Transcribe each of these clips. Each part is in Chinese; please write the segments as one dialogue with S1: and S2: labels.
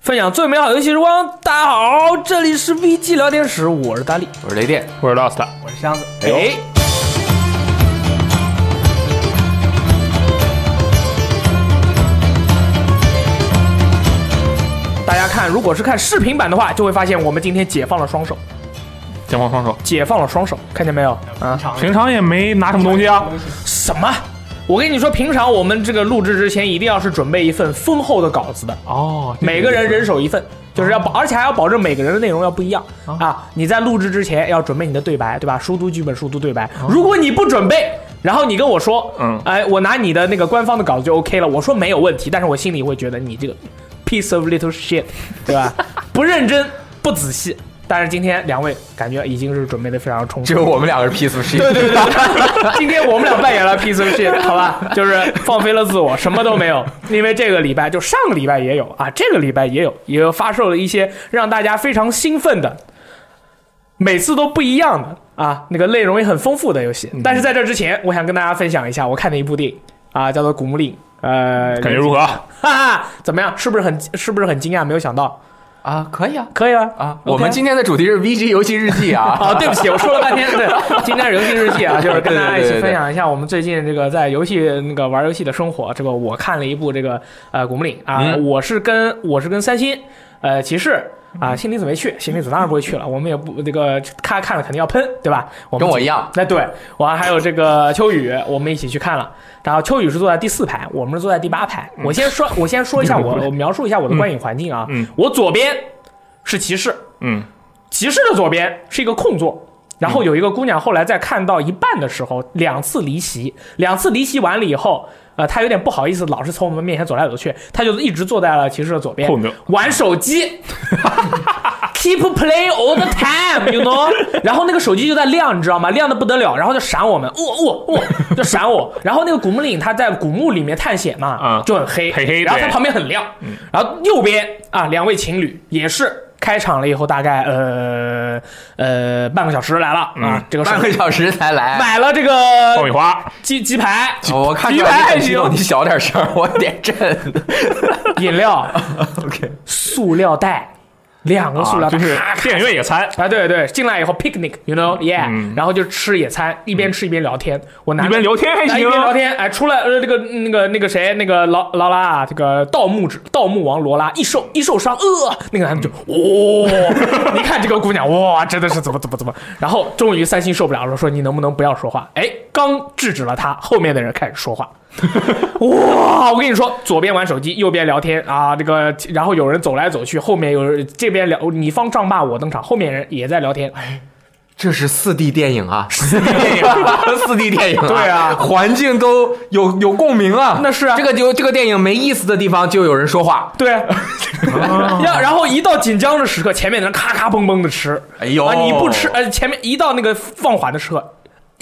S1: 分享最美好游戏时光。大家好，这里是 VG 聊天室，我是大力，
S2: 我是雷电，
S3: 我是 Lost。
S1: 我是箱子。
S2: 哎，
S1: 大家看，如果是看视频版的话，就会发现我们今天解放了双手，
S3: 解放双手，
S1: 解放了双手，看见没有？啊，
S3: 平常也没拿什么东西啊。
S1: 什么？我跟你说，平常我们这个录制之前，一定要是准备一份丰厚的稿子的，
S3: 哦，
S1: 每个人人手一份，就是要保，而且还要保证每个人的内容要不一样啊！你在录制之前要准备你的对白，对吧？熟读剧本，熟读对白。如果你不准备，然后你跟我说，
S3: 嗯
S1: 哎，我拿你的那个官方的稿子就 OK 了，我说没有问题，但是我心里会觉得你这个 piece of little shit，对吧？不认真，不仔细。但是今天两位感觉已经是准备的非常充分，
S2: 只有我们两个是 piece of shit。
S1: 对对对， 今天我们俩扮演了 piece of shit，好吧，就是放飞了自我，什么都没有。因为这个礼拜就上个礼拜也有啊，这个礼拜也有，也有发售了一些让大家非常兴奋的，每次都不一样的啊，那个内容也很丰富的游
S2: 嗯
S1: 戏。但是在这之前，我想跟大家分享一下我看的一部电影啊，叫做《古墓丽影》。呃，
S3: 感觉如何？
S1: 哈哈，怎么样？是不是很是不是很惊讶？没有想到，
S2: 啊，可以啊
S1: 可以吧？
S2: 啊！
S1: OK
S2: 我们今天的主题是 VG 游戏日记 啊。
S1: 哦，对不起，我说了半天，对，今天是游戏日记啊，就是跟大家一起分享一下我们最近这个在游戏那个玩游戏的生活。这个我看了一部这个呃《古墓丽影》啊，
S2: 嗯
S1: 我是跟我是跟三星呃骑士。啊，心理子没去，心理子当然不会去了。我们也不这个看看了肯定要喷，对吧？我们
S2: 跟我一样，
S1: 那对，完还有这个秋雨，我们一起去看了。然后秋雨是坐在第四排，我们是坐在第八排。
S2: 嗯
S1: 我先说，我先说一下 我我描述一下我的观影环境啊。
S3: 嗯
S1: 我左边是骑士，
S3: 嗯，
S1: 骑士的左边是一个空座，然后有一个姑娘后来在看到一半的时候两次离席，两次离席完了以后，呃，她有点不好意思，老是从我们面前走来走去，她就一直坐在了骑士的左边
S3: 空着
S1: 玩手机。Keep play all the time, you know。然后那个手机就在亮，你知道吗？亮的不得了，然后就闪我们，哦哦哦，就闪我。然后那个古墓丽影，它在古墓里面探险嘛，
S3: 啊
S1: 就很黑，
S3: 黑黑的
S1: 然后它旁边很亮，然后右边啊，两位情侣也是。开场了以后，大概呃呃半个小时来了啊
S3: 嗯，
S1: 这个手
S2: 半个小时才来，
S1: 买了这个
S3: 爆米花，
S1: 鸡鸡排，
S2: 我看出
S1: 鸡
S2: 来
S1: 排
S2: 你很激动，
S1: 还
S2: 你
S1: 行
S2: 小点声，我有 点震。
S1: 饮料
S2: OK，
S1: 塑料袋，两个塑料
S3: 啊，
S1: 袋，
S3: 就是电影院野餐，
S1: 啊，对对，进来以后 picnic，you know，yeah，、
S3: 嗯
S1: 然后就吃野餐，一边吃一边聊天。我拿
S3: 一边聊天还
S1: 哎一
S3: 行。
S1: 边聊天，哎，出来呃，那个那个那个谁，那个劳劳拉啊，这个盗墓者盗墓王罗拉一受一受伤，呃，那个男的就哇、 你看这个姑娘哇，真的是怎么怎么怎么，然后终于三星受不了了，说你能不能不要说话？哎，刚制止了他，后面的人开始说话。 哇！我跟你说，左边玩手机，右边聊天啊，这个，然后有人走来走去，后面有人这边聊，你方丈骂我登场，后面人也在聊天，
S2: 这是四 D 电影啊，四 D 电 影，啊四 D 电影，
S1: 对啊
S2: 环境都有有共鸣啊。
S1: 那是啊
S2: 这个就这个电影没意思的地方，就有人说话。
S1: 对，啊
S2: 哦
S1: 要然后一到紧张的时刻，前面的人咔咔嘣嘣的吃，
S2: 哎呦
S1: 啊，你不吃，呃，前面一到那个放缓的时刻。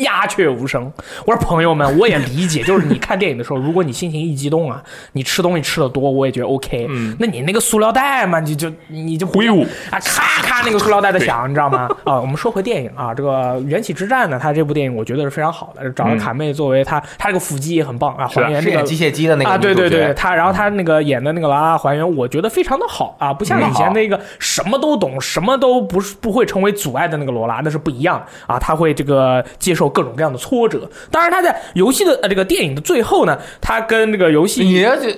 S1: 鸦雀无声。我说朋友们，我也理 解，就是你看电影的时候，如果你心情一激动啊，你吃东西吃的多，我也觉得 OK。嗯，那你那个塑料袋嘛，你就你就
S3: 挥舞
S1: 啊，咔咔那个塑料袋在响，你知道 吗？啊，我们说回电影啊，这个《缘起之战》呢，它这部电影我觉得是非常好的，找了卡妹作为她，她这个腹肌也很棒啊，还原
S2: 嗯是
S1: 这
S2: 演
S1: 个
S2: 机械机的那个
S1: 啊，对对
S2: 女主
S1: 对，
S2: 角，
S1: 他然后他那个演的那个拉拉还原，我觉得非常的好啊，不
S2: 嗯
S1: 像以前那个什么都懂、什么都不是不会成为阻碍的那个罗拉，那是不一样啊，他会这个接受各种各样的挫折。当然，他在游戏的、呃、这个电影的最后呢，他跟那个游戏
S2: 你这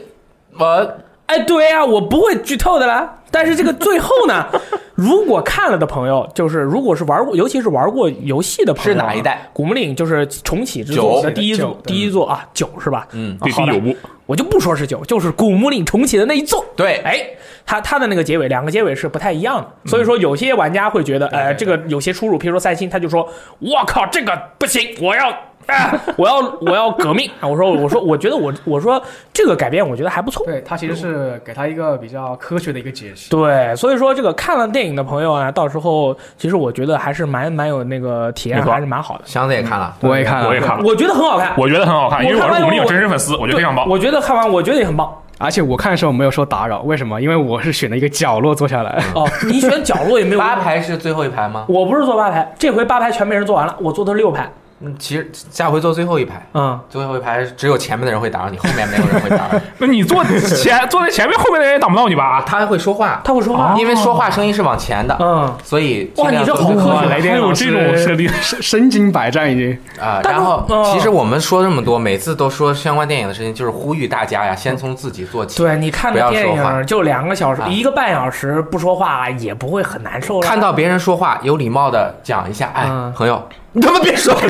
S2: 我
S1: 哎，对呀、我不会剧透的啦。但是这个最后呢，如果看了的朋友，就是如果是玩过，尤其是玩过游戏的朋友啊，
S2: 是哪一代
S1: 《古墓丽影》就是重启之作
S2: 九
S1: 的第一
S4: 九
S1: 作，第一作啊，九是吧？
S2: 嗯
S1: 啊
S3: 必须
S1: 好的
S3: 有步，
S1: 我就不说是九，就是《古墓丽影》重启的那一座。
S2: 对
S1: 哎，它它的那个结尾，两个结尾是不太一样的，所以说有些玩家会觉得，呃，这个有些出入，比如说三星，他就说，我靠，这个不行，我 要。啊！我要我要革命！啊我说我说我觉得我我说这个改编我觉得还不错，
S4: 对他其实是给他一个比较科学的一个解释。
S1: 对，所以说这个看了电影的朋友啊，到时候其实我觉得还是蛮蛮有那个体验，
S3: 没错
S1: 还是蛮好的。
S2: 祥子也看了，
S4: 我也看
S3: 我也看了，
S1: 我觉得很好看，
S3: 我觉得很好看，因为
S1: 我
S3: 我
S1: 看完
S3: 是古墓丽
S1: 了
S3: 影
S1: 我
S3: 真人粉丝，我觉得非常棒。
S1: 我觉得看完我觉得也很棒。
S4: 而且我看的时候没有受打扰，为什么？因为我是选了一个角落坐下来。
S1: 哦，你选角落也没有用
S2: 八，排是最后一排吗？
S1: 我不是坐八排，这回八排全被人坐完了，我坐的是六排。
S2: 嗯，其实下回坐最后一排，
S1: 嗯，
S2: 最后一排只有前面的人会打扰你，后面没有人会 打扰你。
S3: 那你坐 前坐在前面，后面的人也挡不到你
S1: 嗯
S3: 吧？
S2: 他还会说话，
S1: 他会说话，
S2: 因为说话声音是往前的，
S1: 嗯，
S2: 所以
S1: 哇你这好科学
S4: 哇，
S1: 啊
S4: 雷电
S3: 还有
S4: 老师
S3: 这种设定
S4: 身身经百战已经。
S2: 啊、
S1: 但是
S2: 然后
S1: 嗯
S2: 其实我们说这么多，每次都说相关电影的事情，就是呼吁大家呀，先从自己做起。
S1: 对你看
S2: 不
S1: 的
S2: 要
S1: 电
S2: 说话
S1: 影就两个小时
S2: 啊，
S1: 一个半小时不说话也不会很难受了。
S2: 看到别人说话，有礼貌的讲一下，哎，
S1: 嗯
S2: 朋友，你他妈别说了，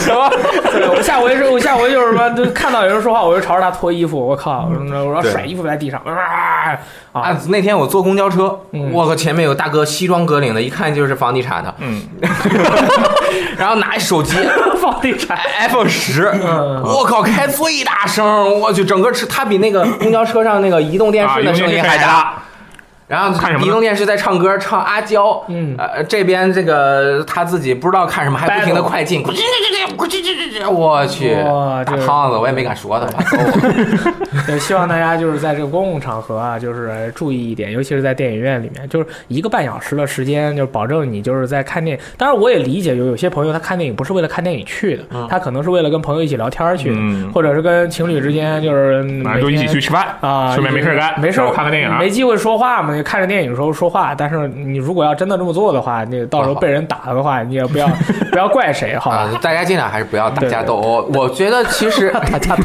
S1: 什么？对我下回是，我下回就是什么，就看到有人说话，我就朝着他脱衣服。我靠！我说我要
S2: 嗯对
S1: 甩衣服在地上，啊
S2: 啊
S1: 啊！！
S2: 那天我坐公交车，
S1: 嗯
S2: 我靠，前面有大哥西装革领的，一看就是房地产的，
S3: 嗯，
S2: 然后拿一手机
S1: 房地产，
S2: iPhone 十，我靠，开最大声，我去，整个车它比那个公交车上那个移动电
S3: 啊，
S2: 视
S3: 有
S2: 的
S3: 些
S2: 声音
S3: 还
S2: 还大。然后
S3: 看什么呢
S2: 移动电视在唱歌，唱阿娇，
S1: 嗯
S2: 呃，这边这个他自己不知道看什么，还不停的
S1: Battle
S2: 快进，咕叽叽叽叽咕叽叽叽叽，我去，
S1: 哇
S2: 大
S1: 这个
S2: 胖子，我也没敢说他，怕揍我
S1: 对，希望大家就是在这个公共场合啊，就是注意一点，尤其是在电影院里面，就是一个半小时的时间，就保证你就是在看电影。当然，我也理解有有些朋友他看电影不是为了看电影去的，他可能是为了跟朋友一起聊天儿去的，
S3: 嗯
S1: 或者是跟情侣之间就是
S3: 反
S1: 每
S3: 正都一起
S1: 天
S3: 去吃饭
S1: 啊，
S3: 顺便没事儿干，
S1: 没事
S3: 然
S1: 儿
S3: 后看个电影啊
S1: 没。机会说话嘛，就看着电影的时候说话。但是你如果要真的这么做的话，你到时候被人打的话，你也不要 不要怪谁哈。
S2: 啊！大家尽量还是不要打架
S1: 对
S2: 斗殴。我觉得其实
S1: 大家都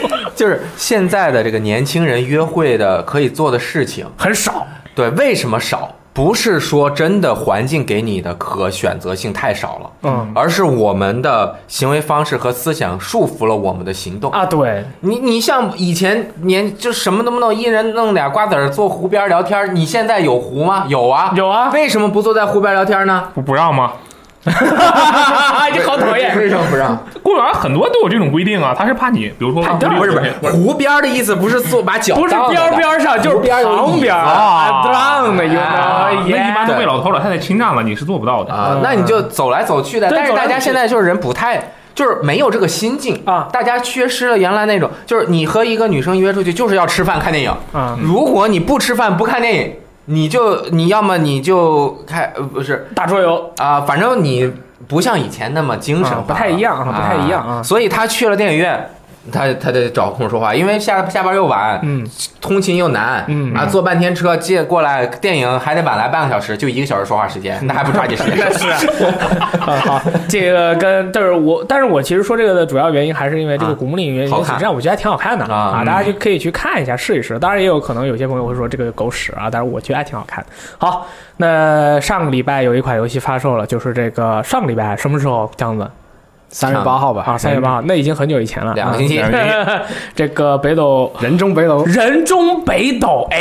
S2: 就是现在的这个年轻人约会的可以做的事情，
S1: 很少，
S2: 对，为什么少？不是说真的环境给你的可选择性太少了，
S1: 嗯
S2: 而是我们的行为方式和思想束缚了我们的行动。
S1: 啊，对，
S2: 你你像以前年就什么都不弄，一人弄俩瓜子儿坐湖边聊天，你现在有湖吗？有啊，
S1: 有啊
S2: 为什么不坐在湖边聊 天呢？
S3: 不不让吗？
S1: 你好讨厌。
S2: 为什么不让？
S3: 公园很多都有这种规定啊，他是怕你，比如说
S1: 太大
S2: 不是不是，湖边的意思不是坐把脚
S1: 不是
S2: 当着
S1: 边
S2: 的
S1: 边上，就是
S2: 湖边有椅子
S1: 旁边
S3: 啊
S1: 让的，you
S3: 啊
S1: know，
S3: 那一般
S1: yeah
S3: 都被老头老太太侵占了，你是做不到的。
S2: 啊，那你就走来走去的。
S1: 嗯对
S2: 但是大
S1: 走来
S2: 家
S1: 走去
S2: 现在就是人不太。就是没有这个心境
S1: 啊
S2: 大家缺失了原来那种，就是你和一个女生约出去就是要吃饭看电影，
S1: 啊，
S2: 如果你不吃饭不看电影，你就你要么你就开呃不是
S1: 打桌游
S2: 啊、反正你不像以前那么精神化
S1: 啊
S2: 了、
S1: 不太一样啊不太一样啊
S2: 所以他去了电影院。他他得找空说话，因为下下班又晚，
S1: 嗯，
S2: 通勤又难，
S1: 嗯
S2: 啊，坐半天车借过来，电影还得晚来半个小时，就一个小时说话时间，那还不抓紧时间？
S1: 是啊，好，这个跟但是我，但是我其实说这个的主要原因还是因为这个
S2: 啊
S1: 《古墓丽影》原
S2: 好
S1: 因
S2: 看
S1: 这样我觉得还挺好看的
S2: 啊
S1: 啊，
S2: 嗯
S1: 大家就可以去看一下试一试。当然也有可能有些朋友会说这个狗屎啊，但是我觉得还挺好看的。好，那上个礼拜有一款游戏发售了，就是这个上个礼拜什么时候这样子
S4: 三月八号吧，
S1: 啊？三月八号，那已经很久以前了，
S2: 两个星期
S3: 两，
S1: 啊。 这个北斗
S4: 人中 北楼，
S1: 人中北斗，哎。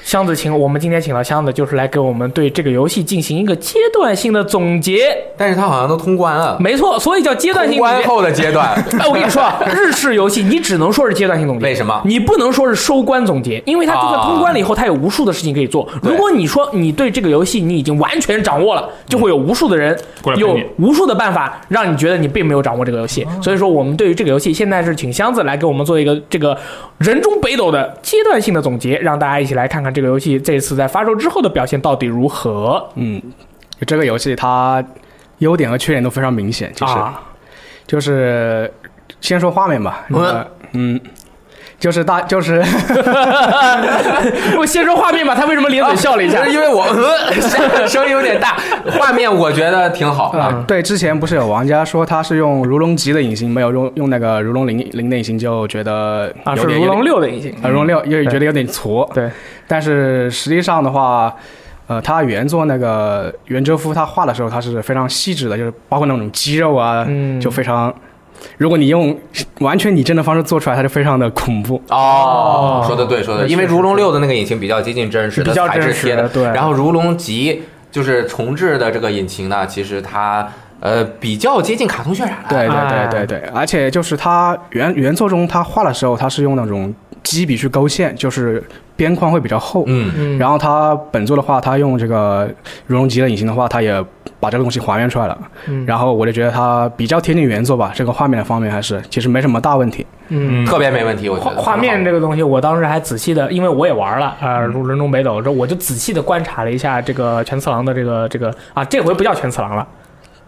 S1: 箱子请，我们今天请到箱子，就是来给我们对这个游戏进行一个阶段性的总结。
S2: 但是他好像都通关了，
S1: 没错，所以叫阶段
S2: 通
S1: 性总
S2: 关
S1: 结。
S2: 后的阶段，
S1: 哎，我跟你说，啊，日式游戏你只能说是阶段性总结，
S2: 为什么
S1: 你不能说是收官总结，因为它就算
S2: 啊
S1: 通关了以后，它有无数的事情可以做。
S2: 对
S1: 如果你说你对这个游戏你已经完全掌握了，就会有无数的人
S3: 过来陪
S1: 有
S3: 你
S1: 无数的办法让你觉得你并没有掌握这个游戏。所以说，我们对于这个游戏，现在是请箱子来给我们做一个这个人中北斗的阶段性的总结，让大家一起来看看这个游戏这次在发售之后的表现到底如何。
S4: 嗯，就这个游戏它优点和缺点都非常明显，就是、
S1: 啊
S4: 就是先说画面吧，
S2: 嗯
S4: 呃嗯，就是大就是
S1: 我先说画面吧，他为什么咧嘴笑了 一下？
S2: 因为我呃声音有点大，画面我觉得挺好啊，
S1: 嗯
S4: 啊，对，之前不是有玩家说他是用如龙级的隐形，没有用用那个如龙零零的隐形，就觉得
S1: 啊，是
S4: 有点
S1: 如
S4: 有
S1: 龙
S4: 点
S1: 六的隐形。
S4: 啊，如龙六又
S1: 对
S4: 觉得有点挫，
S1: 对，
S4: 但是实际上的话，呃，他原作那个袁哲夫他画的时候，他是非常细致的，就是包括那种肌肉啊，
S1: 嗯
S4: 就非常。如果你用完全拟真的方式做出来，它就非常的恐怖。
S2: 哦，说的对，说的
S1: 是
S2: 对，因为如龙六的那个引擎比较接近真实的
S1: 比较
S2: 材质
S1: 真实
S2: 贴
S1: 的对
S2: 然后如龙级就是重置的这个引擎呢，其实它呃比较接近卡通渲染了。
S4: 对
S1: 哎
S4: 对对对对，而且就是他原原作中他画的时候，他是用那种基笔去勾线，就是边框会比较厚。
S2: 嗯，
S1: 嗯，
S4: 然后他本作的话，他用这个如龙级的引擎的话，他也把这个东西还原出来了。
S1: 嗯
S4: 然后我就觉得它比较贴近原作吧，这个画面的方面还是其实没什么大问题。
S1: 嗯，
S2: 特别没问题，我觉
S1: 画
S2: 得。
S1: 画面这个东西，我当时还仔细的，因为我也玩了啊，呃如人中北斗》之后，我就仔细的观察了一下这个全次郎的这个这个啊，这回不叫全次郎了，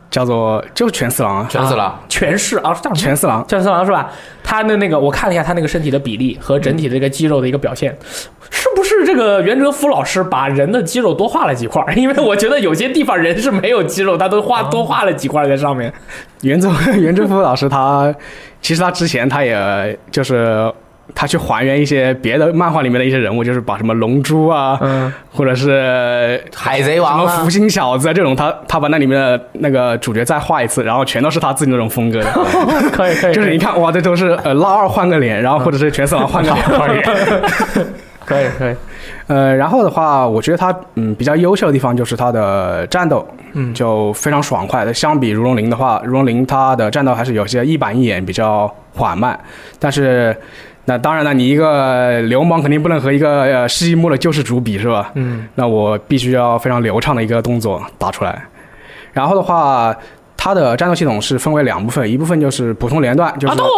S4: 叫做就是全四郎 啊，
S2: 全死了。
S1: 全是啊，是叫什么？
S4: 全四郎，
S1: 全四郎是吧？他的那个，我看了一下他那个身体的比例和整体的这个肌肉的一个表现，是不是这个袁哲夫老师把人的肌肉多画了几块儿？ 因为我觉得有些地方人是没有肌肉，他都画多画了几块儿在上面。
S4: 袁 周袁周夫老师他其实他之前他也就是。他去还原一些别的漫画里面的一些人物，就是把什么龙珠啊，
S1: 嗯，
S4: 或者是
S2: 海贼
S4: 什
S2: 王
S4: 么
S2: 啊
S4: 福，星小子啊这种，他他把那里面的那个主角再画一次，然后全都是他自己那种风格 的，
S1: 可以可以，
S4: 就是你看哇，这都是呃拉二换个脸，然后或者是全四郎换个脸，
S1: 可以可以，
S4: 呃，然后的话，我觉得他嗯比较优秀的地方就是他的战斗，
S1: 嗯
S4: 就非常爽快的。相比如龙鳞的话，如龙鳞它的战斗还是有些一板一眼，比较缓慢，但是。那当然了，你一个流氓肯定不能和一个呃世纪末的救世主比，是吧？
S1: 嗯，
S4: 那我必须要非常流畅的一个动作打出来。然后的话，它的战斗系统是分为两部分，一部分就是普通连段，就是、
S1: 阿斗哦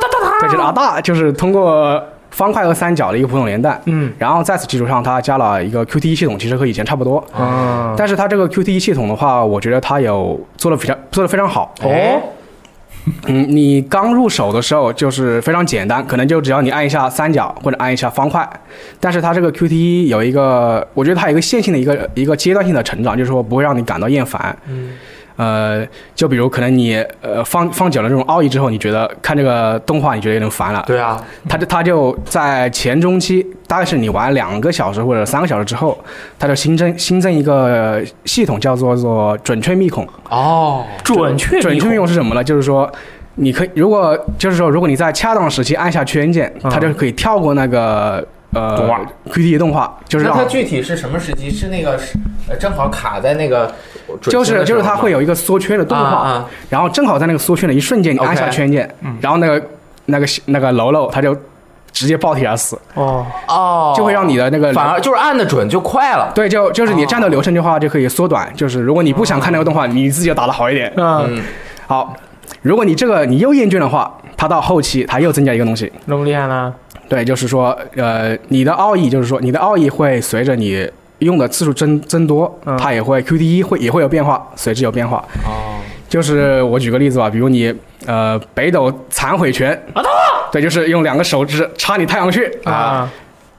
S1: 哒哒哒，
S4: 对，就是阿大，就是通过方块和三角的一个普通连段。
S1: 嗯
S4: 然后在此基础上，它加了一个 QTE 系统，其实和以前差不多。
S1: 啊，
S4: 但是它这个 QTE 系统的话，我觉得它有做的非常做的非常好。哎
S1: 哦，
S4: 嗯，你刚入手的时候就是非常简单，可能就只要你按一下三角或者按一下方块。但是它这个 QTE 有一个，我觉得它有一个线性的一个一个阶段性的成长，就是说不会让你感到厌烦。
S1: 嗯
S4: 呃，就比如可能你呃放放久了这种奥义之后，你觉得看这个动画你觉得有点烦了，
S2: 对啊，
S4: 它就它就在前中期，大概是你玩两个小时或者三个小时之后，它就新增新增一个系统，叫做做准确密孔。
S2: 哦，
S1: 准确
S4: 准确密孔是什么呢？就是说，你可以如果就是说，如果你在恰当时期按下圈键，
S1: 嗯
S2: 啊
S4: 它就可以跳过那个呃
S3: 动画
S4: QTE 动画，就是
S2: 那它
S4: 让
S2: 具体是什么时期？是那个是呃正好卡在那个准
S4: 就
S2: 确
S4: 是
S2: 的时
S4: 就
S2: 候
S4: 是它
S2: 吗
S4: 会有一个缩圈的动画，
S2: 啊啊
S4: 然后正好在那个缩圈的一瞬间，你
S2: OK 嗯
S4: 按下圈键，然后那个那个那个楼楼它就直接爆体而死，
S1: 哦，
S2: 哦，
S4: 就会让你的那个
S2: 反而就是按的准就快了。
S4: 对，就就是你
S2: 哦
S4: 战斗流程的话就可以缩短，就是如果你不想看那个动画，你自己要打得好一点。
S1: 嗯，
S2: 嗯，
S4: 好，如果你这个你又厌倦的话，它到后期它又增加一个东西，
S1: 那么厉害呢？
S4: 对，就是说呃你的奥义就是说你的奥义会随着你。用的次数增增多
S1: 嗯，
S4: 它也会 QTE 会也会有变化，随之有变化。
S2: 哦，
S4: 就是我举个例子吧，比如你呃北斗残毁拳
S1: 啊，
S4: 对，就是用两个手指插你太阳穴。
S1: 啊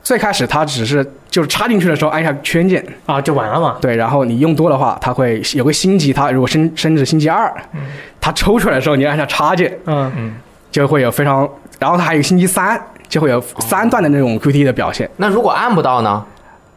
S4: 最开始它只是就是插进去的时候按一下圈键，
S1: 啊，就完了嘛。
S4: 对，然后你用多的话，它会有个星级，它如果升升至星级二，它抽出来的时候你按下插键，
S1: 嗯，
S4: 就会有非常，然后它还有星级三，就会有
S1: 哦
S4: 三段的那种 QT 的表现，
S2: 那如果按不到呢？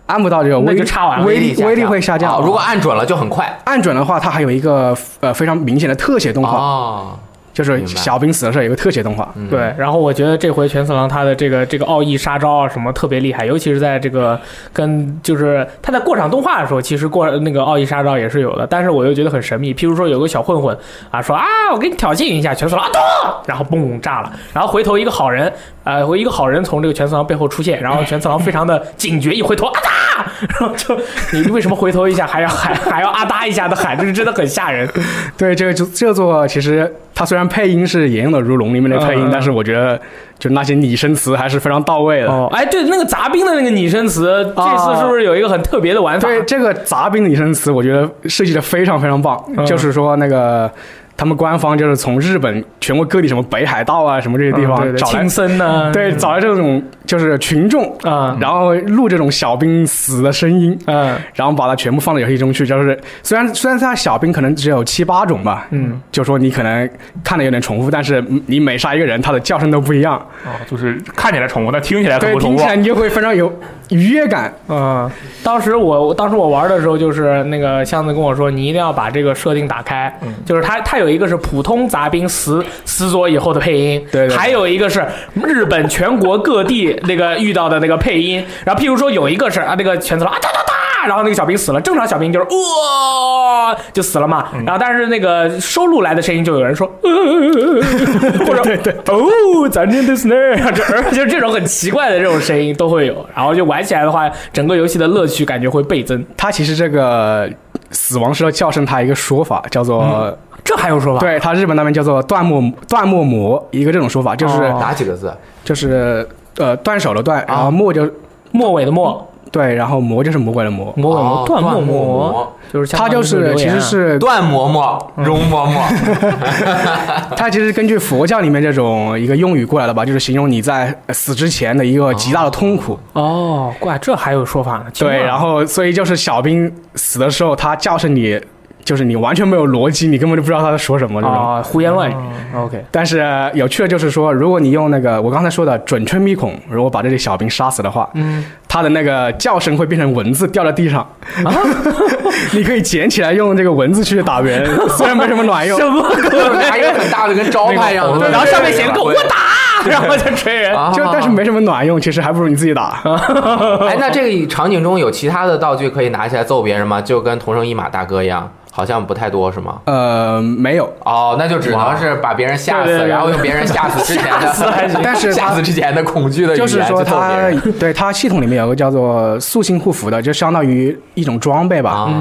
S4: 按不到这个
S1: 那
S4: 威
S1: 就插完了
S4: 威力
S2: 下降
S4: 威力会下降。
S2: 哦如果按准了就很快。
S4: 按准的话，它还有一个呃非常明显的特写动画，
S2: 哦，
S4: 就是
S2: 明白
S4: 小兵死的时候有个特写动画。
S2: 嗯
S1: 对，然后我觉得这回全次郎他的这个这个奥义杀招啊什么特别厉害，尤其是在这个跟就是他在过场动画的时候，其实过那个奥义杀招也是有的，但是我又觉得很神秘。譬如说有个小混混啊说啊我给你挑衅一下，全次郎啊咚，然后嘣炸了，然后回头一个好人，呃回一个好人从这个全次郎背后出现，然后全次郎非常的警觉，一回头啊哒，然后就你为什么回头一下还要喊还要啊哒一下的喊，这是真的很吓人。
S4: 对，这个就这座其实它虽然配音是沿用了《如龙》里面的配音，
S1: 嗯嗯嗯
S4: 但是我觉得就那些拟声词还是非常到位的。
S1: 哦，哎，对，那个杂兵的那个拟声词，这次是不是有一个很特别的玩法？
S4: 对这个杂兵拟声词，我觉得设计的非常非常棒。
S1: 嗯
S4: 就是说，那个他们官方就是从日本全国各地，什么北海道啊，什么这些地方、
S1: 嗯对对
S4: 找来
S1: 青，森呢？
S4: 对，找来这种就是群众，
S1: 嗯啊，
S4: 然后录这种小兵死的声音，
S1: 嗯
S4: 然后把它全部放到游戏中去。就是虽然虽然它小兵可能只有七八种吧，
S1: 嗯，
S4: 就说你可能看的有点重复，但是你每杀一个人，他的叫声都不一样，
S3: 哦，就是看起来宠物，但听起来可
S4: 对，
S3: 不宠
S4: 听
S3: 物
S4: 起。来你就会非常有愉悦感。
S1: 嗯，当时我我当时我玩的时候，就是那个箱子跟我说，你一定要把这个设定打开，就是它它有一个是普通杂兵死死左以后的配音，
S4: 对对对
S1: 还有一个是日本全国各地那个遇到的那个配音，然后譬如说有一个是啊那个全责了啊哒哒哒，然后那个小兵死了，正常小兵就是哇、就死了嘛，
S4: 嗯
S1: 然后但是那个收录来的声音就有人说， 呃、或者对对哦，咱这的是那样，就就这种 很奇怪的这种声音都会有，然后就玩起来的话，整个游戏的乐趣感觉会倍增。
S4: 他其实这个死亡时候叫声，他一个说法叫做。
S1: 嗯这还有说法？
S4: 对，它日本那边叫做断末断末魔，一个这种说法，就是、
S1: 哦
S2: 打几个字？
S4: 就是呃断手的断，然后末就、
S1: 末尾的末，
S4: 对，然后魔就是魔鬼的魔，
S1: 魔鬼魔
S2: 哦
S1: 段
S2: 段
S1: 默
S2: 默
S1: 默
S2: 魔，
S1: 就是像
S4: 它就
S1: 那
S4: 是
S1: 个
S4: 其
S1: 留言
S4: 实
S1: 啊
S4: 是
S2: 段嬷嬷、容嬷嬷，
S4: 它其实根据佛教里面这种一个用语过来的吧，就是形容你在死之前的一个极大的痛苦。
S1: 哦，怪这还有说法呢。
S4: 对，然后所以就是小兵死的时候，他叫声你，就是你完全没有逻辑，你根本就不知道他在说什么这种。
S1: 啊，胡言乱语。OK，
S4: 但是呃有趣的就是说，如果你用那个我刚才说的准确密孔，如果把这些小兵杀死的话，
S1: 嗯，
S4: 他的那个叫声会变成文字掉在地上，你可以捡起来用这个文字去打别人，虽然没什么卵用。
S1: 么？
S2: 还有很大的跟招牌一样的，
S1: 然后上面写了个我打，然后就锤人。
S2: 啊，
S4: 就但是没什么卵用，其实还不如你自己打。
S2: 哎，那这个场景中有其他的道具可以拿起来揍别人吗？就跟同生一马大哥一样，好像不太多是吗？
S4: 呃，没有，
S2: 哦，那就只能是把别人吓死，
S1: 对对对
S2: 然后用别人吓死之前的，
S4: 但是
S2: 吓
S4: 他
S2: 死之前的恐惧的语言
S4: 就是说
S2: 去揍别
S4: 它
S2: 人
S4: 对它系统里面有个叫做塑性护符的，就相当于一种装备吧。
S2: 啊，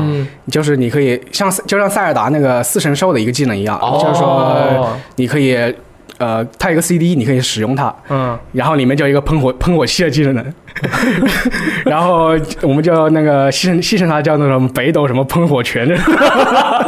S4: 就是你可以像就像塞尔达那个四神兽的一个技能一样，
S2: 哦
S4: 就是说
S1: 哦
S4: 你可以呃，它有一个 CD，你可以使用它，
S1: 嗯，
S4: 然后里面就有一个喷火喷火器的技能， 然后我们就那个戏称戏称它叫那种北斗什么喷火拳，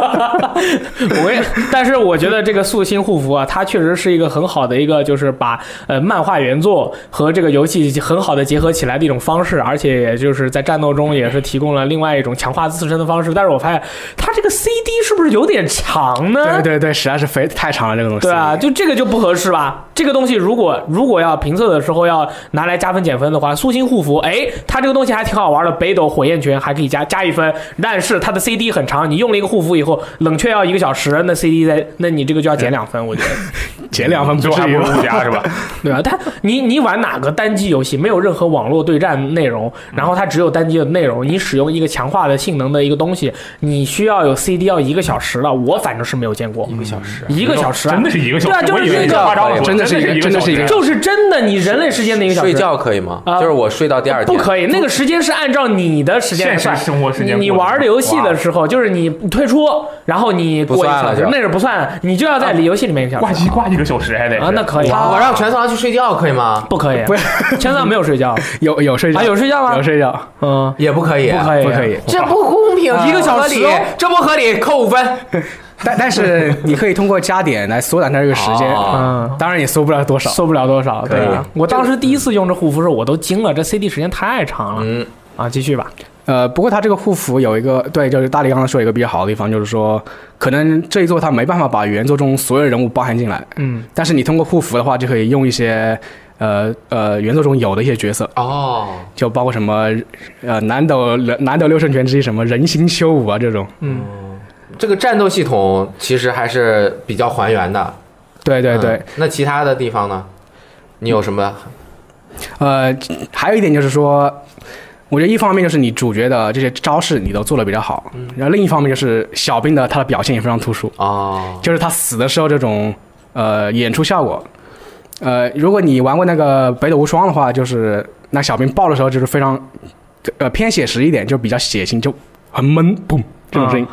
S1: 我也，但是我觉得这个素心护符啊，它确实是一个很好的一个，就是把呃漫画原作和这个游戏很好的结合起来的一种方式，而且也就是在战斗中也是提供了另外一种强化自身的方式。但是我发现它这个 CD 是不是有点长呢？
S4: 对对对，实在是肥太长了这个东西。
S1: 对啊，就这个就不合适吧？这个东西如果如果要评测的时候要拿来加分减分的话，苏心护符，哎，它这个东西还挺好玩的，北斗火焰拳还可以加加一分，但是它的 CD 很长，你用了一个护符以后冷却要一个小时，那 CD 在那你这个就要减两分，我觉得，
S4: 减两分不
S3: 最后还
S4: 至
S3: 不如
S4: 于吧。
S3: 物家是吧？
S1: 对吧？它你你玩哪个单机游戏没有任何网络对战内容，然后它只有单机的内容，你使用一个强化的性能的一个东西，你需要有 CD 要一个小时了，我反正是没有见过
S2: 一个小时，
S1: 一个小时啊
S3: 真的，是一个小
S1: 对啊
S3: 时，
S1: 就是
S3: 我以为
S1: 一
S3: 你
S1: 个
S3: 夸张了，
S4: 真的
S3: 的
S4: 是一个
S3: 一个小时
S4: 真的是一个
S1: 就是真的你人类时间的一个小时
S2: 睡。觉可以吗？
S1: 啊
S2: 就是我睡到第二
S1: 不
S2: 天，
S1: 可以，那个时间是按照你的时间来
S3: 现
S1: 算。
S3: 实生活时
S1: 你
S3: 间过
S1: 你玩的游戏的时候，就是你退出，然后你过一个小
S2: 不算了
S1: 时
S2: 就，
S1: 那是不算的，你就要在游戏里面一个小
S3: 挂
S1: 时
S3: 机挂一个小时还得
S1: 啊，那可以，
S2: 啊我让全次郎去睡觉可以吗？
S1: 不可以？
S4: 不是
S1: 千算没有睡觉
S4: 有有睡觉
S1: 啊？有睡觉吗
S4: 有？睡觉
S1: 嗯，
S2: 也不可以，
S1: 不可以，
S4: 不可以。，
S2: 这不公平，
S1: 一个小时
S2: 不合
S1: 哦
S2: 理这不合理，扣五分。
S4: 但但是你可以通过加点来缩短它这个时间，
S2: 哦
S1: 嗯，
S4: 当然也缩不了多少。
S1: 受不了多少。对
S2: 以
S1: 啊，我当时第一次用这护肤时，候，我都惊了，这 CD 时间太长了
S2: 嗯，
S1: 啊！继续吧，
S4: 呃，不过它这个护符有一个对，就是大力刚刚说有一个比较好的地方，就是说可能这一座它没办法把原作中所有人物包含进来，
S1: 嗯，
S4: 但是你通过护符的话，就可以用一些呃呃原作中有的一些角色，
S2: 哦，
S4: 就包括什么呃南斗南斗六圣拳之一什么人形修武啊这种，
S2: 这个战斗系统其实还是比较还原的。
S4: 对对
S2: 嗯
S4: 对，
S2: 那其他的地方呢？你有什么？
S4: 呃，还有一点就是说，我觉得一方面就是你主角的这些招式你都做的比较好，然后另一方面就是小兵的他的表现也非常突出。
S2: 哦，
S4: 就是他死的时候这种呃演出效果。呃，如果你玩过那个《北斗无双》的话，就是那小兵爆的时候就是非常呃偏写实一点，就比较血腥，就很闷，嘣这种声
S1: 啊
S4: 音。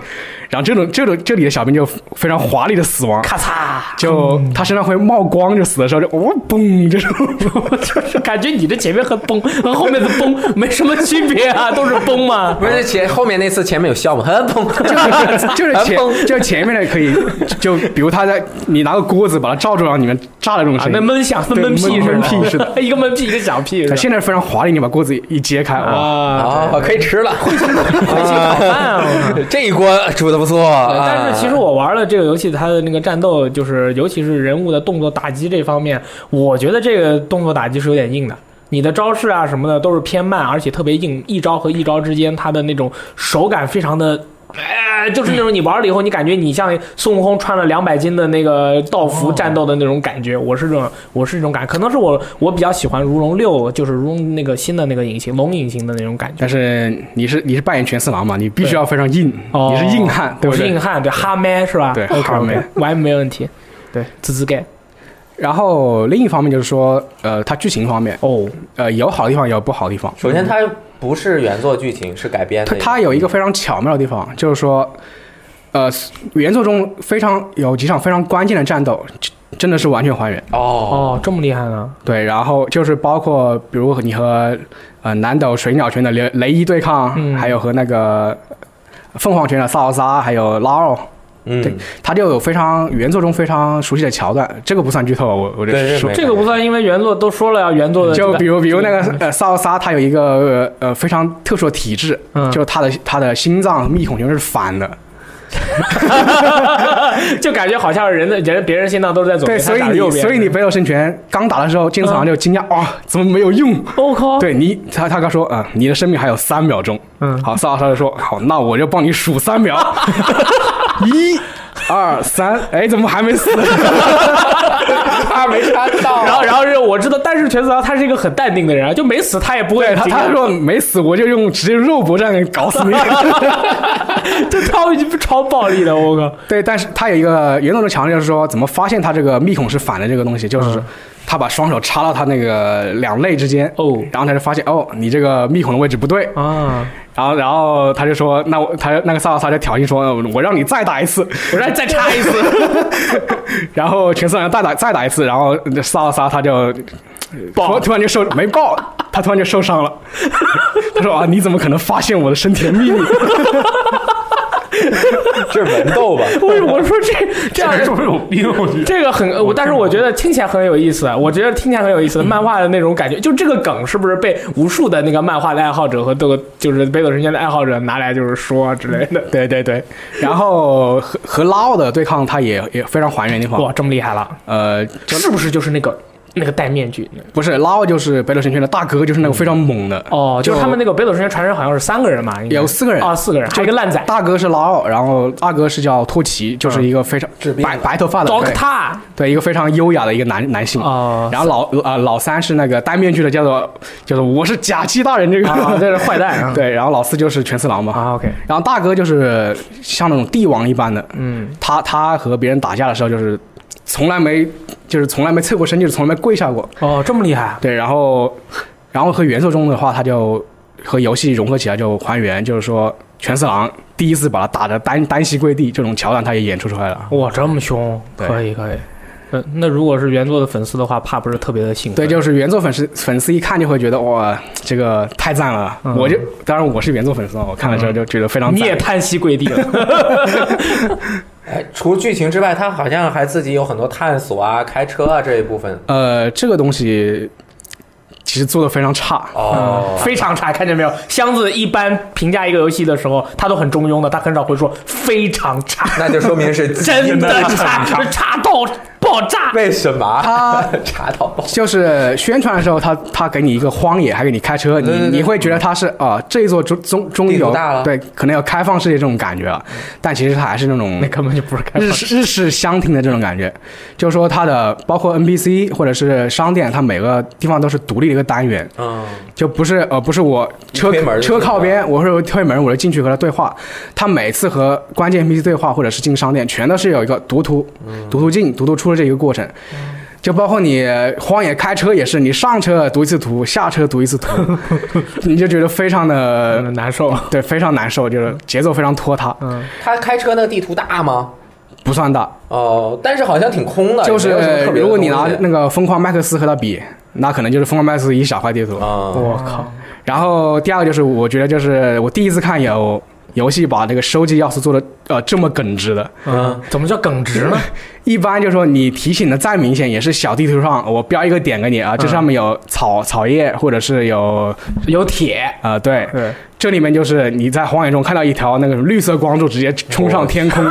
S4: 然后这种这种这里的小兵就非常华丽的死亡。
S1: 咔嚓，
S4: 就他身上会冒光，就死的时候就哦嘣，这种
S1: 就是感觉你这前面和崩和后面的崩没什么区别啊，都是崩嘛。
S2: 不是前后面那次前面有笑吗？很砰，
S4: 就是前
S1: 啊
S2: 很砰
S4: 就前面的可以，就比如他在你拿个锅子把它罩住，然后里面炸的这种
S1: 啊
S4: 声，音。
S1: 那闷响，那
S4: 对
S1: 闷屁
S4: 闷
S1: 是吧
S4: 闷屁 是
S1: 一个闷屁，一个响屁
S4: 它
S1: 是吧
S4: 现在非常华丽，你把锅子一揭开，哇，
S1: 啊，
S2: 哦，可以吃了。
S1: 回去炒饭啊。
S2: 这一锅煮的不错，啊嗯
S1: 但是其实我玩了这个游戏，它的那个战斗，就是尤其是人物的动作打击这方面，我觉得这个动作打击是有点硬的。你的招式啊什么的都是偏慢，而且特别硬，一招和一招之间，它的那种手感非常的。哎，就是那种你玩了以后，你感觉你像孙悟空穿了两百斤的那个道服战斗的那种感觉，我是这种，我是这种感，可能是我我比较喜欢如龙六，就是如龙那个新的那个隐形龙隐形的那种感觉。
S4: 但是你是你是扮演全四郎嘛，你必须要非常硬，
S1: 哦
S4: 你是硬汉，对
S1: 我
S4: 不
S1: 是
S4: 对
S1: 硬？汉，对哈麦是吧？
S4: 对
S1: OK，OK，
S4: 哈麦
S1: 完没问题。对，滋滋盖
S4: 然后另一方面就是说，呃，它剧情方面，
S1: 哦，
S4: 呃，有好的地方，也有不好的地方。
S2: 首先它不是原作剧情，是改编
S4: 它
S2: 的。
S4: 它有一个非常巧妙的地方，就是说，呃，原作中非常有几场非常关键的战斗，这真的是完全还原。
S2: 哦，
S1: 哦，这么厉害呢？
S4: 对，然后就是包括比如你和呃南斗水鸟拳的雷雷伊对抗，
S1: 嗯
S4: 还有和那个凤凰拳的萨奥萨，还有拉奥，
S2: 嗯，
S4: 对他就有非常原作中非常熟悉的桥段，这个不算剧透，啊我我
S2: 对
S4: 这
S2: 对
S4: 说
S2: 对。
S1: 这个不算，因为原作都说了要原作的这
S4: 就
S1: 个
S4: 比如，比如那个呃，萨奥萨，他有一个呃呃非常特殊的体质，
S1: 嗯
S4: 就是他的他的心脏密孔全是反的，
S1: 就感觉好像人的人别人心脏都是在左
S4: 对，
S1: 边，
S4: 所以
S1: 他打
S4: 你
S1: 右边嗯
S4: 所以你北斗神拳刚打的时候，金次郎就惊讶，哇、怎么没有用？
S1: 我靠，
S4: 对你，他他刚说啊、你的生命还有三秒钟。
S1: 嗯
S4: 好，萨奥萨就说好，那我就帮你数三秒， 一、二、三，哎，怎么 还没死？
S2: 他没看 到，
S1: 然后，然后是我知道，但是全子郎他是一个很淡定的人啊，就没死他也不会
S4: 对他，
S1: 惊讶
S4: 他说没死，我就用直接肉搏战搞死你。
S1: 这超超暴力的，我靠！
S4: 对，但是他有一个原动的强调就是说，怎么发现他这个密孔是反的这个东
S1: 嗯
S4: 西，就是他把双手插到他那个两肋之间，
S1: 哦
S4: 然后他就发现哦，你这个密孔的位置不对，
S1: 啊，
S4: 然后然后他就说，那我他那个萨瓦萨就挑衅说，呃我让你再打一次，
S1: 我让你再插一次，
S4: 然后全四郎再打再打一次，然后萨瓦萨他就呃突突然就受没爆，他突然就受伤了， 他说啊，你怎么可能发现我的身体的秘密？
S2: 这是文斗吧？
S1: 我我说这这
S3: 这
S1: 样
S3: 人是不是有病？我觉得
S1: 这个很，我但是我觉得听起来很有意思，我觉得听起来很有意 思。漫画的那种感觉，就这个梗是不是被无数的那个漫画的爱好者和这个就是北斗神拳的爱好者拿来就是说之类的？
S4: 对对对，然后和和拉奥的对抗，他也也非常还原的话，
S1: 哇，这么厉害了，
S4: 呃，
S1: 是不是就是那个那个戴面具？
S4: 不是拉奥就是北斗神拳的大哥，就是那个非常猛的。
S1: 哦，就是他们
S4: 那
S1: 那个北斗神拳传人好像是三个人嘛，应该
S4: 有四个人
S1: 啊，四个人，还有一个烂仔
S4: 大哥是拉奥，然后二哥是叫托奇，就是一个非常
S2: 治病
S4: 白白头发的，对
S1: ，Doctor
S4: 对，一个非常优雅的一个男男性。
S1: 哦
S4: 然后老呃老三是那个戴面具的，叫做就是我是假期大人这个，
S1: 啊，这是坏蛋啊，
S4: 对，然后老四就是全次郎嘛。
S1: 啊，OK，
S4: 然后大哥就是像那种帝王一般的，
S1: 嗯，
S4: 他他和别人打架的时候就是从来没就是从来没侧过身，就是从来没跪下过。
S1: 哦，这么厉害，
S4: 对，然后然后和原作中的话，它就和游戏融合起来就还原，就是说全四郎第一次把他打的单单膝跪地这种桥段，他也演出出来了。
S1: 哇，这么凶，
S4: 对
S1: 可以可以。那那如果是原作的粉丝的话，怕不是特别的兴奋。
S4: 对，就是原作粉丝粉丝一看就会觉得哇，这个太赞了！
S1: 嗯
S4: 我就当然我是原作粉丝啊，我看了之后就觉得非常
S1: 你
S4: 赞。
S1: 也叹息跪地了，
S2: 哎，除剧情之外，他好像还自己有很多探索啊、开车啊这一部分。
S4: 呃，这个东西其实做的非常差。
S2: 哦，
S1: 非常差，看见没有？箱子一般评价一个游戏的时候，他都很中庸的，他很少会说非常 差，
S2: 那就说明是
S1: 真的 差，
S3: 真的
S1: 差到爆炸。
S2: 为什么
S4: 他
S2: 查到爆？
S4: 就是宣传的时候他，他给你一个荒野，还给你开车，你
S2: 对对对
S4: 你会觉得他是啊、这一座终终终于
S2: 地
S4: 有
S2: 图大了
S4: 对，可能有开放世界这种感觉了，但其实它还是那种
S1: 那根本就不是开放
S4: 日
S1: 式
S4: 式日式相听的这种感觉，就是说它的包括 NPC 或者是商店，它每个地方都是独立的一个单元，
S2: 嗯，
S4: 就不是呃不是我车
S2: 推门就
S4: 车
S2: 进去
S4: 靠
S2: 了
S4: 边，我是推门我就进去和他对话，他每次和关键 NPC 对话或者是进商店，全都是有一个读图、
S2: 嗯
S4: 读图进、读图出的这一个过程。就包括你荒野开车也是，你上车读一次图，下车读一次图， 你就觉得非常的
S1: 嗯难受。
S4: 对，非常难受，就是节奏非常拖沓，
S1: 嗯，
S2: 他开车那个地图大吗？
S4: 不算大。
S2: 哦，但是好像挺空的，
S4: 就
S2: 也没有什
S4: 是
S2: 么特别的
S4: 如果你拿
S2: 东西
S4: 那个疯狂麦克斯和他比，那可能就是疯狂麦克斯一小块地图。
S2: 嗯，
S1: 我靠，
S4: 然后第二个就是，我觉得就是我第一次看有游戏把这个收集要素做的呃这么耿直的。
S1: 嗯，怎么叫耿直呢？
S4: 一般就是说你提醒的再明显，也是小地图上我标一个点给你啊，这上面有草草叶或者是有
S1: 有铁，
S4: 呃对，
S1: 对，
S4: 这里面就是你在荒野中看到一条那个绿色光柱直接冲上天空，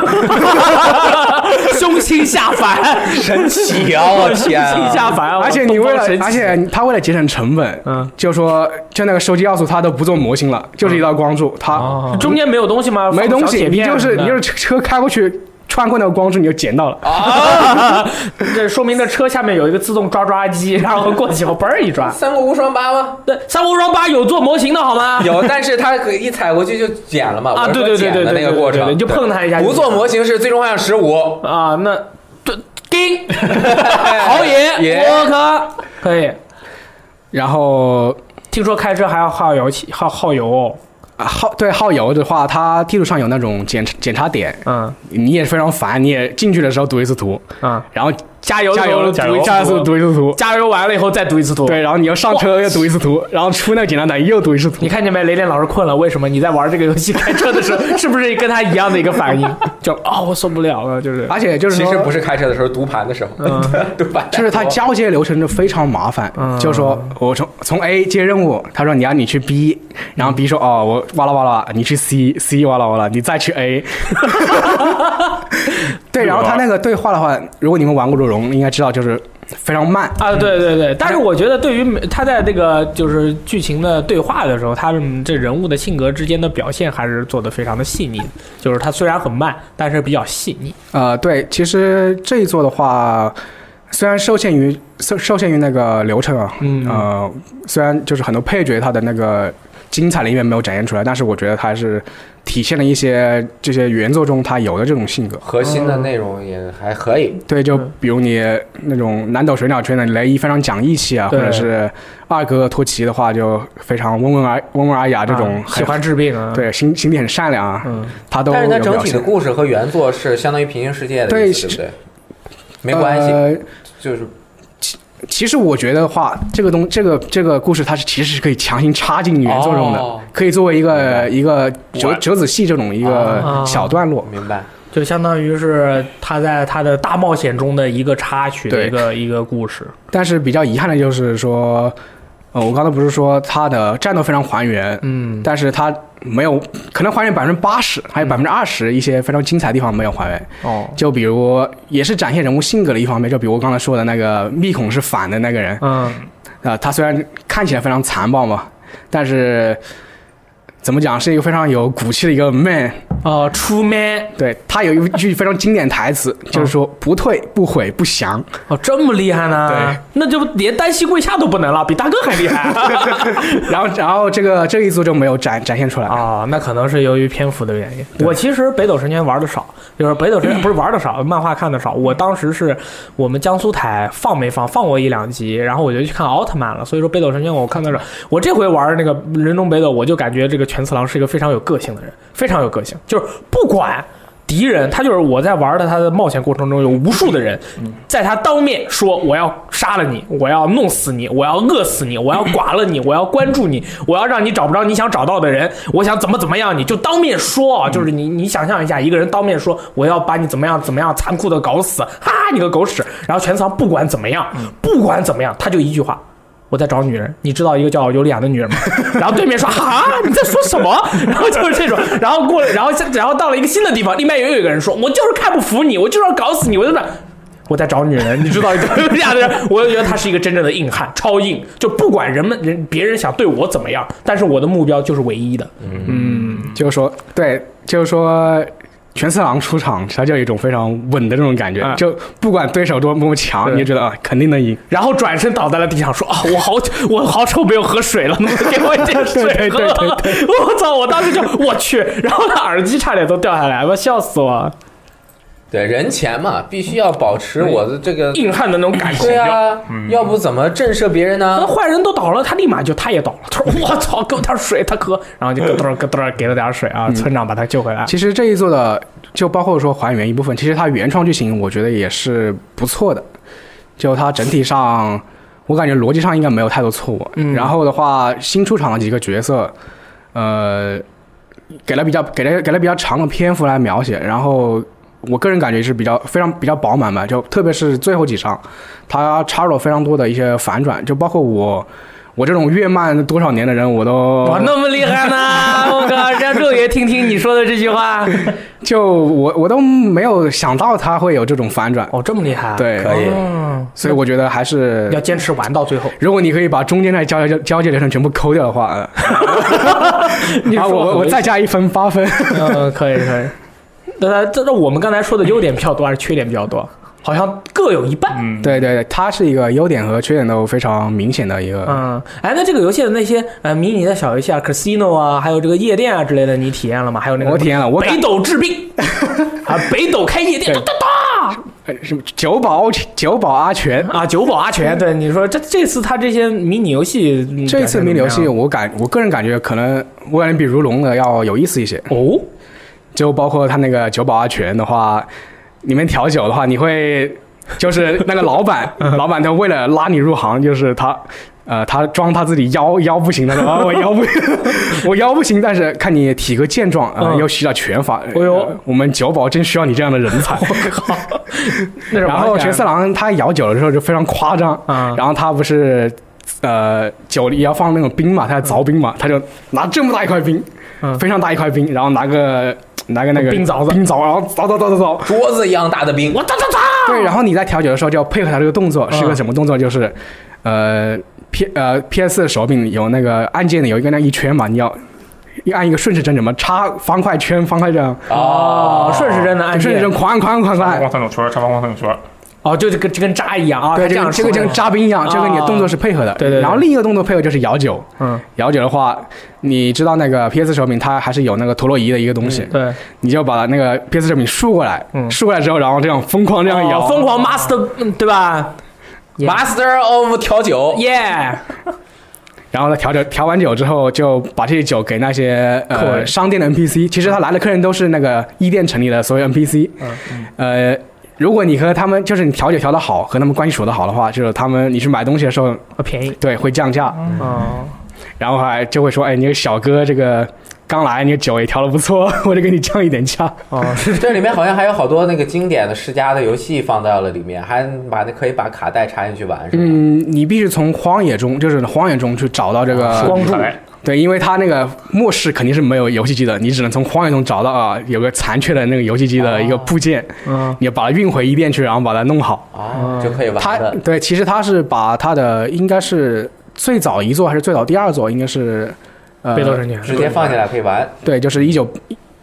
S1: 凶星下凡，
S2: 神奇啊！我天啊
S1: 凶星下凡，
S4: 而且你为了
S1: 东方神起
S4: 而且他为了节省成本，
S1: 嗯，
S4: 就说就那个收集要素他都不做模型了，就是一道光柱，他
S1: 哦中间没有东西吗？
S4: 没东
S1: 放小
S4: 西，
S1: 铁
S4: 你
S1: 片嗯
S4: 就是
S1: 什么
S4: 你
S1: 的
S4: 就是车开过去穿过那个光柱，你就捡到了。
S1: 啊，这说明这车下面有一个自动抓抓机，然后过去以后嘣儿一抓。
S2: 三国无双八吗？
S1: 对，三国无双八有做模型的好 吗？
S2: 有，但是他可一踩过去就剪了嘛。
S1: 啊
S2: 我是说
S1: 对对对
S2: 剪的
S1: 对对
S2: 那个过
S1: 对对对
S2: 程，
S1: 你就碰它一下就
S2: 不做模型是最终幻想十 五，哎
S1: 啊，那对， 给好野，
S2: 也
S1: 哎我靠，可以。
S4: 然后
S1: 听说开车还要耗油气，耗耗油哦。
S4: 啊耗对耗油的话，它地图上有那种检检查点，
S1: 嗯
S4: 你也非常烦，你也进去的时候读一次图，
S2: 啊
S1: 嗯，
S4: 然后
S1: 加油的
S4: 加
S1: 时候读一
S4: 油，
S1: 次
S3: 加油
S4: 加速读一次图，
S1: 加油完了以后再读一次图。
S4: 对，，然后你又上车又读一次图，然后出那个简单难又读一次图
S1: 你，看见没？雷电老师困了，为什么？你在玩这个游戏开车的时候， 是不是跟他一样的一个反 应？就啊、我受不了了，就是。
S4: 而且就是
S2: 其
S4: 说
S2: 实不是开车的时候，读盘的时候，
S1: 嗯
S2: 读盘
S4: 就是它交接流程就非常麻烦，就是说我从从 A 接任务，他说你啊要你去 B，然后 B 说哦我哇啦哇啦，你去 C，C 哇啦哇啦，你再去 A。对，然后他那个对话的话，如果你们玩过《如龙》，应该知道就是非常慢。
S1: 啊，对对对，但是我觉得对于每他在这个就是剧情的对话的时候，他们这人物的性格之间的表现还是做的非常的细腻，就是他虽然很慢，但是比较细腻。
S4: 呃，对，其实这一座的话，虽然受限于受受限于那个流程啊，
S1: 嗯
S4: 呃，虽然就是很多配角他的那个精彩的一面没有展现出来，但是我觉得他还是体现了一些这些原作中他有的这种性格。
S2: 核心的内容也还可以。
S4: 对，就
S1: 嗯
S4: 比如你那种南斗水鸟圈的雷伊非常讲义气啊，或
S1: 对
S4: 者是二哥托奇的话就非常温文尔温文尔雅，这种
S2: 嗯
S1: 啊喜
S4: 很、
S1: 欢治病啊，，
S4: 对心心地很善良啊，
S1: 嗯，
S4: 他都
S2: 但
S4: 有
S2: 是它整
S4: 表
S2: 体的
S4: 现。
S2: 故事和原作是相当于平行世界的
S4: 对
S2: 意思，对不对？没关系，
S4: 呃
S2: 就是
S4: 其实我觉得话，这个东这个这个故事，它是其实是可以强行插进原作中的，
S2: 哦
S4: 可以作为一
S2: 明白
S4: 个一个折
S3: 我
S4: 折子戏这种一
S1: 啊
S4: 个小段落。
S2: 明白。
S1: 就相当于是他在他的大冒险中的一个插曲的
S4: 对
S1: 一个一个故事。
S4: 但是比较遗憾的就是说，呃，我刚才不是说它的战斗非常还原，
S1: 嗯，
S4: 但是它没有可能还原百分之八十，
S2: 嗯
S4: 还有百分之二十一些非常精彩的地方没有还原。
S1: 哦，
S4: 就比如也是展现人物性格的一方面，就比如我刚才说的那个密孔是反的那个人，
S1: 嗯，
S4: 啊，他虽然看起来非常残暴嘛，但是怎么讲是一个非常有骨气的一个 man。
S1: 哦，出 man
S4: 对他有一句非常经典台词，就是说不退不悔不降。
S1: 哦，这么厉害呢？
S4: 对，
S1: 那就连单膝跪下都不能了，比大哥还厉害啊
S4: 然后然后这个这一组就没有展展现出来。
S1: 啊、那可能是由于篇幅的原因。我其实北斗神拳玩的少，就是北斗神拳不是玩的少， 漫画看的少。我当时是我们江苏台放没放放过一两集，然后我就去看奥特曼了。所以说北斗神拳我看的少。我这回玩那个人中北斗，我就感觉这个全次郎是一个非常有个性的人，非常有个性，就是不管。敌人，他就是我在玩的他的冒险过程中，有无数的人在他当面说我要杀了你，我要弄死你，我要饿死你，我要剐了你，我要关注你，我要让你找不着你想找到的人，我想怎么怎么样你，就当面说啊，就是你你想象一下，一个人当面说我要把你怎么样怎么样残酷的搞死，哈你个狗屎！然后全仓不管怎么样，不管怎么样，他就一句话。我在找女人，你知道一个叫尤利亚的女人吗？ 然后对面说啊，你在说什么？ 然后就是这种，然后过来，然后下然后到了一个新的地方，另外又有一个人说，我就是看不服你，我就是要搞死你，我就是我在找女人，你知道一个这样的人，我就觉得他是一个真正的硬汉，超硬，就不管人们人别人想对我怎么样，但是我的目标就是唯一的。
S4: 就是说，对，就是说。全次郎出场，他就有一种非常稳的这种感觉，
S1: 嗯
S4: 就不管对手多么强，
S1: 对
S4: 你就觉得啊，肯定能赢。
S1: 然后转身倒在了地上，说啊，我好久我好久没有喝水了，能不能给我一点水
S4: 对对
S1: 喝？
S4: 对
S1: 我操！我当时就我去，然后他耳机差点都掉下来，我笑死我！
S2: 对人前嘛，必须要保持我的这个
S1: 硬汉的那种感情
S2: 对。啊，要不怎么震慑别人
S1: 那
S4: 嗯
S2: 呢？
S1: 坏人都倒了，他立马就他也倒了。他 说：“我操，给我点水，他喝。”然后就咯噔咯噔给了点水
S4: 嗯
S1: 啊，村长把他救回来。
S4: 其实这一座的就包括说还原一部分，其实它原创剧情我觉得也是不错的，就它整体上我感觉逻辑上应该没有太多错误。
S1: 嗯
S4: 然后的话，新出场的几个角色，呃，给了比较给了给了比较长的篇幅来描写，然后。我个人感觉是比较非常比较饱满吧，就特别是最后几章，它插入了非常多的一些反转，就包括我我这种越漫多少年的人，我都
S1: 哇，那么厉害 呢！我靠，让肉爷听听你说的这句话。
S4: 就我我都没有想到他会有这种反转，
S1: 哦，这么厉害，，
S4: 对，
S2: 可以，
S1: 嗯，
S4: 所以我觉得还是
S1: 要，坚持玩到最后。
S4: 如果你可以把中间那交交交接流程全部抠掉的话，
S1: 你
S4: 呃啊，
S1: 说
S4: 我
S1: 很
S4: 我
S1: 危
S4: 再加一分八分，
S1: 嗯，可以可以。那这这我们刚才说的优点比较多还是缺点比较多？好像各有一半。
S3: 嗯，
S4: 对对对，它是一个优点和缺点都非常明显的一个，
S1: 嗯，哎，那这个游戏的那些呃迷你的小游戏啊，casino 啊，还有这个夜店啊之类的，你体验了吗？还有那个
S4: 我体验啊了，我感
S1: 北斗治病 啊，北斗开夜店，
S4: 对
S1: 哒哒哒
S4: 呃什么九保九保阿全。
S1: 啊，九保阿全，对你说这这次他这些迷你游戏，嗯
S4: 这次迷你游戏，我感我个人感觉可能我感觉比如龙的要有意思一些，
S1: 哦，
S4: 就包括它那个九保阿全的话，里面调酒的话，你会就是那个 老板，
S1: 嗯
S4: 老板他为了拉你入行，就是他，呃，他装他自己腰腰不行，他说 啊我腰不，我腰不行，但是看你体格健壮啊、呃
S1: 嗯
S4: 又需要拳法，哎
S1: 呦
S4: 我们九保真需要你这样的人才。
S1: 靠， 那是
S4: 然后玄四郎他摇酒的时候就非常夸张，
S1: 啊，
S4: 然后他不是，呃，酒里要放那种冰嘛，他要凿冰嘛，他就拿这么大一块冰，
S1: 嗯
S4: 非常大一块冰，然后拿个拿个那个
S1: 冰凿子啊
S4: 冰凿，然后凿凿凿凿凿，
S2: 桌子一样大的冰，
S1: 我哒哒哒，
S4: 对，然后你在调酒的时候就要配合他这个动作，
S1: 嗯
S4: 是个什么动作？就是，呃，P 呃 PS 手柄有那个按键的有一个那一圈嘛，你要一按一个顺时针，怎么插方块圈方块这样，
S2: 啊
S1: 哦，顺时针的按
S4: 顺时
S1: 键
S4: 针，狂按狂按狂
S3: 长
S4: 按
S3: 方，三角圈，长方三角圈，
S1: 哦，就这个就跟渣一样啊，
S4: 对，
S1: 他
S4: 这个
S1: 样
S4: 这个
S1: 说
S4: 跟
S1: 的
S4: 扎冰一样，这跟你的
S1: 啊
S4: 动作是配合的。
S1: 对对对
S4: 然后另一个动作配合就是摇酒，
S1: 嗯，
S4: 摇酒的话，你知道那个 PS 手柄它还是有那个陀螺仪的一个东西，
S1: 对，
S4: 你就把那个 PS 手柄竖过来，
S1: 嗯
S4: 竖过来之后，然后这样疯狂这样摇，
S1: 哦疯狂 master，嗯对吧 Yeah
S2: Master of 调酒，
S1: ？Yeah，
S4: 然后呢，调酒调完酒之后，就把这些酒给那些
S1: 客
S4: 呃
S1: 人
S4: 商店的 NPC。其实他来的客人都是那个一店城里的所有 NPC。呃，
S1: 嗯
S4: 如果你和他们就是你调酒调得好，和他们关系处得好的话，就是他们你去买东西的时候，
S1: 哦便宜，
S4: 对会降价，
S1: 哦，
S4: 然后还就会说，哎，你这个小哥这个刚来，你的酒也调得不错， 我就给你降一点价。
S1: 哦，
S2: 这里面好像还有好多那个经典的世嘉的游戏放到了里面，还把那可以把卡带插进去玩，是吗？
S4: 嗯，你必须从荒野中，就是荒野中去找到这个
S1: 光柱
S3: 来
S4: 对，因为它那个末世肯定是没有游戏机的，你只能从荒野中找到啊有个残缺的那个游戏机的一个部件，
S1: 嗯，
S4: 你把它运回一店去，然后把它弄好。
S2: 哦，就可以
S4: 它
S2: 玩的。
S4: 对，其实它是把它的应该是最早一座还是最早第二座，应该是呃
S1: 北斗神拳，
S2: 直接放进来可以玩，
S4: 对，就是一九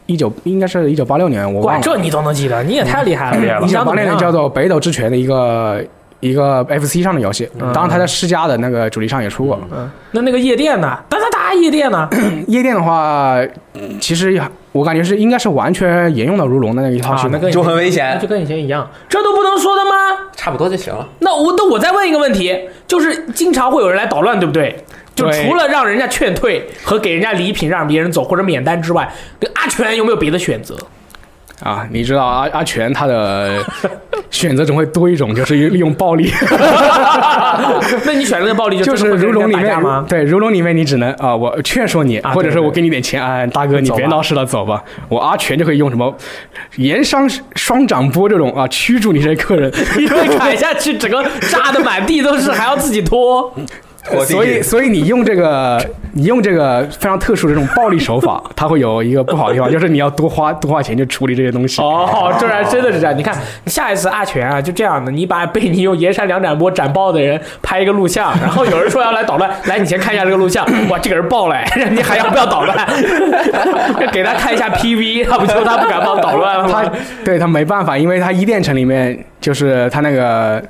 S4: 一九应该是一九八六年，我
S1: 哇，
S4: 忘了
S1: 这你都能记得，你也太厉害
S3: 太厉
S1: 了！
S3: 害了
S1: 你
S4: 一九
S1: 想
S4: 八
S1: 怎么
S4: 六年
S1: 样？
S4: 叫做《北斗之拳》的一个。一个 FC 上的游戏，
S1: 嗯
S4: 当然它在世嘉的那个主机上也出过。
S1: 嗯，那那个夜店呢？哒哒哒，夜店呢？
S4: 夜店的话，其实我感觉是应该是完全沿用了如龙的那一套系
S1: 啊，
S4: 统。
S1: 那跟以前
S2: 就很危
S1: 那
S2: 险
S1: 就，跟以前一样，这都不能说的吗？
S2: 差不多就行了。
S1: 那我那我再问一个问题，就是经常会有人来捣乱，对不对？就
S4: 对
S1: 除了让人家劝退和给人家礼品让别人走或者免单之外，跟阿全有没有别的选择？
S4: 啊，你知道阿阿全他的选择总会多一种，就是利用暴力，
S1: 那 你选择的暴力
S4: 就
S1: 就是
S4: 如龙里面
S1: 吗？
S4: 对如龙里面你只能啊、我劝说你，
S1: 啊
S4: 或者
S1: 对
S4: 说
S1: 对
S4: 我给你点钱，哎，大哥你
S1: 走
S4: 别
S1: 吧
S4: 闹事了，走吧。我阿全就可以用什么盐商双掌波这种啊驱逐你这些客 人，
S1: 因为砍下去整个炸的满地都是，还要自己拖。
S2: 我
S4: 所 以所以你用这个你用这个非常特殊的这种暴力手法，它会有一个不好的地方，就是你要多花多花钱去处理这些东西。
S1: 哦，这然真的是这样。你看，你下一次阿全啊，就这样的，你把被你用盐山两盏波斩爆的人拍一个录像，然后有人说要来捣乱，来，你先看一下这个录像，哇，这个人爆了， 哎你还要不要捣乱？ 给他看一下 PV，他不就他不敢帮捣乱了
S4: 他
S1: 吗？
S4: 对他没办法，因为他一店城里面就是他那个。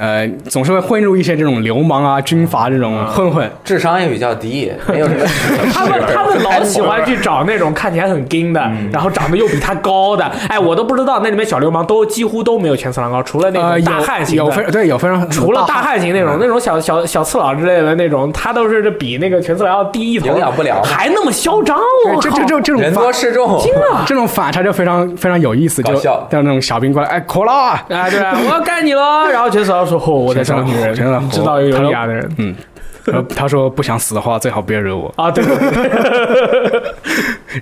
S4: 呃，总是会混入一些这种流氓啊、军阀这种混混。
S2: 智商也比较低，没有什么。
S1: 他们他们老喜欢去找那种看起来很硬的，然后长得又比他高的。哎，我都不知道那里面小流氓都几乎都没有全次郎高，除了啊那
S4: 呃，
S1: 种
S4: 有
S1: 大汉型
S4: 有
S1: 的。
S4: 非对有非常
S1: 除了大
S4: 汉嗯
S1: 汉型那种，那种小小小次郎之类的那种，他都是比那个全次郎要低一头，
S2: 营养不
S4: 啊
S2: 良嘛
S1: 还那么嚣张，我
S4: 对
S1: 靠
S4: 这这这这
S2: 人
S4: 种
S2: 多
S4: 反
S2: 势众，
S1: 惊了！
S4: 这种反差就非常非常有意思，
S2: 搞
S4: 就
S2: 笑
S4: 像那种小兵过来，哎，可乐，
S1: 啊，对啊，我要干你了！然后全次郎说：“哦， 我在找女人，
S4: 全次郎
S1: 知道有优雅的人
S4: 嗯，呃他说 不想死的话，最好别惹我。
S1: 啊， 对，对对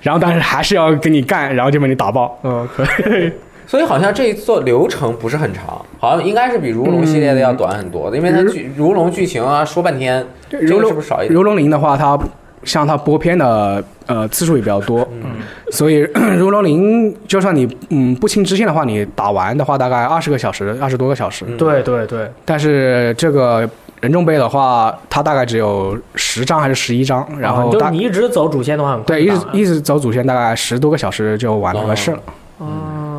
S4: 然后但是还是要跟你干，然后就把你打爆。
S1: 嗯，可以，
S2: 所以好像这一座流程不是很长，好像应该是比如龙系列的要短很多的，因为
S1: 嗯
S2: 它剧如龙剧情啊说半天，这
S4: 如
S2: 个
S4: 龙
S2: 是不是少一点？
S4: 如龙零的话，它像它播片的呃次数也比较多，
S2: 嗯
S4: 嗯所以 如龙零就算你嗯不清支线的话，你打完的话大概二十个小时，二十多个小时。
S2: 嗯
S1: 对对对，
S4: 但是这个人中杯的话，它大概只有十章还是十一章，然
S1: 啊
S4: 后
S1: 就是
S4: 大。
S1: 你一直走主线的话，很困
S4: 对，一
S1: 难啊
S4: 直一直走主线，大概十多个小时就完了个
S2: 哦
S4: 事了。
S1: 哦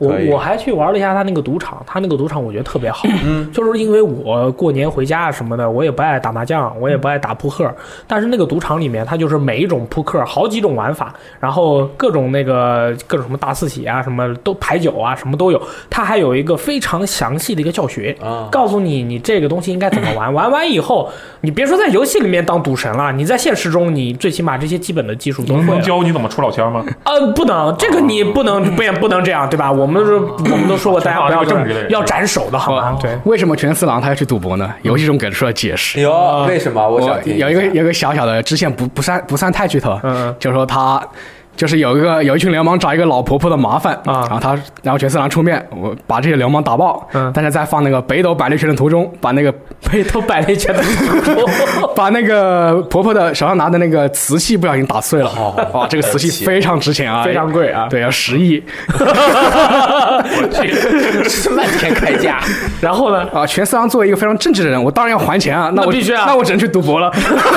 S1: 我
S2: 可以
S1: 我还去玩了一下他那个赌场，他那个赌场我觉得特别好，
S2: 嗯
S1: 就是因为我过年回家什么的，我也不爱打麻将，我也不爱打扑克，但是那个赌场里面，它就是每一种扑克好几种玩法，然后各种那个各种什么大四喜啊，什么都牌九啊，什么都有，它还有一个非常详细的一个教学，
S2: 啊，
S1: 告诉你你这个东西应该怎么玩，玩完以后，你别说在游戏里面当赌神了，你在现实中你最起码这些基本的技术都
S3: 能
S1: 会啊
S3: 能
S1: 了。
S3: 教你怎么出老千吗？
S1: 呃，不能，这个你不能不也不能这样，对吧？我们是我们都说过，大家不要
S3: 这个政治类的
S1: 要斩首的好吗
S3: 哦？
S1: 对，
S4: 为什么全四郎他要去赌博呢？游戏中给出了解释。
S1: 啊
S2: 有为什么？我
S4: 我
S2: 想听
S4: 有一个
S2: 下
S4: 有一个小小的支线不不算不算太剧透，
S1: 嗯，
S4: 就是说他就是有一个有一群流氓找一个老婆婆的麻烦，
S1: 啊
S4: 然后他然后全四郎出面，我把这些流氓打爆，
S1: 嗯
S4: 但是在放那个北斗百裂拳的途中，把那个
S1: 被都摆了一圈的
S3: 哎
S4: 把那个婆婆的手上拿的那个瓷器不小心打碎了，
S2: 好
S4: 哇，这个瓷器非常值钱啊，
S1: 哦非常贵啊。
S4: 对，要十亿
S3: 我去，
S2: 是漫天开价，
S1: 然后呢？
S4: 啊！全四郎作为一个非常正直的人，我当然要还钱啊，那我
S1: 那必须啊
S4: 那我只能去赌博了。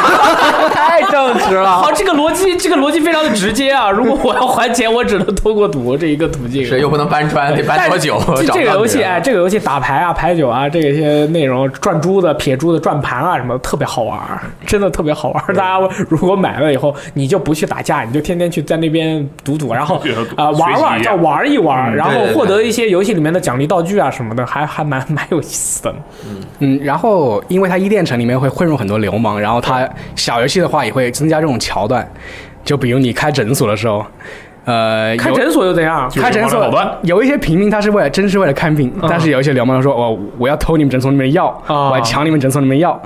S2: 太正直
S3: 啊
S2: 了。
S1: 好，这个逻辑，这个逻辑非常的直接啊！如果我要还钱，我只能通过赌博这一个途径。啊
S2: 是又不能搬砖，得搬多久？
S1: 这
S2: 找不
S1: 这个
S2: 到
S1: 游戏，
S2: 人
S1: 哎，这个游戏打牌啊、牌九啊，这些内容转珠子、撇珠子、转盘啊什么的，特别好玩儿，真的特别好玩儿。大家如果买了以后，你就不去打架，你就天天去在那边赌赌， 然后
S3: 去赌
S1: 啊、呃玩
S3: 学习
S1: 玩，
S3: 一
S1: 叫
S3: 下
S1: 玩一玩，然后
S2: 嗯对对
S1: 获得一些游戏里面的奖励道具啊什么的，还还蛮 蛮有意思的。
S4: 嗯，然后因为它伊甸城里面会混入很多流氓，然后它小游戏的话也会增加这种桥段，就比如你开诊所的时候，呃，
S1: 开
S4: 有
S1: 诊所又怎样？
S3: 就是
S4: 开诊
S3: 网络
S4: 所
S3: 手段
S4: 有一些平民他是为了真是为了看病，但是有一些流氓说，我我要偷你们诊所里面的药，
S1: 啊
S4: 我要抢你们诊所里面的药，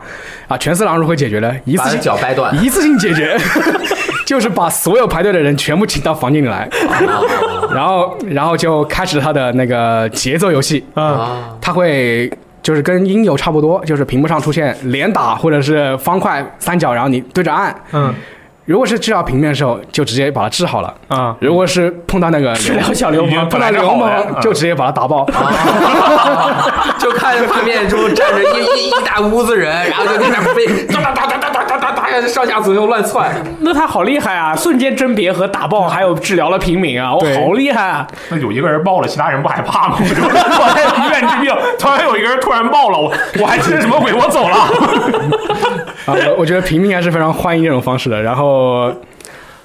S4: 啊，全四郎如何解决呢？一
S2: 把
S4: 次
S2: 人
S4: 性
S2: 脚掰断。
S4: 一次性解决， 就是把所有排队的人全部请到房间里来，
S2: 啊
S4: 然后然后就开始他的那个节奏游戏，
S1: 嗯，
S2: 啊，
S4: 它会就是跟音游差不多，就是屏幕上出现连打或者是方块、三角，然后你对着按。
S1: 嗯
S4: 如果是治疗平面的时候，就直接把它治好了；
S1: 啊，
S4: 如果是碰到那个
S1: 治疗小流
S3: 已
S1: 氓
S3: 经
S4: 碰
S3: 本
S4: 到
S3: 来是
S4: 流
S3: 好的
S4: 氓，就直接把它打 爆。啊
S2: 就看着画面中站着一一一大屋子人，然后就在那儿飞，哒哒哒哒哒哒哒哒，上下左右乱窜。
S1: 那他好厉害啊！瞬间甄别和打爆，还有治疗了平民啊，我、
S4: 对
S1: 好厉害啊！
S3: 那有一个人爆了，其他人不害怕吗？我 就我在医院治病，突然有一个人突然爆了，我我还是什么鬼？我走了。
S4: 啊，我我觉得平民还是非常欢迎这种方式的。然后。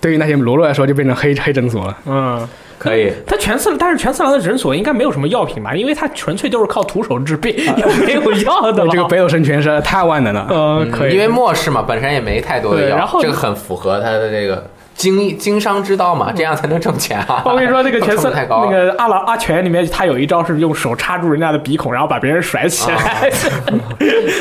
S4: 对于那些罗罗来说，就变成黑黑诊所了。
S1: 嗯，
S2: 可以，
S1: 他全次，但是全次郎的诊所应该没有什么药品吧？因为他纯粹就是靠徒手治病，
S2: 啊
S1: 又没有药的
S4: 对
S1: 了。
S4: 这 个北斗神拳实在太万能了。
S1: 呃，可以，
S2: 嗯因为末世嘛，本身也没太多的
S1: 对
S2: 药，
S1: 然后
S2: 这个很符合他的这个经经商之道嘛，这样才能挣钱啊。
S1: 我跟你说，那个全
S2: 成
S1: 次
S2: 本太高
S1: 那
S2: 了。
S1: 个阿郎阿全里面，他有一招是用手插住人家的鼻孔，然后把别人甩起
S2: 啊
S1: 来。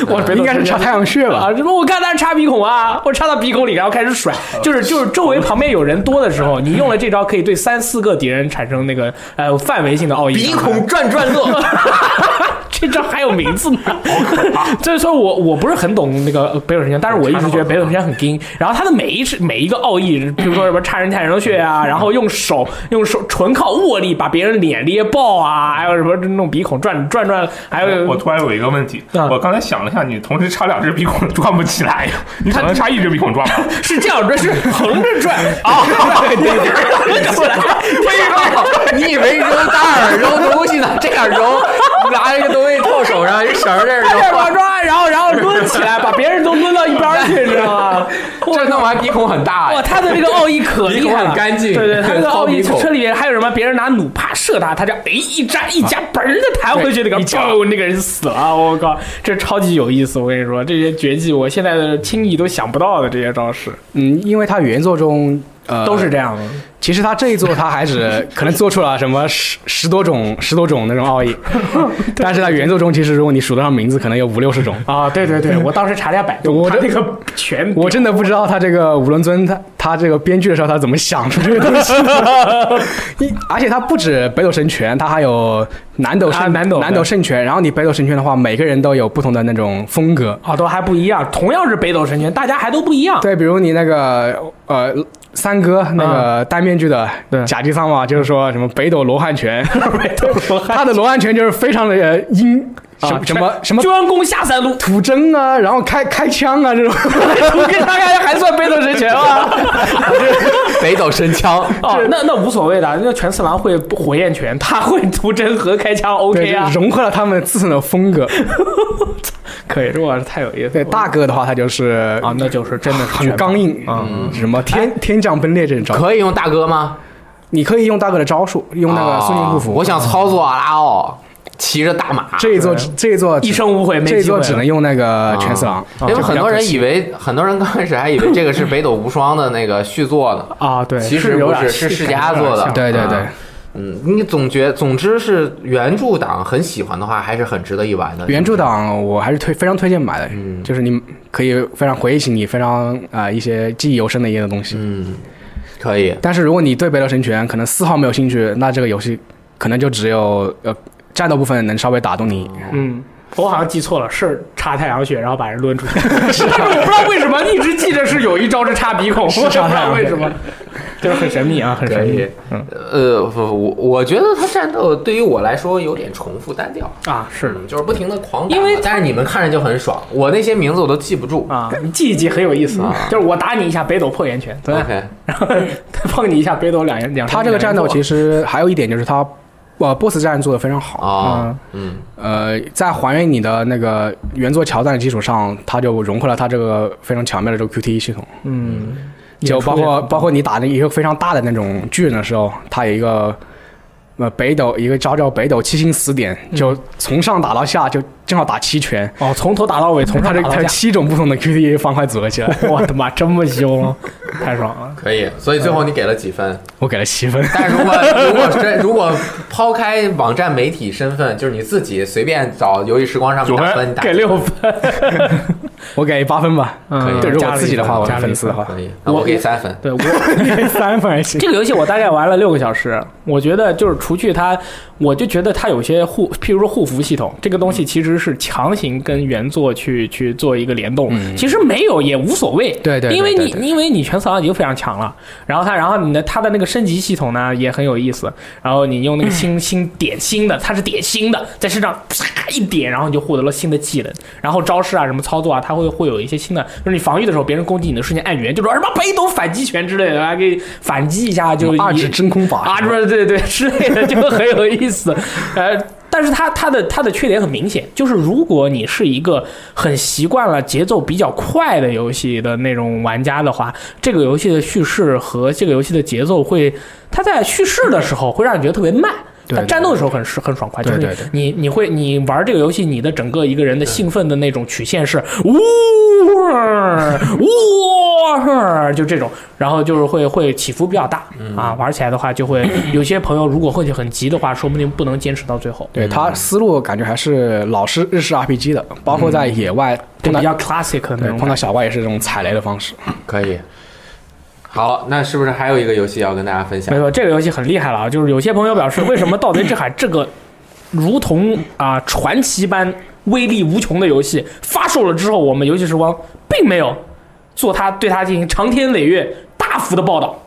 S1: 我
S4: 应该是插太阳穴吧
S1: 啊，什么？我看他插鼻孔啊，我插到鼻孔里，然后开始
S2: 啊
S1: 甩，就是就是周围旁边有人多的时候，你用了这招可以对三四个敌人产生那个呃范围性的奥义。
S2: 鼻孔转转乐，
S1: 这招还有名字呢，所以说我我不是很懂那个北斗神拳，但是我一直觉得北斗神拳很硬。然后它的每一次每一个奥义，比如说什么插人太阳穴
S3: 嗯
S1: 啊，然后用手用手纯靠握力把别人脸捏爆啊，还有什么弄鼻孔转转转，还有
S3: 我突然有一个问题，
S1: 啊
S4: 嗯
S3: 我刚才想了一下，你同时插两只鼻孔转不起来呀？你只能插一只鼻孔转吧？
S1: 是这样转，是横着转啊，转过来。
S2: 哦你以为扔袋儿扔东西呢？这样揉，拿一个东西套手上，一绳儿 这
S1: 这样
S2: 揉，
S1: 抓，然后然后抡起来，把别人都抡到一边儿去，你知道吗？
S2: 这弄完鼻孔很大
S1: 哇，
S2: 哎呀。
S1: 他的这个奥义可厉害
S2: 鼻孔
S1: 了，
S2: 很干净
S1: 对对，他这个奥义
S2: 掏鼻孔
S1: 车里面还有什么？别人拿弩啪射他，他这样哎一扎一夹，嘣儿的弹回去，那个
S3: 一夹
S1: 嘣，那个人死了。啊我靠，这超级有意思！我跟你说，这些绝技我现在的轻易都想不到的这些招式
S4: 嗯，因为它原作中呃
S1: 都是这样的。
S4: 其实他这一做，他还只呃可能做出了什么十十多种、十多种那种 奥义，但是他原作中，其实如果你数得上名字，可能有五六十种。
S1: 啊，对对对，我当时查了一下百度，
S4: 我
S1: 他
S4: 这
S1: 那个全
S4: 我真的不知道他这个五轮尊，他他这个编剧的时候，他怎么想出这个东 西的。一而且他不止北斗神拳，他还有南斗圣、
S1: 啊南斗
S4: 南斗圣拳。然后你北斗神拳的话，每个人都有不同的那种风格。
S1: 啊都还不一样，同样是北斗神拳，大家还都不一样。
S4: 对，比如你那个呃三哥那
S1: 啊
S4: 个戴面具的
S1: 对
S4: 甲基桑嘛，就是说什么北斗罗汉 拳，
S1: 北斗罗汉
S4: 他的罗汉拳就是非常的呃阴，
S1: 啊
S4: 什么什么什么
S1: 关公下三路，
S4: 土筝啊，然后开开枪啊这种，
S1: 我跟大家还算北斗神拳吗？
S2: 北斗神枪，
S1: 哦，那那无所谓的，那全次郎会火焰拳，他会图真和开枪，OK
S4: 对，
S1: 啊，
S4: 融合了他们自身的 风格。
S1: 可以，这玩意儿太有意思了。
S4: 对大哥的话，他就是
S1: 啊，那就是真的是
S4: 很
S1: 全
S4: 刚硬，嗯，什
S1: 哎
S4: 么天天降崩裂这种，
S2: 可以用大哥吗？
S4: 你可以用大哥的招数，用那
S1: 哦
S4: 个
S2: 啊
S4: 孙宁不服。
S2: 我想操作阿拉奥，骑着大马。
S4: 这一座这一座
S1: 一生无悔，没
S4: 这一
S1: 机会
S4: 座
S1: 了
S4: 只能用那个全啊四郎，
S2: 嗯
S1: 哦
S2: 因为很多人以为，很多人 刚开始还以为这个是北斗无双的那个续作呢，
S1: 啊，对，
S2: 其
S1: 是
S2: 实
S1: 有
S2: 不
S1: 点
S2: 是，是世
S1: 感觉
S2: 嘉
S1: 有点
S2: 做的。
S1: 像
S4: 对对
S2: 啊
S4: 对，
S2: 嗯，你总觉，总之是原著党很喜欢的话，还是很值得一
S1: 嗯
S2: 玩的。嗯
S4: 原著党我还是推非常推荐买的，就是你可以非常回忆起你非常啊、呃一些记忆犹深的一些东西。
S1: 嗯
S2: 嗯可以，
S4: 但是如果你对《北斗神拳》可能丝毫没有兴趣，那这个游戏可能就只有呃战斗部分能稍微打动你。
S1: 嗯，我好像记错了，是插太阳穴，然后把人抡出去。但是我不知道为什么一直记着是有一招是插鼻孔，我也不知道为什么，就是很神秘啊，很
S2: 可
S1: 神秘
S2: 以。呃，不我我觉得他战斗对于我来说有点重复单调，
S1: 啊，是的
S2: 嗯就是不停的狂打嘛，
S1: 因为
S2: 但是你们看着就很爽，我那些名字我都记不住。
S1: 啊，你记一记很有意思，就是我打你一下北斗破岩拳，对吧
S2: OK，
S1: 然后碰你一下北斗两两。
S4: 啊他这个战斗
S1: 实
S4: 其实还有一点就是他，呃，BOSS 战做的非常好。
S2: 哦，嗯，
S4: 呃，在还原你的那个原作桥段的基础上，它就融合了它这个非常巧妙的这个 QTE 系统，
S1: 嗯，
S4: 就包
S1: 演出
S4: 括
S1: 也
S4: 包括你打那一个非常大的那种巨人的时候，它有一个呃北斗一个招叫北斗七星死点，就从上打到下，就正好打七 拳，
S1: 哦，从头打到尾，从
S4: 它
S1: 上
S4: 这
S1: 打
S4: 它
S1: 到下。
S4: 有七种不同的 QTE 方块组合起来，
S1: 我的妈，这么凶， 太爽了！
S2: 可以。所以最后你给了几分？
S4: 我给了七分。
S2: 但如果如果真如果抛开网站媒体身份，就是你自己随便找游戏时光上面打分，打
S1: 给
S2: 几分
S1: 六分，
S4: 我给八分吧。
S1: 嗯
S4: 对，如果
S1: 加
S4: 我
S1: 了一
S4: 自己的
S1: 分
S4: 话，我
S1: 加
S4: 的
S1: 了一
S4: 粉丝的话，
S2: 可以，那
S1: 我
S2: 我给三分。
S1: 对我
S4: 三分还行。
S1: 这个游戏我大概玩了六个小时，我觉得就是除去它，我就觉得它有些护，譬如说护符系统这个东西，其实是强行跟原作去去做一个联动，其实没有也无所谓，
S4: 嗯对对对
S1: 因为你
S4: 对对
S1: 因为你全扫已经非常强了，然后它然后你的它的那个升级系统呢也很有意思，然后你用
S4: 嗯
S1: 那个星星点星的，它是点星的，在身上啪一点，然后你就获得了新的技能，然后招式啊什么操作啊，它会会有一些新的，就是你防御的时候，别人攻击你的瞬间按圆，就说什么北斗反击拳之类的，还可以反击一下，就
S4: 二指
S1: 一
S4: 真空法
S1: 啊，对对 对之类的，就很有意思。呃，但是它它的它的缺点很明显，就是如果你是一个很习惯了节奏比较快的游戏的那种玩家的话，这个游戏的叙事和这个游戏的节奏会，它在叙事的时候会让你觉得特别慢。
S4: 对
S1: 它
S4: 对
S1: 战斗的时候很很爽快，就
S4: 对
S1: 是
S4: 对对
S1: 你你会你玩这个游戏，你的整个一个人的兴奋的那种曲线是呜啊呜，啊就这种，然后就是会会起伏比较大啊，玩起来的话就会有些朋友如果会很急的话，说不定不能坚持到最后，
S4: 对
S3: 嗯
S4: 他思路感觉还是老式日式 RPG 的，包括
S3: 嗯
S4: 在野外
S1: 就
S4: 碰到
S1: 比较 classic 的那
S4: 对
S1: 种
S4: 碰
S1: 感
S4: 到
S1: 觉。
S4: 小怪也是这种踩雷的方式。
S2: 可以。好，那是不是还有一个游戏要跟大家分享
S1: 没？错，这个游戏很厉害了啊！就是有些朋友表示，为什么《盗贼之海》这个如同啊、传奇般威力无穷的游戏发售了之后，我们游戏时光并没有做它对它进行长天累月大幅的报道，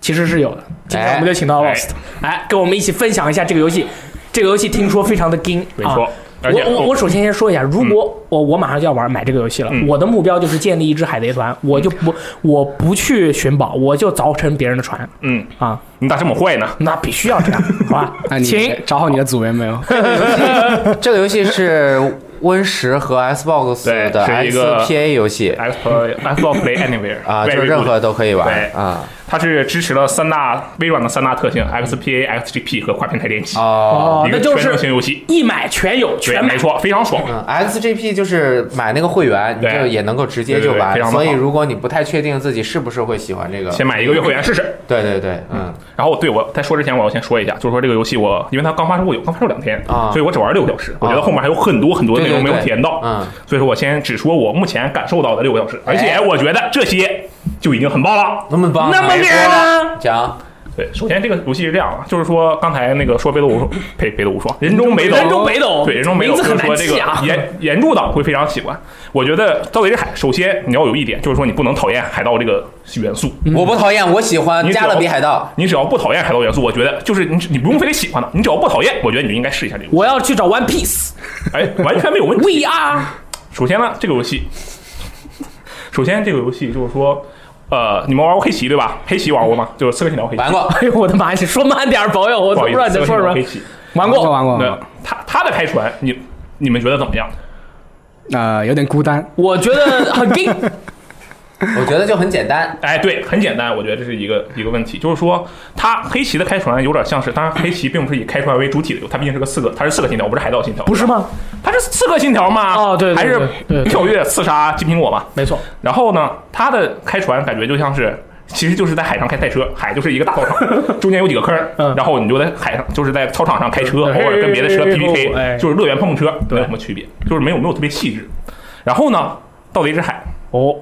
S1: 其实是有的。今天我们就请到
S3: 哎
S1: Lost 来跟我们一起分享一下这个游戏。这个游戏听说非常的精，
S3: 没
S1: 啊
S3: 错。而且嗯
S1: 我我我首先先说一下，如果我我马上就要玩买这个游戏了，我的目标就是建立一支海贼团，我就
S3: 嗯
S1: 不我不去寻宝，我就凿沉别人的船
S3: 嗯，
S1: 啊，
S3: 你咋这么坏呢？
S1: 那必须要这 样，好吧
S4: 那？
S1: 请
S4: 你
S3: 哦
S4: 找好你的组员没有？
S2: 这个游戏是 Win 十和 Xbox
S3: 对
S2: 的
S3: 是一个
S2: XPA 游戏
S3: Xbox Xbox Play Anywhere
S2: 啊，就
S3: very
S2: 是任
S3: good
S2: 何都可以玩
S3: 对
S2: 啊。
S3: 它是支持了三大微软的三大特性 XPA、XGP 和跨平台联机，
S2: 哦。
S1: 哦，
S3: 一
S1: 那
S3: 个
S1: 就
S3: 全能
S1: 是
S3: 型游戏。
S1: 一买全有
S3: 对
S1: 全，买
S3: 没。错，非常爽。
S2: 嗯，XGP 就是买那个会员，你
S3: 对
S2: 就也能够直接就
S3: 对对对非
S2: 玩。
S3: 常的好
S2: 所以如果你不太确定自己是不是会喜欢这个，
S3: 先买一个月会员试试。
S2: 对对对，嗯，
S3: 然后，对我在说之前，我要先说一下，就是说这个游戏我，因为它刚发售不久，刚发售两天，
S2: 啊
S3: 所以我只玩了六个小时，我觉得后面还有很多很多的内容没有体验到，
S2: 对对对嗯哎
S3: 所以说我先只说我目前感受到的六个小时，而且我觉得这些就已经很棒了。
S2: 那么棒，
S1: 那么厉害呢？
S2: 讲
S3: 对，首先这个游戏是这样啊，就是说刚才那个说北斗无双，呸，北斗无双，人中北斗，
S1: 人中北斗
S3: 对，人中北斗，
S1: 名字很
S3: 就是说
S1: 难
S3: 这个
S1: 记啊
S3: 原原著党会非常喜欢。我觉得《盗贼之海》，首先你要有一点，就是说你不能讨厌海盗这个元素，
S1: 嗯
S2: 我不讨厌，我喜欢
S3: 你
S2: 《
S3: 只
S2: 加
S3: 要
S2: 勒比海盗
S3: 你只要不讨厌海盗元素，我觉得就是你你不用非得喜欢它，你只要不讨厌，我觉得你就应该试一下这个游戏，
S1: 我要去找 One Piece
S3: 哎，完全没有问题。
S1: We are
S3: 首先呢，这个游戏，首先这个游戏就是说，呃，你们玩过黑棋对吧？黑棋玩过吗？就是刺客信条黑》棋，
S2: 玩过，
S1: 哎呦我的妈！你说慢点儿，朋友，我
S3: 不
S1: 都
S3: 好
S1: 不
S3: 意
S1: 知
S3: 思，
S1: 道你在
S3: 刺客信
S1: 说什
S3: 条黑
S1: 么。
S3: 棋。
S1: 玩
S4: 玩过
S1: 过，
S4: 玩过，玩
S3: 那
S4: 过
S3: 他他的开船，你你们觉得怎么样？
S4: 呃，有点孤单。
S1: 我觉得很硬。
S2: 我觉得就很简单，
S3: 哎，对，很简单，我觉得这是一个一个问题，就是说，他黑棋的开船有点像是，当然黑棋并不是以开船为主体的，它毕竟是个刺客，它是刺客信条，不是海盗信条，
S1: 不是吗？
S3: 它是刺客信条吗？
S1: 哦对对
S3: 还
S1: 对对
S3: 是
S1: 对
S3: 跳跃刺杀金苹果嘛？
S1: 没错，
S3: 然后呢，它的开船感觉就像是其实就是在海上开赛车，海就是一个大操场，中间有几个坑儿
S1: 嗯，
S3: 然后你就在海上，就是在操场上开车，
S1: 对
S3: 偶尔跟别的车
S1: 嘿嘿嘿嘿哎
S3: PPK，就是乐园碰碰车，没
S1: 对
S3: 有什么区别，就是没有没有特别细致。然后呢，盗贼之海，
S1: 哦，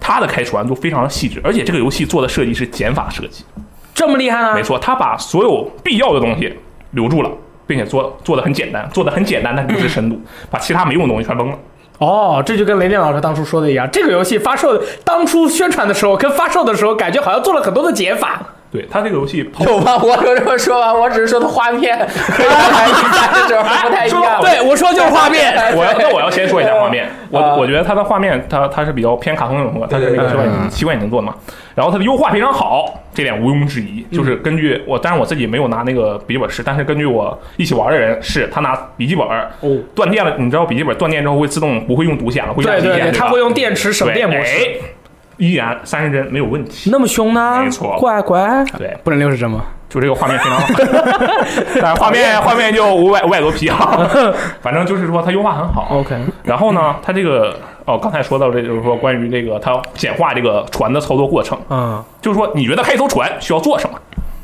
S3: 它的开船就非常的细致，而且这个游戏做的设计是减法设计，
S1: 这么厉害
S3: 没
S1: 呢？
S3: 错，它把所有必要的东西留住了，并且做做的很简单，做的很简单，但是不是深度，把其他没用的东西全崩了。
S1: 哦，这就跟雷电老师当初说的一样，这个游戏发售当初宣传的时候跟发售的时候，感觉好像做了很多的解法。
S3: 对它这个游戏抛
S2: 有吗？我有这么说吗？我只是说它画面和原来一代的时候不
S3: 哎
S2: 太一样。
S1: 对，我说就是画面。
S3: 我要那我要先说一下画 面，我
S2: 啊
S1: 呃
S3: 我觉得它的画面它它是比较偏卡通那种风格，它
S2: 对
S3: 是
S2: 对
S3: 那个
S1: 嗯
S2: 对
S3: 奇幻奇幻引擎做的嘛，然后它的优化非常好，这点毋庸置疑。就是
S1: 嗯
S3: 根据我，当然我自己没有拿那个笔记本试，但是根据我一起玩的人是，他拿笔记本
S1: 哦
S3: 断电了，你知道笔记本断电之后会自动不会用独显了，会用
S1: 对
S3: 极
S1: 对
S3: 限
S1: 对，
S3: 吧
S1: 它会用电池省
S3: 哎对
S1: 电模式，
S3: 哎依然三十帧没有问题。
S1: 那么凶呢？
S3: 没错
S1: 乖乖，
S3: 对，
S4: 不能六十帧吗？
S3: 就这个画面 非常好，但是画面画面就五百五百多 P 啊，反正就是说它优化很好。
S1: OK，
S3: 然后呢，它这个哦，刚才说到这就是说关于这个它简化这个船的操作过程，
S1: 嗯，
S3: 就是说你觉得开一艘船需要做什么？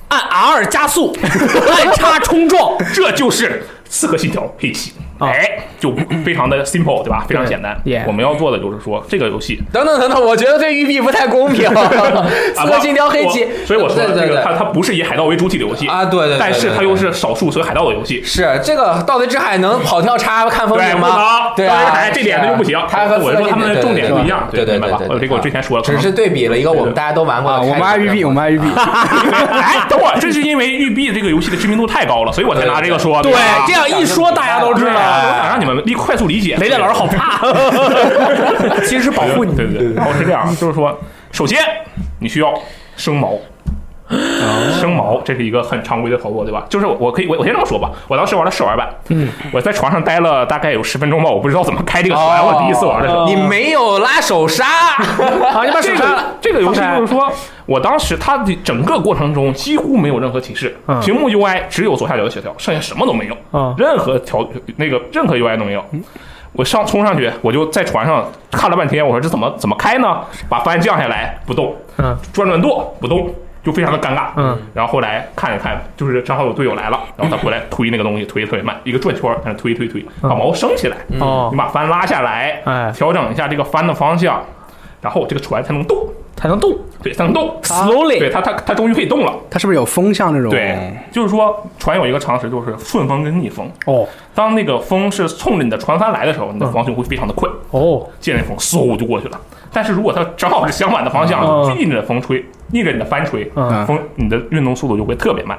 S1: 按 R 加速，按叉冲撞，
S3: 这就是《刺客信条：黑旗》。
S1: 啊
S3: 哎，就非常的 simple，对吧？非常简单。
S1: Yeah
S3: 我们要做的就是说，这个游戏
S2: 等等等等，我觉得对玉碧不太公 平。刺客信条黑旗
S3: 啊我，所以我说
S2: 对对
S3: 这个
S2: 对
S3: 它它不是以海盗为主体的游戏
S2: 啊，对对对，
S3: 但是它
S2: 对
S3: 又是少数所有海盗的游戏，
S2: 是这个《盗贼之海》能跑跳叉看风
S3: 对，
S2: 景
S3: 不
S2: 吗
S3: 能，？
S2: 对
S3: 当
S2: 啊
S3: 然，哎，这点它就不行。
S2: 它和
S3: 我是说他们的重点不一样，
S2: 对对
S3: 明白
S2: 对
S3: 吧
S2: 对，？啊
S3: 呃，这个我之前说了，可
S2: 只
S3: 能
S2: 是对比了一个我们大家都玩过的
S4: 啊，
S2: 开始
S4: 我
S2: 的
S4: 们
S2: 版本。
S4: 爱育碧，我 们爱育碧，
S3: 哎，等会儿，这是因为育碧这个游戏的知名度太高了，所以我才拿这个 说。
S1: 对
S3: 吧，
S1: 这样一说大家都知
S3: 对啊，
S1: 道。
S3: 我想让你们立快速理解。
S1: 雷电老师好怕，其实是保护你。
S3: 对对对，然后是这样，哦就是说，首先你需要生毛。生毛，这是一个很常规的操作，对吧？就是我我可以我我先这么说吧，我当时玩的试玩版，嗯，我在床上待了大概有十分钟吧，我不知道怎么开这个船，我第一次玩的时候，
S2: 你没有拉手刹，
S1: 好，你把手
S3: 这
S1: 杀
S3: 个
S1: 了。
S3: 这个游戏
S1: 放开
S3: 就是说，我当时它的整个过程中几乎没有任何提示，
S1: 嗯
S3: 屏幕 UI 只有左下角的协调，剩下什么都没有，
S1: 嗯
S3: 任何调那个任何 UI 都没有。我上冲上去，我就在船上看了半天，我说这怎么怎么开呢？把帆降下来不动，
S1: 嗯，
S3: 转转舵不动，就非常的尴尬。
S1: 嗯，
S3: 然后后来看一看，就是正好有队友来了，然后他回来推那个东西，推得特别慢，一个转圈儿，在那推推推，把
S1: 嗯
S3: 毛升起来。
S1: 哦
S3: 你，把帆拉下来，
S1: 哎
S3: 调整一下这个帆的方向，然后这个船才能动，
S1: 才能动。
S3: 对，才能动
S1: Slowly
S3: 对它它它终于可以动了，
S4: 它是不是有风向这种？
S3: 对，就是说船有一个常识就是顺风跟逆风，
S1: 哦
S3: 当那个风是冲着你的船帆来的时候，你
S1: 嗯
S3: 的方向会非常的快，
S1: 哦，
S3: 见着风嗖就过去了，但是如果它正好是相反的方向，
S1: 嗯
S3: 逆着风吹，逆着你的帆吹，
S1: 嗯
S3: 风你的运动速度就会特别慢，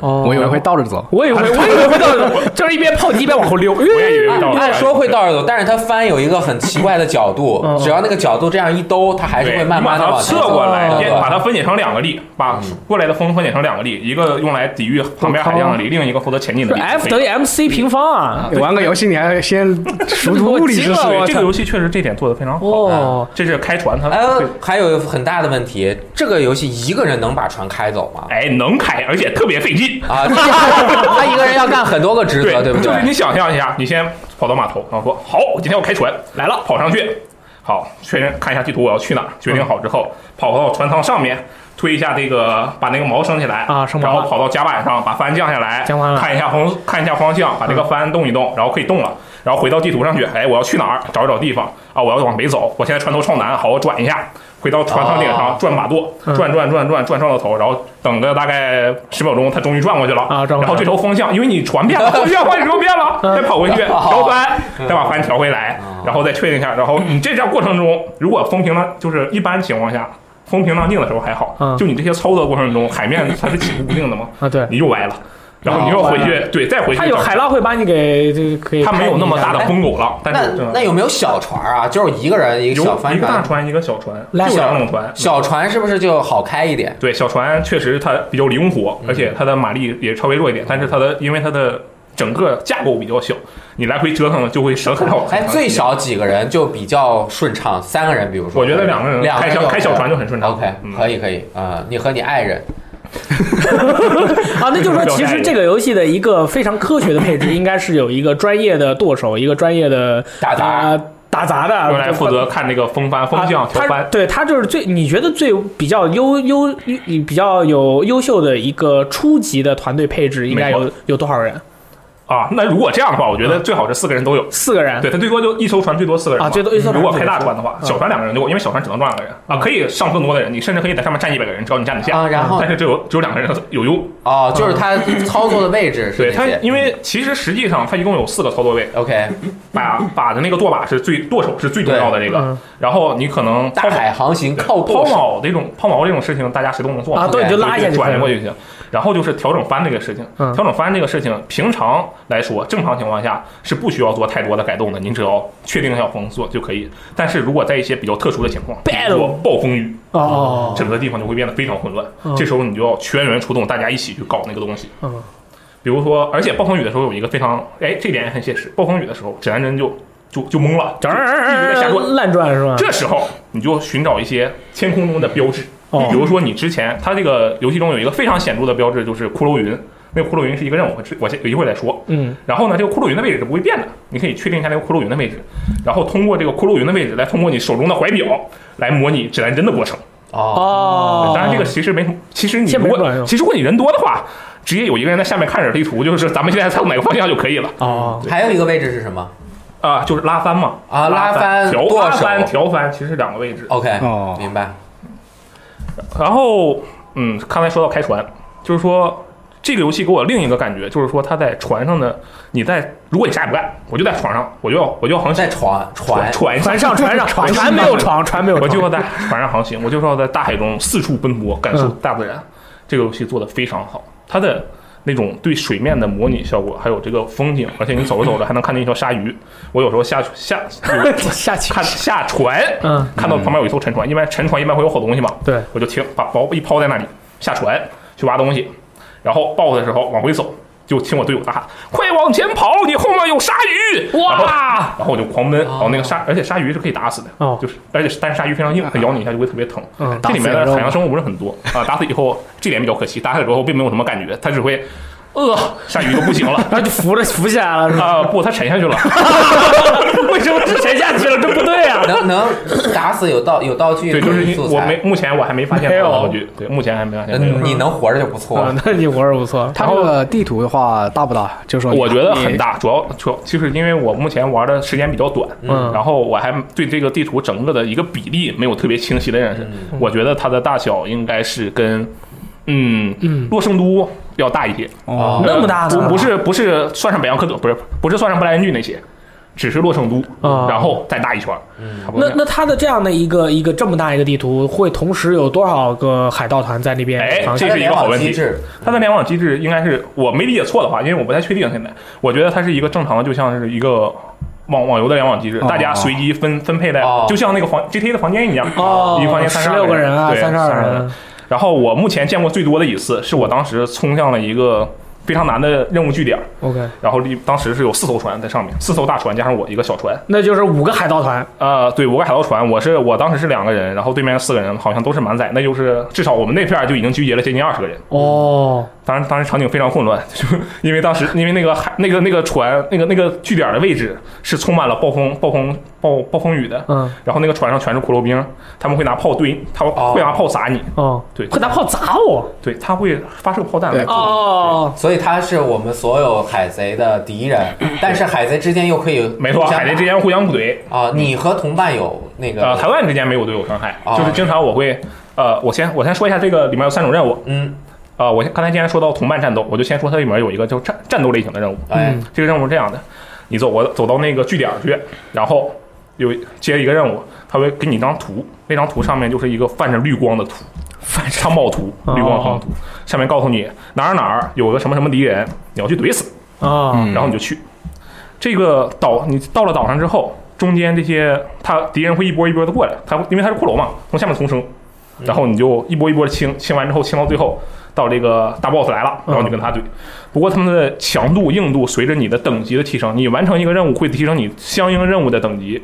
S1: 哦
S4: 我以为会倒着走。
S1: 我以为我以为会到，就是一边泡机一边往后溜。
S3: 我也以为到了
S2: 按说会倒着走，但是它翻有一个很奇怪的角度，只要那个角度这样一兜，它还是
S3: 嗯对，
S2: 哎会
S3: 你
S2: 慢慢的
S3: 把它
S2: 往前
S3: 侧过来，
S2: 走嗯
S3: 也把它分解成两个力，把过来的风分解成两个力，一个用来抵御旁边海量的力，另一个负责前进的
S1: 是
S3: 力。
S1: 哎 F 等于 MC 平方啊。
S4: 玩个游戏你还先熟读物理知识
S1: 我，操
S3: 对 这个游戏确实这点做得非常好。
S1: 哦，
S3: 这是开船，它
S2: 呃
S3: 对，
S2: 还有很大的问题，这个游戏一个人能把船开走吗？
S3: 哎能开，而且特别费劲。
S2: 啊，他一个人要干很多个职责，对不
S3: 就是你
S2: 对？
S3: 想象一下，你先跑到码头，然后说好，我今天要开船，来了，跑上去，好，确认看一下地图，我要去哪儿，决定好之后，跑到船舱上面。推一下这个，把那个锚升起来
S1: 啊升锚
S3: 然
S1: 了
S3: 后跑到甲板上，把帆降下来，
S1: 降完了
S3: 看一下方，看一下方向，把这个帆动一动，然后可以动了，然后回到地图上去，哎，我要去哪儿？找一找地方啊，我要往北走，我现在船头朝南，好，我转一下，回到船舱顶
S2: 哦
S3: 上转把舵，
S1: 嗯
S3: 转转转转转转到头，然后等个大概十秒钟，它终于转过去了
S1: 啊转过
S3: 然
S1: 来
S3: 后
S1: 了
S3: 这头风向，因为你船变 了，风向换时候变了，再跑回去调帆，再把帆调回 来，然后再确定一下。然后你这样过程中，如果风平浪，就是一般情况下风平浪静的时候还好
S1: 嗯，
S3: 就你这些操作过程中，海面它是起伏不定的嘛，
S1: 啊对，
S3: 你又歪了，然后你又回去，对，再回去
S1: 它有
S3: 找
S1: 海，浪会把你给这个可以。
S3: 它没有那么大的。风狗了，但
S2: 那
S3: 是嗯
S2: 那有没有小船啊？就是一个人一个
S3: 有
S2: 小
S3: 一
S2: 帆
S3: 个大
S2: 船，
S3: 船，一个小船，
S1: 来
S3: 就是
S2: 小
S3: 两种船，
S2: 小船是不是就好开一点？
S3: 对，小船确实它比较灵活，而且它的马力也稍微弱一点，但是它的因为它的整个架构比较小，你来回折腾就会折腾到。
S2: 哎，最少几个人就比较顺畅，三个人，比如说，
S3: 我觉得两个人
S2: 两
S3: 开
S2: 人
S3: 小
S2: 就
S3: 开小船就很顺畅
S2: OK，
S3: 嗯
S2: 可以可以啊，你和你爱人
S1: 啊，那 就是说，其实这个游戏的一个非常科学的配置，应该是有一个专业的舵手，一个专业的
S2: 打杂
S1: 啊打杂的，
S3: 用来负责看那个风帆、风向、调
S1: 他
S3: 帆。
S1: 对他就是最你觉得最比较优优比较有优秀的一个初级的团队配置，应该
S3: 没
S1: 有有多少人？
S3: 啊，那如果这样的话，我觉得最好是四个人都有。
S1: 四个人
S3: 对，他最多就一艘船最多四个人嘛
S1: 啊最多一艘船
S3: 如果
S1: 最
S3: 开
S1: 多
S3: 大
S1: 四个
S3: 船的话，
S1: 人嗯
S3: 小船两个人就够，因为小船只能装两个人啊，可以上更多的人，你甚至可以在上面站一百个人，只要你站得下。嗯
S2: 啊然后
S3: 但是只有只有两个人有用。
S2: 哦，就是他操作的位置是
S3: 嗯对
S2: 哪
S3: 他，
S2: 些
S3: 因为
S1: 嗯
S3: 其实实际上他一共有四个操作位，
S2: ？OK，
S3: 把把的那个舵把是最舵手是最重要的这个
S1: 嗯，
S3: 然后你可能
S2: 大海航行靠舵
S3: 抛
S2: 手
S3: 锚这种抛锚这种事情，大家谁都能做
S1: 啊，
S3: 对
S1: 对，你就拉一下
S3: 就
S1: 就
S3: 转
S1: 可以
S3: 移过
S1: 了。
S3: 去就行。然后就是调整帆这个事情，
S1: 嗯
S3: 调整帆这个事情，平常来说，正常情况下是不需要做太多的改动的，您只要确定一下风速就可以。但是如果在一些比较特殊的情况，比如说暴风雨，
S1: 哦，
S3: 整个地方就会变得非常混乱
S1: 嗯。
S3: 这时候你就要全员出动，大家一起去搞那个东西。
S1: 嗯，
S3: 比如说，而且暴风雨的时候有一个非常，哎，这点也很现实。暴风雨的时候，指南针就就就懵了，就一直在瞎转。
S1: 乱转是吧？
S3: 这时候你就寻找一些天空中的标志，
S1: 哦
S3: 比如说你之前它这个游戏中有一个非常显著的标志，就是骷髅云。那个骷髅云是一个任务，我之我先有一会儿再说。
S1: 嗯，
S3: 然后呢，这个骷髅云的位置是不会变的，你可以确定一下那个骷髅云的位置，然后通过这个骷髅云的位置，来通过你手中的怀表来模拟指南针的过程。
S2: 哦，
S1: 哦，
S3: 当然，这个其实没什么，其实你
S1: 这
S3: 如
S1: 没
S3: 果
S1: 卵用
S3: 其实如果你人多的话，直接有一个人在下面看着地图，就是咱们现在猜哪个方向就可以了
S1: 哦，
S2: 还有一个位置是什么
S3: 啊、就是拉翻嘛
S2: 啊
S3: 拉
S2: 拉翻
S3: 调
S2: 舵
S3: 拉
S2: 手
S3: 翻调翻，其实两个位置。
S2: ？OK，
S4: 哦
S2: 明白。
S3: 然后，嗯，刚才说到开船，就是说这个游戏给我另一个感觉，就是说它在船上的，你在如果你啥也不干，我就在船上，我就要我就要航行
S2: 在，船船
S3: 船
S1: 船上船上船船没有床，船没有
S3: 我
S1: 床，
S3: 就要在船上航行，我就是要在大海中四处奔波，感受大自然。这个游戏做的非常好，它的那种对水面的模拟效果，还有这个风景，而且你走着走着还能看见一条鲨鱼。我有时候下下
S1: 下去
S3: 看下船，
S1: 嗯
S3: 看到旁边有一艘沉船，因为沉船一般会有好东西嘛，
S1: 对，
S3: 我就停，把包一抛在那里，下船去挖东西，然后抱的时候往回走，就听我队友大喊：“快往前跑，你后面有鲨鱼！”哇！然后我就狂奔，然后那个鲨，而且鲨鱼是可以打死的，
S1: 哦
S3: 就是而且但是鲨鱼非常硬，它咬你一下就会特别疼。
S1: 嗯
S3: 这里面的海洋生物不是很多啊，打死以后这点比较可惜，打死以后并没有什么感觉，它只会呃，鲨鱼都不行了。
S1: 然后就扶着扶起来 了，是吧？
S3: 啊、不，它沉下去了。
S1: 为什么是沉下去了？这不对 啊！
S2: 能能打死有道有道具，
S3: 对，就是
S2: 有
S3: 因
S2: 素
S3: 我
S2: 材
S3: 没，目前我还没发现
S1: 没
S3: 它
S1: 有
S3: 的道具。对，目前还没发现它有。
S2: 嗯，你能活着就不错
S1: 啊，。
S3: 嗯
S1: 那你活儿不错，
S4: 它这个地图的话大不大？就是
S1: 哦
S4: 说你，
S3: 我觉得
S4: 你
S3: 很。大，主要主要其实因为我目前玩的时间比较短，
S1: 嗯
S3: 然后我还对这个地图整个的一个比例没有特别清晰的认识，
S1: 嗯
S3: 我觉得它的大小应该是跟嗯
S1: 嗯
S3: 洛圣都要大一些，
S2: 哦
S1: 那么大呢
S3: 不不是不是算上北洋科德，不是不是算上布莱恩郡那些，只是洛圣都，
S1: 哦
S3: 然后再大一圈儿，
S2: 嗯
S3: 差不
S1: 那
S3: 多这样。
S1: 那它的这样的一个一个这么大一个地图，会同时有多少个海盗团在那边
S3: 哎
S1: 航行？
S3: 这
S2: 它的
S3: 是一个好问题
S2: 联网机制
S3: 它的联网机制应该是我没理解错的话，因为我不太确定现在，我觉得它是一个正常的，就像是一个网网游的联网机制，
S4: 哦
S3: 大家随机分分配在
S2: 哦，
S3: 就像那个房 GTA 的房间一样，
S1: 哦
S3: 一个房间，三
S1: 十六个人啊，
S3: 对
S1: 三十
S3: 32
S1: 二
S3: 人
S1: 人。
S3: 然后我目前见过最多的一次，是我当时冲向了一个非常难的任务据点，
S1: OK，
S3: 然后离当时是有四艘船在上面，四艘大船加上我一个小船，
S1: 那就是五个海盗团。
S3: 呃，对，五个海盗船，我是我当时是两个人，然后对面四个人好像都是满载，那就是至少我们那片儿就已经集结了接近二十个人。
S1: 哦，
S3: 当然，当时场景非常混乱， 就是因为当时因为那个海那个那个船那个那个据点的位置是充满了暴风暴风暴暴风雨的，
S1: 嗯，
S3: 然后那个船上全是骷髅兵，他们会拿炮对，他们
S2: 哦
S3: 会拿炮砸你，
S1: 哦，
S3: 对
S1: 快拿炮砸我！
S3: 对，他会发射炮弹来
S4: 对
S3: 攻击
S1: 哦，
S2: 所以它是我们所有海贼的敌人，但是海贼之间又可以
S3: 嗯没错，
S2: 互相
S3: 海贼之间互相怼，
S2: 啊，你和同伴有那
S3: 呃，台
S2: 个
S3: 湾之间没有对我伤害，
S2: 哦
S3: 就是经常我会，呃，我先我先说一下这个里面有三种任务，
S2: 嗯，
S3: 呃，我先刚才既然说到同伴战斗，我就先说它里面有一个叫战战斗类型的任务，
S2: 哎
S1: 嗯
S3: 这个任务是这样的，你走我走到那个据点去，然后有接一个任务，他会给你一张图，那张图上面就是一个泛着绿光的图，泛商贸图、
S1: 哦
S3: 绿光航图，上面告诉你哪儿哪儿有个什么什么敌人，你要去怼死，
S1: 哦，
S3: 嗯
S4: 嗯
S3: 然后你就去。这个岛，你到了岛上之后，中间这些他敌人会一波一波的过来，他因为他是骷髅嘛，从下面丛生，然后你就一波一波的清，清完之后清到最后，到这个大 boss 来了，然后你跟他怼。不过他们的强度、硬度随着你的等级的提升，你完成一个任务会提升你相应任务的等级，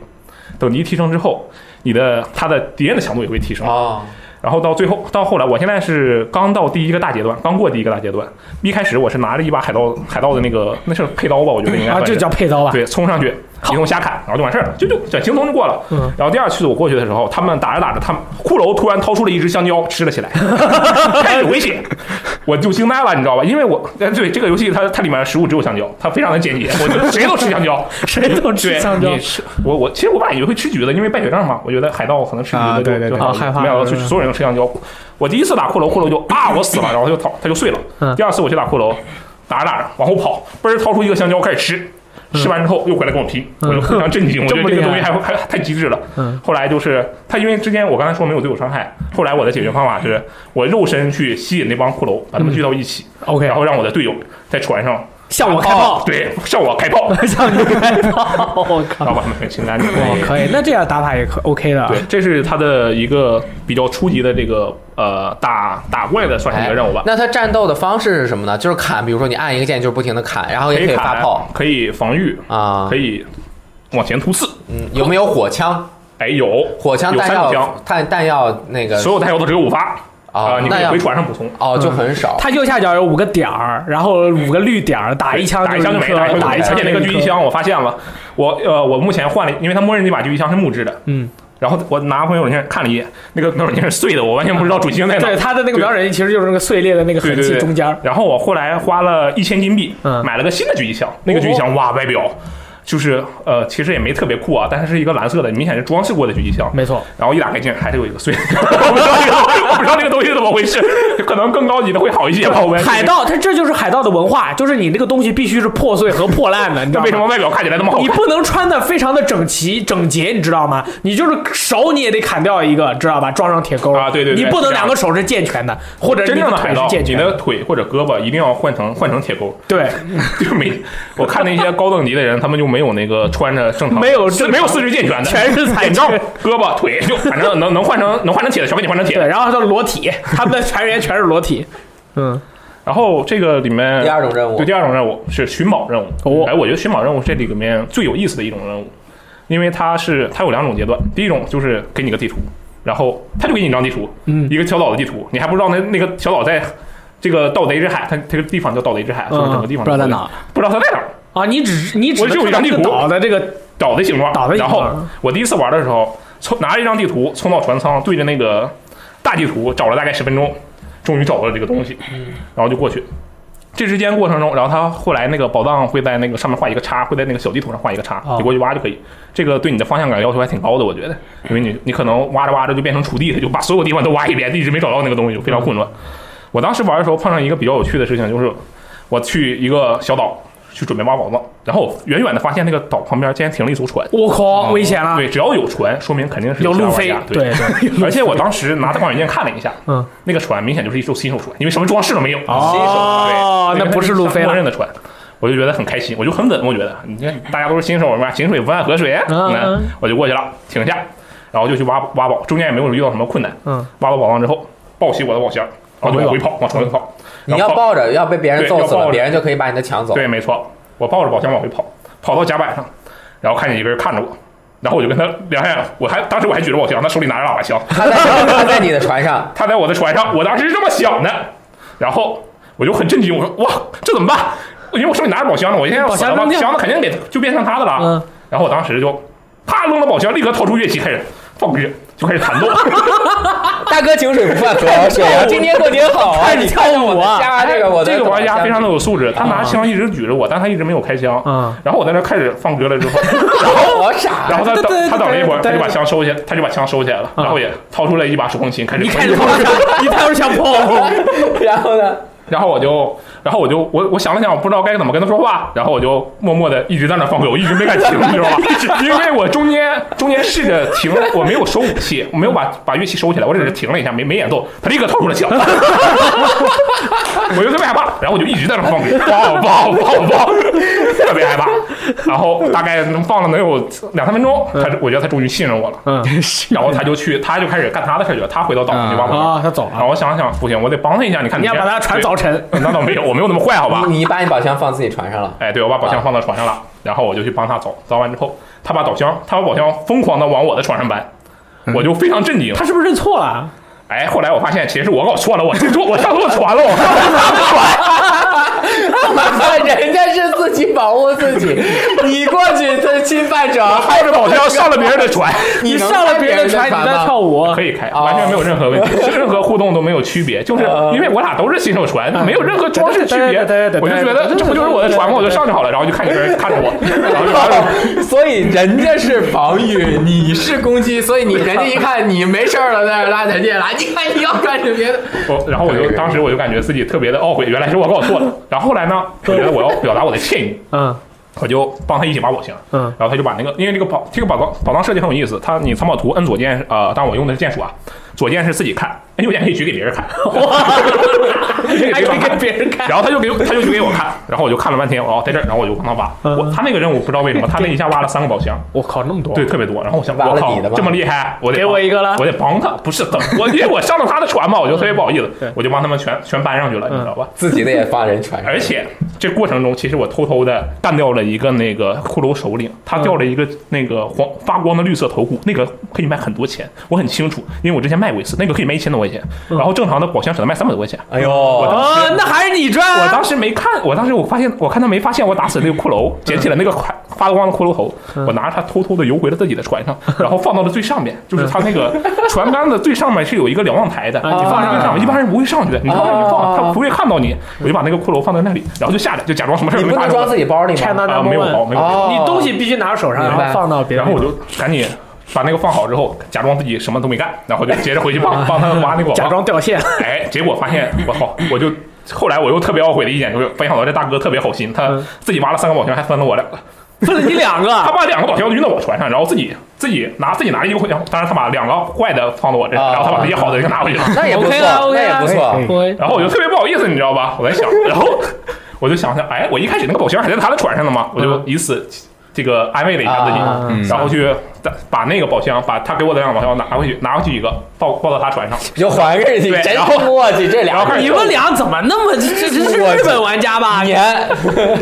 S3: 等级提升之后，你的他的敌人的强度也会提升。
S2: 哦，
S3: 然后到最后到后来，我现在是刚到第一个大阶段，刚过第一个大阶段。一开始我是拿着一把海盗海盗的那个那是配刀吧，我觉得应该
S1: 啊，
S3: 算是
S1: 这叫配刀吧？
S3: 对，冲上去一通瞎砍，然后就完事儿了，就就就轻松就过了。
S1: 嗯
S3: 然后第二次我过去的时候，他们打着打着，他们骷髅突然掏出了一只香蕉吃了起 来，开始威胁， 我就惊呆了，你知道吧？因为我哎对这个游戏它它里面食物只有香蕉，它非常的简洁，我觉得谁都吃香蕉，
S1: 谁都吃
S3: 对
S1: 香蕉
S3: 你吃我我其实我本来以为会吃橘子，因为败血症嘛，我觉得海盗可能吃橘子
S4: 啊
S3: 就
S4: 对对
S3: 就
S4: 对
S3: 好
S1: 啊害怕
S3: 没想
S1: 嗯
S3: 到就所有人都吃香蕉。我第一次打骷髅，骷髅就啊我死了，然后就倒它就碎
S1: 嗯
S3: 了。第二次我去打骷髅，打着打着往后跑，嘣儿掏出一个香蕉开始吃，吃完之后又回来跟我拼，
S1: 嗯
S3: 我就非常震惊，我
S1: 这
S3: 觉得
S1: 么
S3: 这个
S1: 厉害
S3: 东西还还还太机智了。
S1: 嗯
S3: 后来就是他因为之前我刚才说没有对我伤害，后来我的解决方法是我肉身去吸引那帮骷髅，把
S1: 嗯
S3: 他们聚到一起，
S1: ，OK，
S3: 然后哦让我的队友在船上
S1: 向我开炮，
S3: 对，向我开炮，
S1: 向你开 炮，我靠
S3: 然！后把他们给清干净。
S1: 哦，可以，那这样打法也可 OK 的。
S3: 对，这是他的一个比较初级的这个呃打打怪的算是一个任务吧。
S2: 哎那它战斗的方式是什么呢？就是砍，比如说你按一个键就是不停的砍，然后也
S3: 可
S2: 哎可以发
S3: 砍
S2: 炮，
S3: 可以防御，
S2: 啊
S3: 可。以往前突刺。
S2: 嗯，有没有火枪？
S3: 哎，有
S2: 火枪
S3: 有
S2: 弹
S3: 三种
S2: 药
S3: 枪，
S2: 弹弹药那个
S3: 所有弹药都只有五发啊，
S2: 哦
S3: 你可
S2: 那
S3: 以
S2: 要
S3: 回嗯船上补充。
S2: 哦就很少。
S1: 它右下角有五个点儿，然后五个绿点儿，打一枪
S3: 打一枪
S1: 就
S3: 就没
S1: 颗，
S3: 了，
S1: 打
S3: 一
S1: 一
S3: 而
S1: 枪
S3: 且那个狙击
S1: 一颗。
S3: 枪我发现了，我呃我目前换了，因为它默认那把狙击枪是木质的，
S1: 嗯，
S3: 然后我拿朋友软件看了一眼，那个瞄准镜是碎的，我完全不知道主机枪在哪。
S1: 对，它的那个瞄准镜其实就是那个碎裂的那个
S3: 对
S1: 痕
S3: 对
S1: 迹
S3: 对，
S1: 中间儿。
S3: 然后我后来花了一千金币，
S1: 嗯哦
S3: 买了个新的狙击枪，那个狙击枪哇，外表就是呃，其实也没特别酷啊，但是是一个蓝色的，明显是装饰过的狙击枪。
S1: 没错，
S3: 然后一打开，竟然还是有一个碎， 我不知道这个，我不知道这个东西怎么回事，可能更高级的会好一些吧。我
S1: 海盗，它这就是海盗的文化，就是你那个东西必须是破碎和破烂的，你知道吗？
S3: 那为什么外表看起来那么好
S1: 你
S3: 看？
S1: 不能穿的非常的整齐整洁，你知道吗？你就是手你也得砍掉一个，知道吧？装上铁钩
S3: 啊对对对
S1: 你不能
S3: 是这
S1: 两
S3: 样的
S1: 个手是健全的，或者
S3: 真
S1: 你
S3: 正
S1: 的
S3: 的哦海
S1: 腿
S3: 盗
S1: 是，健
S3: 你
S1: 全
S3: 的嗯腿或者胳膊一定要换成换成铁钩，
S1: 对，
S3: 就没。我看那些高等级的人，他们就没有那个穿着正常，
S1: 没有
S3: 四
S1: 正常
S3: 没有四肢健全的，哎
S1: 全是残
S3: 眼
S1: 缺
S3: 罩、胳膊、腿，就反正能能换成能换成铁的，全给你换成铁的
S1: 对，。然后他裸体，他们的船员全是裸体。嗯，
S3: 然后这个里面
S2: 第二种任务
S3: 对，第二种任务是寻宝任务。
S1: 哦
S3: 哎，我觉得寻宝任务是这里面最有意思的一种任务，因为它是它有两种阶段，第一种就是给你个地图，然后他就给你一张地图，
S1: 嗯
S3: 一个小岛的地图，你还不知道那那个小岛在这个盗贼之海，它这个地方叫盗贼之海，所以整个地方
S4: 嗯不知道在哪
S3: 叫
S4: 儿
S3: 盗贼，不知道它在哪儿。
S1: 啊，你只你只
S3: 我就有
S1: 能
S3: 一
S1: 看到这个岛
S3: 张地图
S1: 的这个
S3: 岛的形状。
S1: 岛的形状
S3: 然后我第一次玩的时候，冲拿着一张地图冲到船舱，对着那个大地图找了大概十分钟，终于找到了这个东西，
S1: 嗯
S3: 然后就过去。这之间过程中，然后他后来那个宝藏会在那个上面画一个叉，会在那个小地图上画一个叉，
S1: 哦
S3: 你过去挖就可以。这个对你的方向感要求还挺高的，我觉得，
S1: 嗯
S3: 因为你你可能挖着挖着就变成锄地了，就把所有地方都挖一遍，一直没找到那个东西，就非常混乱。我当时玩的时候碰上一个比较有趣的事情，就是我去一个小岛去准备挖宝藏，然后远远的发现那个岛旁边竟然停了一艘船。
S1: 我靠，危险了，
S3: 嗯对，只要有船，说明肯定是
S1: 有路
S3: 小玩
S1: 飞
S3: 家，
S1: 对
S3: 对。 而且我当时拿大望远镜看了一下，
S1: 嗯，
S3: 那个船明显就是一艘新手船，因为什么装饰都没有。
S1: 哦
S3: 对
S1: 那不是路飞了
S3: 默认的船。我就觉得很开心，我就很稳，我觉得你看大家都是新手嘛，井水不犯河水，
S1: 嗯
S3: 那
S1: 嗯
S3: 我就过去了，停下，然后就去挖挖宝，中间也没有遇到什么困难，
S1: 嗯，
S3: 挖到宝藏之后，抱起我的宝箱，然后就往回跑，往船里跑，
S2: 你
S3: 然后
S2: 要抱着，要被别人
S3: 对
S2: 揍
S3: 要
S2: 死
S3: 抱
S2: 了，
S3: 着
S2: 别人就可以把你的抢走。
S3: 对，没错，我抱着宝箱往回跑，跑到甲板上，然后看见一个人看着我，然后我就跟他聊下来，我还当时我还举着宝箱，他手里拿着喇叭枪，
S2: 他在 他在你的船上，
S3: 他在我的船上，我当时是这么想的，然后我就很震惊，我说哇，这怎么办？因为我手里拿着宝箱呢，我现在要
S1: 把
S3: 死
S1: 哎箱
S3: 了吧
S1: 扔掉
S3: 箱子肯定给就变成他的了。
S1: 嗯
S3: 然后我当时就啪扔了宝箱，立刻掏出乐器开始放歌，就开 始弹奏。
S2: 大哥井水不犯河水啊！今年过年好啊！
S3: 哎
S1: 看你
S2: 你
S1: 跳舞啊
S2: 加这个我的
S3: 这个
S2: 宝
S3: 玩家
S2: 箱
S3: 非常的有素质，他拿枪一直举着我，但他一直没有开枪。
S1: 嗯
S3: 然后我在那开始放歌 了之后，
S2: 好傻
S3: 然后他
S1: 对对
S3: 等
S1: 对
S3: 他等了一会儿，
S1: 对对
S3: 他
S1: 嗯
S3: 就把枪收起来，他就把枪收起来了，然后也掏出了一把手风琴开始
S1: 你
S3: 挥
S1: 开始
S3: 舞。
S1: 跑，你开始想跑，
S2: 然后呢？
S3: 然后我就，然后我就，我我想了想，我不知道该怎么跟他说话，然后我就默默的一直在那放歌，我一直没 敢停，你知道吧？因为我中间中间试着停，我没有收武器，我没有把把乐器收起来，我只是停了一下，没没演奏，他立刻掏出了枪， 我就特别害怕，然后我就一直在那放歌，放放放放，特别害怕，然后大概能放了能有两三分钟，他我觉得他终于信任我了，
S1: 嗯
S3: 然后他就去，他就开始干他的事去了，他回到岛上去挖宝。
S1: 啊，他走
S3: 然
S1: 了，
S3: 后我想了想，不行，我得帮他一下。 你看，
S1: 你要把他船
S3: 对
S1: 凿沉，
S3: 那倒没有，我没有那么坏，好吧？
S2: 你你把你宝箱放自己船上了，
S3: 哎，对，我把宝箱放到船上了，然后我就去帮他凿，凿完之后，他把宝箱，他把宝箱疯狂的往我的船上搬，我就非常震惊。
S1: 他是不是认错了？
S3: 哎，后来我发现其实是我搞错了，我记住我上错船了，我上错船。
S2: 人家是自己保护自己，你过去他侵犯者
S3: 开着好像上了别人的船，
S1: 你
S2: 能
S1: 上了
S2: 开
S1: 别人的船，你在
S2: 吗？
S1: 跳舞，
S3: 可以开，完全没有任何问题，任何互动都没有区别，就是因为我俩都是新手船，没有任何装饰区别，我就觉得这不就是我的船吗？我就上去好了，然后就看有人看着我，然后就完了。
S2: 所以人家是防御，你是攻击，所以你人家一看你没事儿了，在那拉人家来，你看你要干什么别的？
S3: 我然后我就当时我就感觉自己特别的懊悔，原来是我搞错了。然后后来呢，我觉得我要表达我的歉意，
S1: 嗯
S3: 我就帮他一起把我行，
S1: 嗯，
S3: 然后他就把那个，因为这个宝这个宝藏宝藏设计很有意思，它你藏宝图摁左键，呃，但我用的是键鼠啊，左键是自己看，右键可以举给别 人看，
S1: 还可以给别人看
S3: 然后他就给他就举给我看，然后我就看了半天，哦，在这儿，然后我就帮他挖，
S1: 嗯
S3: 我他那个任务不知道为什么他那一下挖了三个宝箱，
S1: 我靠，那么多，
S3: 对，特别多。然后我想，
S2: 哦挖了
S3: 我靠
S2: 你的，吧
S3: 这么厉害，我得
S1: 给我一个了
S3: 帮我得帮他。不是，我因为我上了他的船嘛，我就特别不好
S1: 嗯
S3: 意思，我就帮他们全全搬上去了，你知道吧？
S2: 自己的也发人传
S3: 而且这过程中，其实我偷偷的干掉了一个那个骷髅首领，他掉
S1: 嗯
S3: 了一个那个黄发光的绿色头骨，那个可以卖很多钱，我很清楚，因为我之前卖过一次，那个可以卖一千多块钱，
S1: 嗯
S3: 然后正常的宝箱只能卖三百多块钱。
S2: 哎呦，
S1: 啊，那还是你赚
S3: 我
S1: 啊，
S3: 当时没看，我当时我发现，我看他没发现我打死那个骷
S2: 嗯
S3: 髅，捡起了那个快发光的骷髅头，我拿着它偷偷的游回了自己的船
S2: 嗯
S3: 上，然后放到了最上面，就是它那个 船杆的最上面是有一个瞭望台的，
S2: 啊
S3: 你放上去上面，一般人不会上去的，你往那一放，他不会看到你。我就把那个骷髅放在那里，然后就下来，就假装什么事儿
S2: 你
S3: 没
S2: 不
S3: 发
S2: 能
S3: 生
S2: 装自
S3: 过。
S2: 己包里
S1: China
S2: 吗？
S3: 啊，没有
S1: number
S3: 毛，
S1: one
S3: 没有毛。
S2: 哦
S1: 你东西必须拿到手上，然后
S2: 明白
S1: 放到别的
S3: 然
S1: 地
S3: 后
S1: 方。
S3: 我就赶紧把那个放好之后，假装自己什么都没干，然后就接着回去
S2: 啊
S3: 帮帮他们挖那个宝
S1: 假
S3: 藏。
S1: 装掉线，
S3: 哎，结果发现我靠，我就后来我又特别懊悔的一点就是，没想到这大哥特别好心，他
S2: 嗯
S3: 自己挖了三个宝箱，还分了我两个，
S1: 分了你两
S3: 他
S1: 个，
S3: 把两个宝箱运到我船上，然后自己自己拿自己拿了一个，当然他把两个坏的放到我这，
S2: 啊
S3: 然后他把自己好的给拿回 去了，
S2: 那也不错，
S1: OK 了，OK
S2: 那
S1: 了
S2: 也不错。
S1: 哎
S3: 然后我就特别不好意思，你知道吧？我在 想，然后我就想想，哎，我一开始那个宝箱还在他的船上呢嘛，我就以此。这个安慰了一下自己，
S2: 嗯啊
S1: 嗯
S3: 然后去把把那个宝箱，把他给我的两个宝箱拿回去，拿回去一个抱抱到他船上，
S2: 你就还给你，
S3: 对
S2: 真
S3: 然后
S2: 默契，这俩
S3: 然后开始
S1: 你们俩怎么那么这这这是
S2: 我
S1: 日本玩家吧？
S2: 年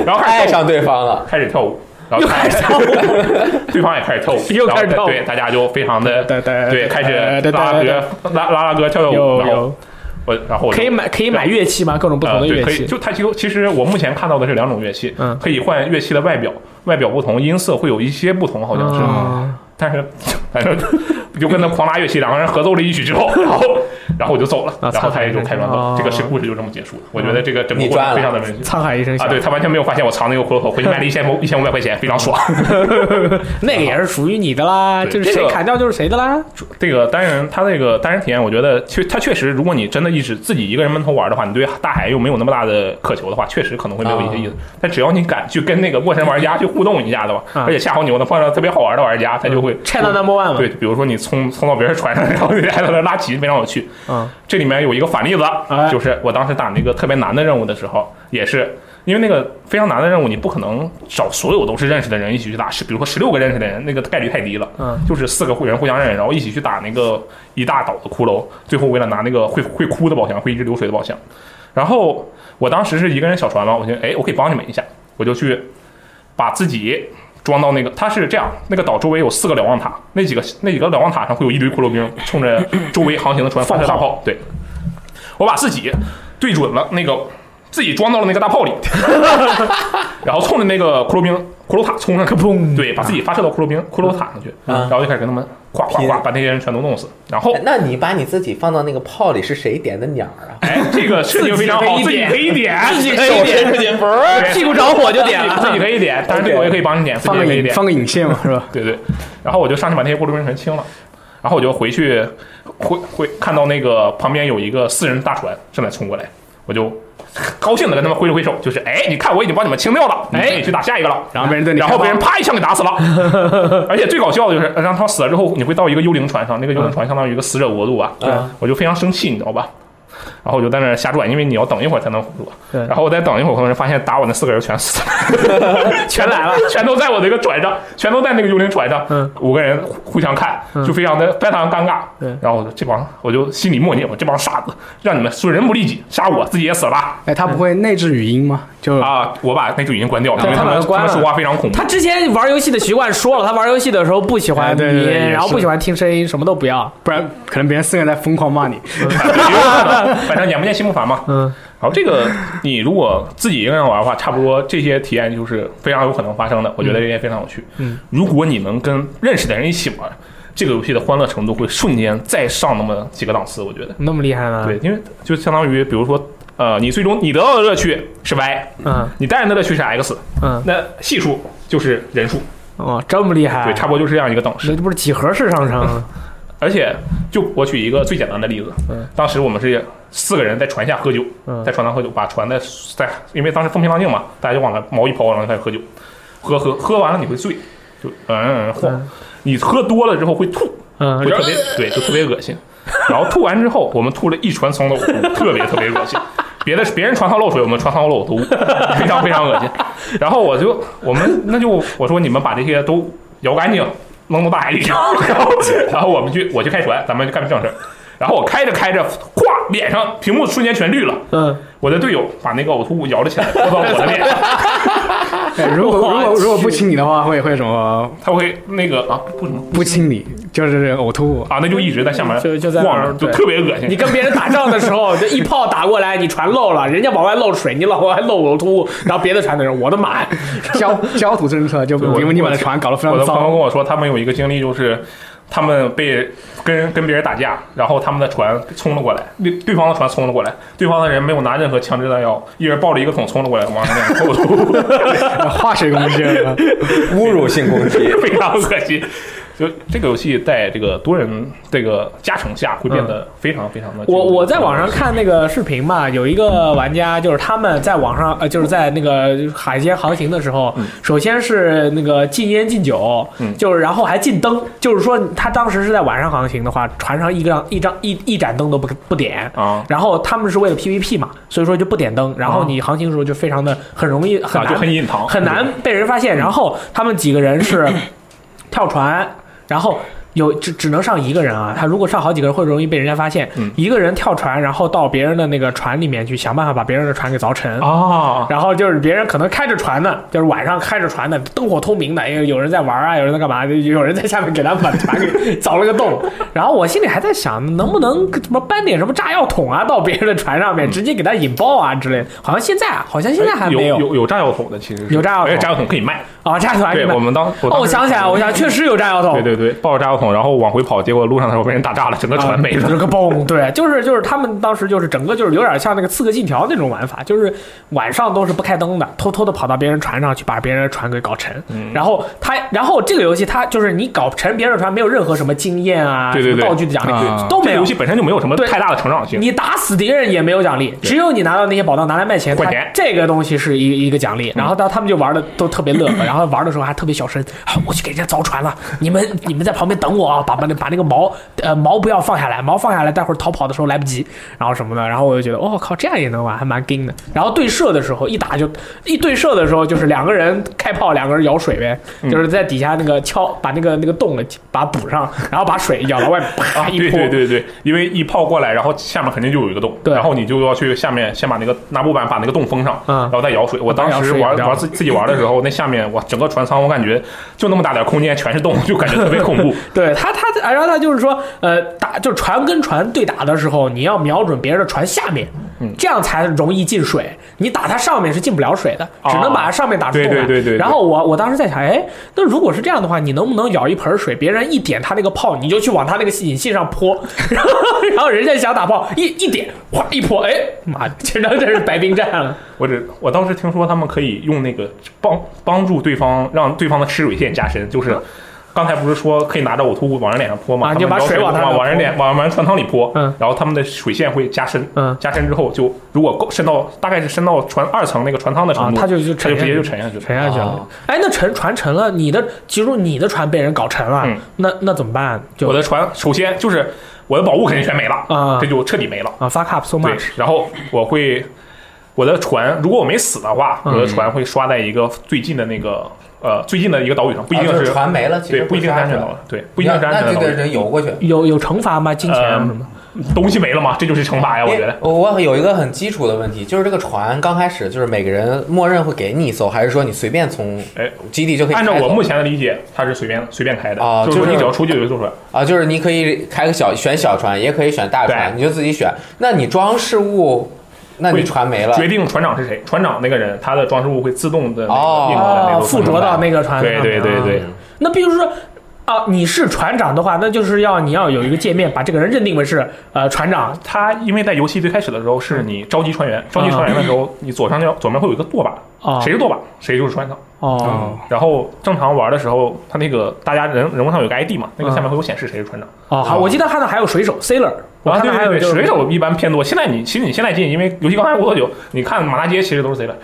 S3: 然后
S2: 爱哎
S3: 开始跳舞
S2: 上对方了。
S3: 开始跳舞，然后开始跳舞，对方也开始跳舞，
S1: 又开始跳舞
S3: 然后对，大家就非常 的
S1: 对对对
S3: 对，开始拉拉哥拉拉拉哥跳跳舞，
S1: 有
S3: 然后
S1: 有，
S3: 我然后我就
S1: 可以买可以买乐器吗？各种不同的
S3: 呃对
S1: 乐
S3: 可以
S1: 器。
S3: 就它其实其实我目前看到的是两种乐器，
S1: 嗯
S3: 可以换乐器的外表，外表不同，音色会有一些不同，好像是，
S1: 嗯
S3: 但是反正就跟他狂拉乐器，两个人合奏了一曲之后，然后然后我就走了，
S1: 啊
S3: 然后他也就开船走
S1: 哦
S3: 了，这个是故事就这么结束了。我觉得这个整个
S2: 你
S3: 过
S2: 赚了
S3: 程非常的温馨。
S1: 沧海一声
S3: 啊，
S1: 笑，
S3: 对他完全没有发现我藏那个骷髅头，回去卖了一千五一千五百块钱，非常爽。
S1: 那个也是属于你的啦，
S3: 对
S1: 就是
S3: 这
S1: 谁
S3: 个
S1: 砍掉就是谁的啦。
S3: 这个单人，它这个单人体验，我觉得确，它确实，如果你真的一直自己一个人闷头玩的话，你对大海又没有那么大的渴求的话，确实可能会没有一些意思。但只要你敢去跟那个陌生玩家去互动一下的话，
S1: 啊
S3: 而且下好牛的碰上特别好玩的玩家，他就会
S1: China number one 嘛，
S3: 对，比如说你冲冲到别人船上，然后你还在那拉旗，非常有趣。
S1: 嗯，
S3: 这里面有一个反例子
S1: 哎，
S3: 就是我当时打那个特别难的任务的时候，也是因为那个非常难的任务，你不可能找所有都是认识的人一起去打，是比如说十六个认识的人，那个概率太低了。
S1: 嗯，
S3: 就是四个人互相认识，然后一起去打那个一大岛的骷髅，最后为了拿那个会会哭的宝箱，会一直流水的宝箱。然后我当时是一个人小船嘛，我觉得哎，我可以帮你们一下，我就去把自己装到那个，它是这样，那个岛周围有四个瞭望塔，那几个那几个瞭望塔上会有一堆骷髅兵冲着周围航行的船发射大炮，对，我把自己对准了那个。自己装到了那个大炮里， 然后冲着那个骷髅兵、骷髅塔冲上去，
S1: 砰
S3: 对，把自己发射到骷髅兵、骷髅塔上去，然后就开始跟他们咵咵
S2: 拼
S3: 咵把那些人全都弄死。然后
S2: 哎那你把你自己放到那个炮里，是谁点的鸟啊？
S3: 哎，这个设定非常好，
S1: 自
S3: 自
S1: 己
S3: 己
S1: 可
S3: 可以点，
S1: 自 己可以点，
S3: 对
S1: 屁股着火就点
S3: 自
S1: 了。
S3: 己可以点，但是这个我也可以帮你点，自己
S4: 放
S3: 也
S4: 个
S3: 可以
S4: 引
S3: 点，
S4: 放个引线嘛，是 吧？
S3: 对对。然后我就上去把那些过路兵全清了，然后我就回去，回回看到那个旁边有一个四人大船正在冲过来，我就高兴的跟他们挥了挥手，就是哎，你看我已经帮你们清掉了，哎，你去打下一个了。
S4: 嗯然后别人对你
S3: 然
S4: 开
S3: 后
S4: 炮，
S3: 被人啪一枪给打死了。 而且最搞笑的就是，让他死了之后，你会到一个幽灵船上，那个幽灵船相当于一个死者国度吧，
S2: 对
S4: 嗯
S3: 我就非常生气，你知道吧？然后我就在那儿瞎转，因为你要等一会儿才能回国。
S1: 对
S3: 然后我再等一会儿，我可能发现打我那四个人全死 了，全来了，全都在我那个船上，全都在那个幽灵船上，
S1: 嗯
S3: 五个人互相看，
S1: 嗯
S3: 就非常的非常尴尬。
S1: 对
S3: 然后我就这帮我就心里默念，我这帮傻子，让你们损人不利己，杀我自己也死了吧。
S4: 哎，他不会内置语音吗？就是
S3: 啊，我把那就已经关掉了，
S1: 对
S3: 因为
S1: 嗯他把
S3: 们
S1: 它关
S3: 他们
S1: 了
S3: 说话非常恐怖
S1: 他。之前玩游戏的习惯说了，他玩游戏的时候不喜欢
S4: 哎对
S1: 迷，
S4: 对对也
S1: 然后
S4: 是
S1: 不喜欢听声音，什么都不要。
S4: 不然可能别人四个人在疯狂骂你。
S3: 反正眼不见心不烦嘛。
S1: 嗯，
S3: 好，这个你如果自己一个人玩的话，差不多这些体验就是非常有可能发生的。我觉得这些非常有趣。
S1: 嗯，
S3: 如果你能跟认识的人一起玩，这个游戏的欢乐程度会瞬间再上那么几个档次。我觉得，
S1: 那么厉害吗？
S3: 对，，因为就相当于比如说，呃，你最终你得到的乐趣是 y，
S1: 嗯
S3: 你带人的乐趣是 x，
S1: 嗯，
S3: 那系数就是人数，
S1: 哦，这么厉害，
S3: 对，差不多就是这样一个等式。
S1: 那这不是几何式上升？
S3: 而且，就我举一个最简单的例子，
S1: 嗯
S3: 当时我们是四个人在船下喝酒，
S1: 嗯
S3: 在船上喝酒，把船的在，因为当时风平浪静嘛，大家就往那毛一抛，然后开始喝酒，喝喝喝完了你会醉，就嗯晃，
S1: 嗯
S3: 你喝多了之后会吐，
S1: 嗯
S3: 会，特别对，就呃特别恶心。然后吐完之后，我们吐了一船舱的呕吐，特别特别恶心。别的别人船舱漏水，我们船舱漏呕吐，非常非常恶心。然后我就我们那就我说你们把这些都摇干净，扔到大海里去。然后 然后我们去我去开船，咱们就干正事儿。然后我开着开着，咵，脸上屏幕瞬间全绿了。
S1: 嗯，
S3: 我的队友把那个呕吐物摇了起来，泼到我的脸上，
S4: 哎如果如
S1: 我
S4: 果
S1: 去
S4: 如果不亲你的话，会会什么？
S3: 他会那个啊不什么
S4: 不亲你就是呕吐物。
S3: 啊，那就一直在下面
S1: 就就在那
S3: 晃
S1: 儿
S3: 着，就
S1: 对
S3: 特别恶心。
S1: 你跟别人打仗的时候，这一炮打过来，你船漏了，人家往外漏水，你老往外漏呕吐物，然后别的船的人，我的妈呀！
S4: 焦焦土政策就
S3: 对我
S4: 因为你把那船搞得非
S3: 我
S4: 常
S3: 的朋友跟
S4: 糟。
S3: 我说，他们有一个经历，就是他们被跟跟别人打架，然后他们的船冲了过来，对对方的船冲了过来，对方的人没有拿任何枪支弹药，一人抱着一个桶冲了过来，往他脸上呕吐，，
S4: 化学啊攻击 了，
S5: 侮辱性攻击
S3: 非常恶心。就这个游戏在这个多人这个加成下，会变得非常非常的。
S1: 嗯我我在网上看那个视频嘛，有一个玩家就是他们在网上呃，就是在那个海鲜航行的时候，首先是那个禁烟禁酒，
S3: 嗯
S1: 就是然后还禁灯，就是说他当时是在晚上航行的话，船上一张一张一一盏灯都不不点。
S3: 啊
S1: 然后他们是为了 PVP 嘛，所以说就不点灯。然后
S3: 啊
S1: 你航行的时候就非常的很容易很
S3: 啊，
S1: 难
S3: 就很隐藏，
S1: 很难被人发现。然后他们几个人 是跳船，然后有只只能上一个人啊，他如果上好几个人会容易被人家发现。
S3: 嗯
S1: 一个人跳船，然后到别人的那个船里面去想办法把别人的船给凿沉。
S3: 啊。
S1: 然后就是别人可能开着船呢，就是晚上开着船呢，灯火通明的，哎有有人在玩啊，有人在干嘛，就有人在下面给他们把船 给凿了个洞。然后我心里还在想，能不能什么搬点什么炸药桶啊到别人的船上面，直接给他引爆啊之类的。好像现在啊，好像现在还没
S3: 嗯哎有有有炸药桶的，其实是
S1: 有炸药桶
S3: 而且炸药桶可以卖。
S1: 啊，炸船
S3: 对
S1: 里面
S3: 我们当
S1: 哦，我
S3: 当时
S1: 想起来，了，我想确实有炸药桶，
S3: 对对对，抱着炸药桶，然后往回跑，结果路上的时候被人打炸了，整个船没了
S1: 啊。就是个嘣，对，就是就是他们当时就是整个就是有点像那个《刺客信条》那种玩法，就是晚上都是不开灯的，偷偷的跑到别人船上去把别人的船给搞沉，
S3: 嗯
S1: 然后他，然后这个游戏它就是你搞沉别人的船没有任何什么经验啊，
S3: 对对对
S1: 什么道具的奖
S4: 啊
S1: 励都没
S3: 这个
S1: 有
S3: 游。戏本身就没有什么
S1: 对
S3: 太大的成长性。啊
S1: 你打死敌人也没有奖励，只有你拿到那些宝藏拿来卖钱，
S3: 换
S1: 它
S3: 钱
S1: 这个东西是一一个奖
S3: 嗯
S1: 励。然后到他们就玩的都特别乐 呵，然后玩的时候还特别小声，啊，我去给人家凿船了，你们你们在旁边等我啊，把把那把那个毛呃毛不要放下来，毛放下来，待会儿逃跑的时候来不及，然后什么的，然后我就觉得哦靠，这样也能玩，还蛮硬的。然后对射的时候一打就一对射的时候就是两个人开炮，两个人舀水呗，
S3: 嗯
S1: 就是在底下那个敲把那个那个洞给把它补上，然后把水舀到外面，啪一
S3: 啊对
S1: 泼
S3: 对，对对，因为一炮过来，然后下面肯定就有一个洞，
S1: 对
S3: 然后你就要去下面先把那个拿布板把那个洞封上，
S1: 嗯
S3: 然后再舀水。我
S1: 再
S3: 当
S1: 舀
S3: 时
S1: 水
S3: 玩
S1: 然后
S3: 玩自自己玩的时 候，那下面哇，整个船舱我感觉就那么大点空间，全是洞，就感觉特别恐怖。
S1: 对他，他然后他就是说，呃，打就是船跟船对打的时候，你要瞄准别人的船下面，
S3: 嗯
S1: 这样才容易进水。你打它上面是进不了水的，
S3: 哦
S1: 只能把它上面打出洞来。
S3: 对对对对对
S1: 然后我我当时在想，哎，那如果是这样的话，你能不能舀一盆水，别人一点他那个炮，你就去往他那个引信上泼， 然后然后人家想打炮，一一点，哗一泼，哎妈，这真真是白冰战了。
S3: 我只我当时听说他们可以用那个帮帮助对方，让对方的吃水线加深，就是。刚才不是说可以拿着呕吐物往人脸上泼
S1: 嗯
S3: 吗？
S1: 啊
S3: 他
S1: 就
S3: 们
S1: 把
S3: 舀
S1: 水往
S3: 往
S1: 他那
S3: 往人
S1: 泼
S3: 脸往往人船舱里泼，
S1: 嗯
S3: 然后他们的水线会加深，
S1: 嗯
S3: 加深之后就如果够深到大概是深到船二层那个船舱的程
S1: 啊
S3: 度，，
S1: 他就就沉
S3: 他就
S1: 下
S3: 直接
S1: 去
S3: 就沉下去了，
S1: 沉下去了
S5: 哦。
S1: 哎，那沉船沉了，你的其中你的船被人搞沉了，
S3: 嗯
S1: 那那怎么办？就
S3: 我的船首先就是我的宝物肯定全没了
S1: 啊
S3: 这就彻底没了。
S1: 啊，fuck up so
S3: 对
S1: much。，
S3: 然后我会我的船，如果我没死的话，
S1: 嗯
S3: 我的船会刷在一个最近的那个呃最近的一个岛屿上，不一定、
S5: 啊就是船没了，其
S3: 对，
S5: 实
S3: 不一定是
S5: 是
S3: 安全岛
S5: 了，
S3: 屿，对，不一定是安全
S5: 那
S3: 岛
S5: 就得
S3: 屿。
S5: 得游过去。
S1: 有有惩罚吗？金钱啊什么？
S3: 呃东西没了嘛，这就是惩罚呀，哎我觉得。
S2: 哎我有一个很基础的问题，就是这个船刚开始就是每个人默认会给你一艘，还是说你随便从
S3: 哎
S2: 基地就可以开
S3: 按
S2: 走？
S3: 照我目前的理解，它是随便随便开的，
S2: 啊
S3: 就是
S2: 就
S3: 说
S2: 是
S3: 你只要出去就有一艘船。
S2: 啊，就是你可以开个小选小船，也可以选大船，
S3: 对
S2: 你就自己选。那你装饰物，那你
S3: 会
S2: 船没了，
S3: 决定船长是谁，船长那个人他的装饰物会自动的那
S2: 哦
S3: 个印到那
S1: 哦，
S3: 个
S1: 附着到那个船上
S3: 对
S1: 面。
S3: 对对对
S1: 啊。那比如说。啊，你是船长的话，那就是要你要有一个界面，把这个人认定为是呃船长。
S3: 他因为在游戏最开始的时候是你召集船员，召集船员的时候，你左上角左面会有一个舵
S1: 啊
S3: 把，
S4: 哦
S3: 谁是舵把谁就是船长。
S1: 哦
S3: 然后正常玩的时候，他那个大家人人物上有个 ID 嘛，那个下面会有显示谁是船长。
S1: 哦，好，我记得看到还有水手 sailor，我
S3: 啊，
S1: 看
S3: 对
S1: 到还有
S3: 对
S1: 就
S3: 对，
S1: 是
S3: 水手一般偏多。现在你其实你现在进，因为游戏刚开播多久，你看马大街其实都是谁来。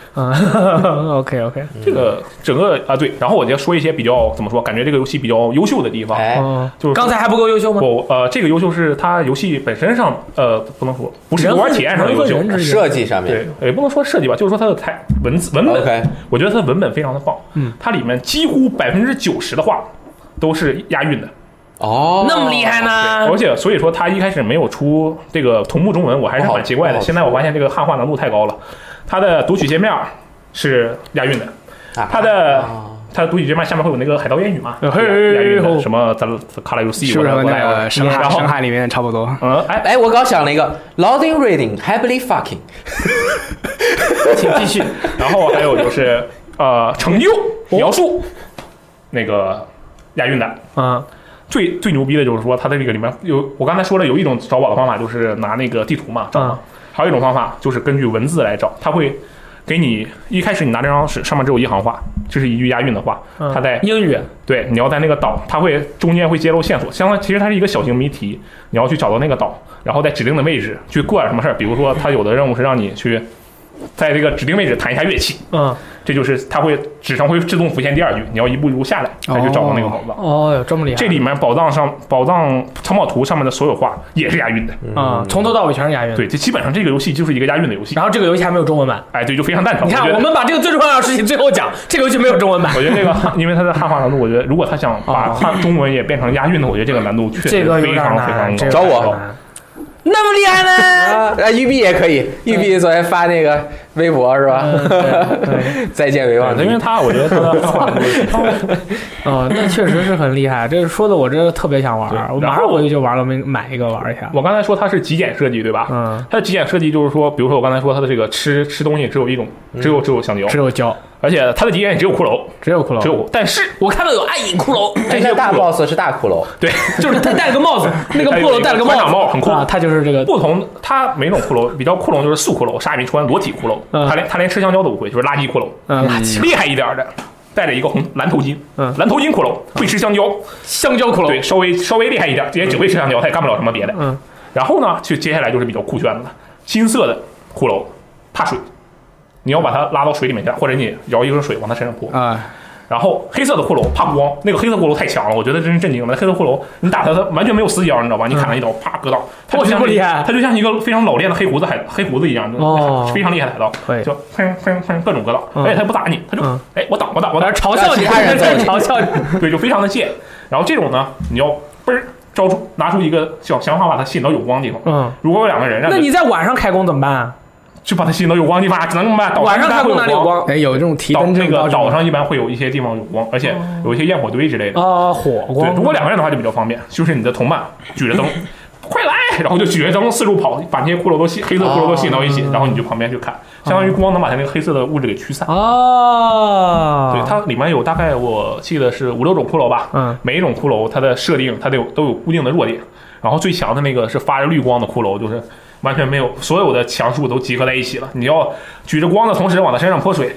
S1: 嗯，OK OK，
S3: 这个整个啊对，然后我就说一些比较怎么说，感觉这个游戏比较优秀的地方，
S2: 哎，
S1: 哦，
S3: 就是
S1: 刚才还不够优秀吗？
S3: 不，呃，这个优秀是它游戏本身上，呃，不能说不是
S1: 人
S3: 游
S1: 和
S3: 玩体验上的
S1: 人
S3: 优
S1: 和
S3: 秀
S1: 人，之间
S2: 设计上面
S3: 对，也不能说设计吧，就是说它的台文字文本，
S2: ，OK，
S3: 我觉得它的文本非常的棒，
S1: 嗯，
S3: 它里面几乎百分之九十的话都是押韵的，
S2: 哦，
S1: 那么厉害呢
S3: 而？且所以说它一开始没有出这个同步中文，我还是
S2: 不好
S3: 蛮奇怪
S2: 不
S3: 的，
S2: 好
S3: 现在我发现这个汉化难度太高了，它的读取界面是押韵的，
S2: 啊，
S3: 它的
S2: 啊
S3: 它的读取界面下面会有那个海盗谚语嘛，
S1: 嘿嘿嘿
S3: 押韵
S1: 吼
S3: 的什么咱卡拉游戏，
S4: 是不
S3: 我
S4: 是
S3: 来
S4: 和
S3: 我
S4: 那
S3: 来我
S4: 个
S3: 来
S4: 深海
S3: 然后
S4: 深海里面差不多？
S3: 嗯哎。
S2: 哎，我刚想了一个 loading reading happily fucking，
S1: 请继续。
S3: 然后还有就是呃成就描述，那个押韵的。
S1: 啊
S3: 最最牛逼的就是说，它在这个里面有我刚才说了，有一种找宝的方法就是拿那个地图嘛找嘛
S1: 啊，
S3: 还有一种方法就是根据文字来找，它会给你一开始你拿这张纸，上面只有一行话，这是一句押韵的话，
S1: 嗯
S3: 它在
S1: 英语
S3: 对你要在那个岛，它会中间会揭露线索，相当于其实它是一个小型谜题，你要去找到那个岛，然后在指定的位置去过点什么事儿，比如说它有的任务是让你去在这个指定位置弹一下乐器，
S1: 嗯，
S3: 这就是它会纸上会自动浮现第二句，你要一步一步下来才去找到那个宝藏。
S1: 哦哟，这么厉害！
S3: 这里面宝藏上宝藏藏宝图上面的所有话也是押韵的，
S1: 啊，
S2: 嗯
S1: 从头到尾全是押韵。
S3: 对，，这基本上这个游戏就是一个押韵的游戏。
S1: 然后这个游戏还没有中文版。
S3: 哎，对，就非常蛋疼。
S1: 你看，
S3: 觉
S1: 我
S3: 得
S1: 们把这个最重要的事情最后讲，这个游戏没有中文版
S3: 我。觉得这个，因为它的汉化难度，我觉得如果他想把汉中文也变成押韵的，我觉得这个难度确实
S1: 哦这个有
S3: 非
S1: 点
S3: 常非
S1: 难，
S3: 常
S1: 这
S3: 高。
S1: 个
S2: 找我
S1: 有点难。那么厉害呢？
S2: 啊，哎育碧也可以，育碧昨天发那个微博是吧？
S1: 嗯
S2: 再见维
S3: 嗯对吧
S2: 望迪
S3: 因为他，我觉得他的汉化 难度是高的。
S1: 哦，那确实是很厉害。这说的我这特别想玩
S3: 对
S1: 儿，我
S3: 然
S1: 马
S3: 后
S1: 上回去就玩了，我们买一个玩一下。
S3: 我刚才说它是极简设计，对吧？
S1: 嗯，
S3: 它的极简设计就是说，比如说我刚才说它的这个吃吃东西只有一种，只有只有香蕉，
S1: 只有胶，
S3: 而且它的极简也只有骷髅，
S1: 只有骷
S3: 只
S1: 髅。
S3: 有，但是
S1: 我看到有暗影骷髅，
S2: 这
S3: 些
S2: 个哎大
S3: 骷髅
S2: boss 是大骷髅，
S3: 对，
S1: 就是 他戴了个帽 子，那个骷髅戴了个帽
S3: 他有一个船长
S1: 子，
S3: 帽很酷
S1: 啊，他就是这个
S3: 不同，它每种骷髅比较酷龙就是素骷髅，啥也没穿，裸体骷髅，
S1: 嗯
S3: 它连它连吃香蕉都不会，就是垃圾骷髅。
S1: 嗯垃圾
S3: 厉害一点的，戴着一个红蓝头巾，
S1: 嗯
S3: 蓝头巾骷髅会吃香蕉，
S1: 香蕉骷
S3: 对，
S1: 髅。
S3: 稍微稍微厉害一点，也只会吃香蕉，它也干不了什么别的。
S1: 嗯，
S3: 然后呢，就接下来就是比较酷炫的了，金色的骷髅怕水，你要把它拉到水里面去，或者你舀一盆水往它身上
S1: 嗯
S3: 泼。
S4: 啊，
S3: 然后黑色的骷髅怕光，那个黑色骷髅太强了，我觉得真是震惊了。那黑色骷髅，你打他，他完全没有死角，你知道
S1: 嗯
S3: 吧？你砍他一刀，啪割到，他就
S1: 哇这
S3: 像
S1: 么厉害
S3: 他就像一个非常老练的黑胡子海黑胡子一样，就是
S1: 哦
S3: 非常厉害的海盗，
S1: 可以
S3: 就砰砰砰各种割到，
S1: 嗯
S3: 而且他不打你，他就
S1: 嗯
S3: 哎我挡我挡我
S1: 我
S3: 挡
S1: 在，嘲笑你，
S2: 让其他人揍你
S1: 嘲笑你。
S3: 对，就非常的贱。然后这种呢，你要嘣儿招出拿出一个小想法把他吸引到有光的地方。
S1: 嗯，
S3: 如果有两个人让
S1: 那你在晚上开工怎么办啊？
S3: 就把他吸引到有光的地方，只能把岛
S1: 晚上开工哪里有？光？
S4: 哎，有这种提
S3: 岛
S4: 灯
S3: 那
S4: 这
S3: 个岛上一般会有一些地方有光，而且
S1: 哦
S3: 有一些焰火堆之类的。
S1: 啊，火
S3: 对，
S1: 光。
S3: 如果两个人的话就比较方便，就是你的同伴举着灯，快来，然后就举着灯四处跑，把那些骷髅都吸，黑色骷髅都吸引到一起，
S1: 哦
S3: 然后你就旁边去看，相当于光能把它那个黑色的物质给驱散。
S1: 哦，
S3: 对，它里面有大概我记得是五六种骷髅吧，
S1: 嗯，
S3: 每一种骷髅它的设定它都有都有固定的弱点，然后最强的那个是发着绿光的骷髅，就是。完全没有，所有的强数都集合在一起了。你要举着光的同时往他身上泼水，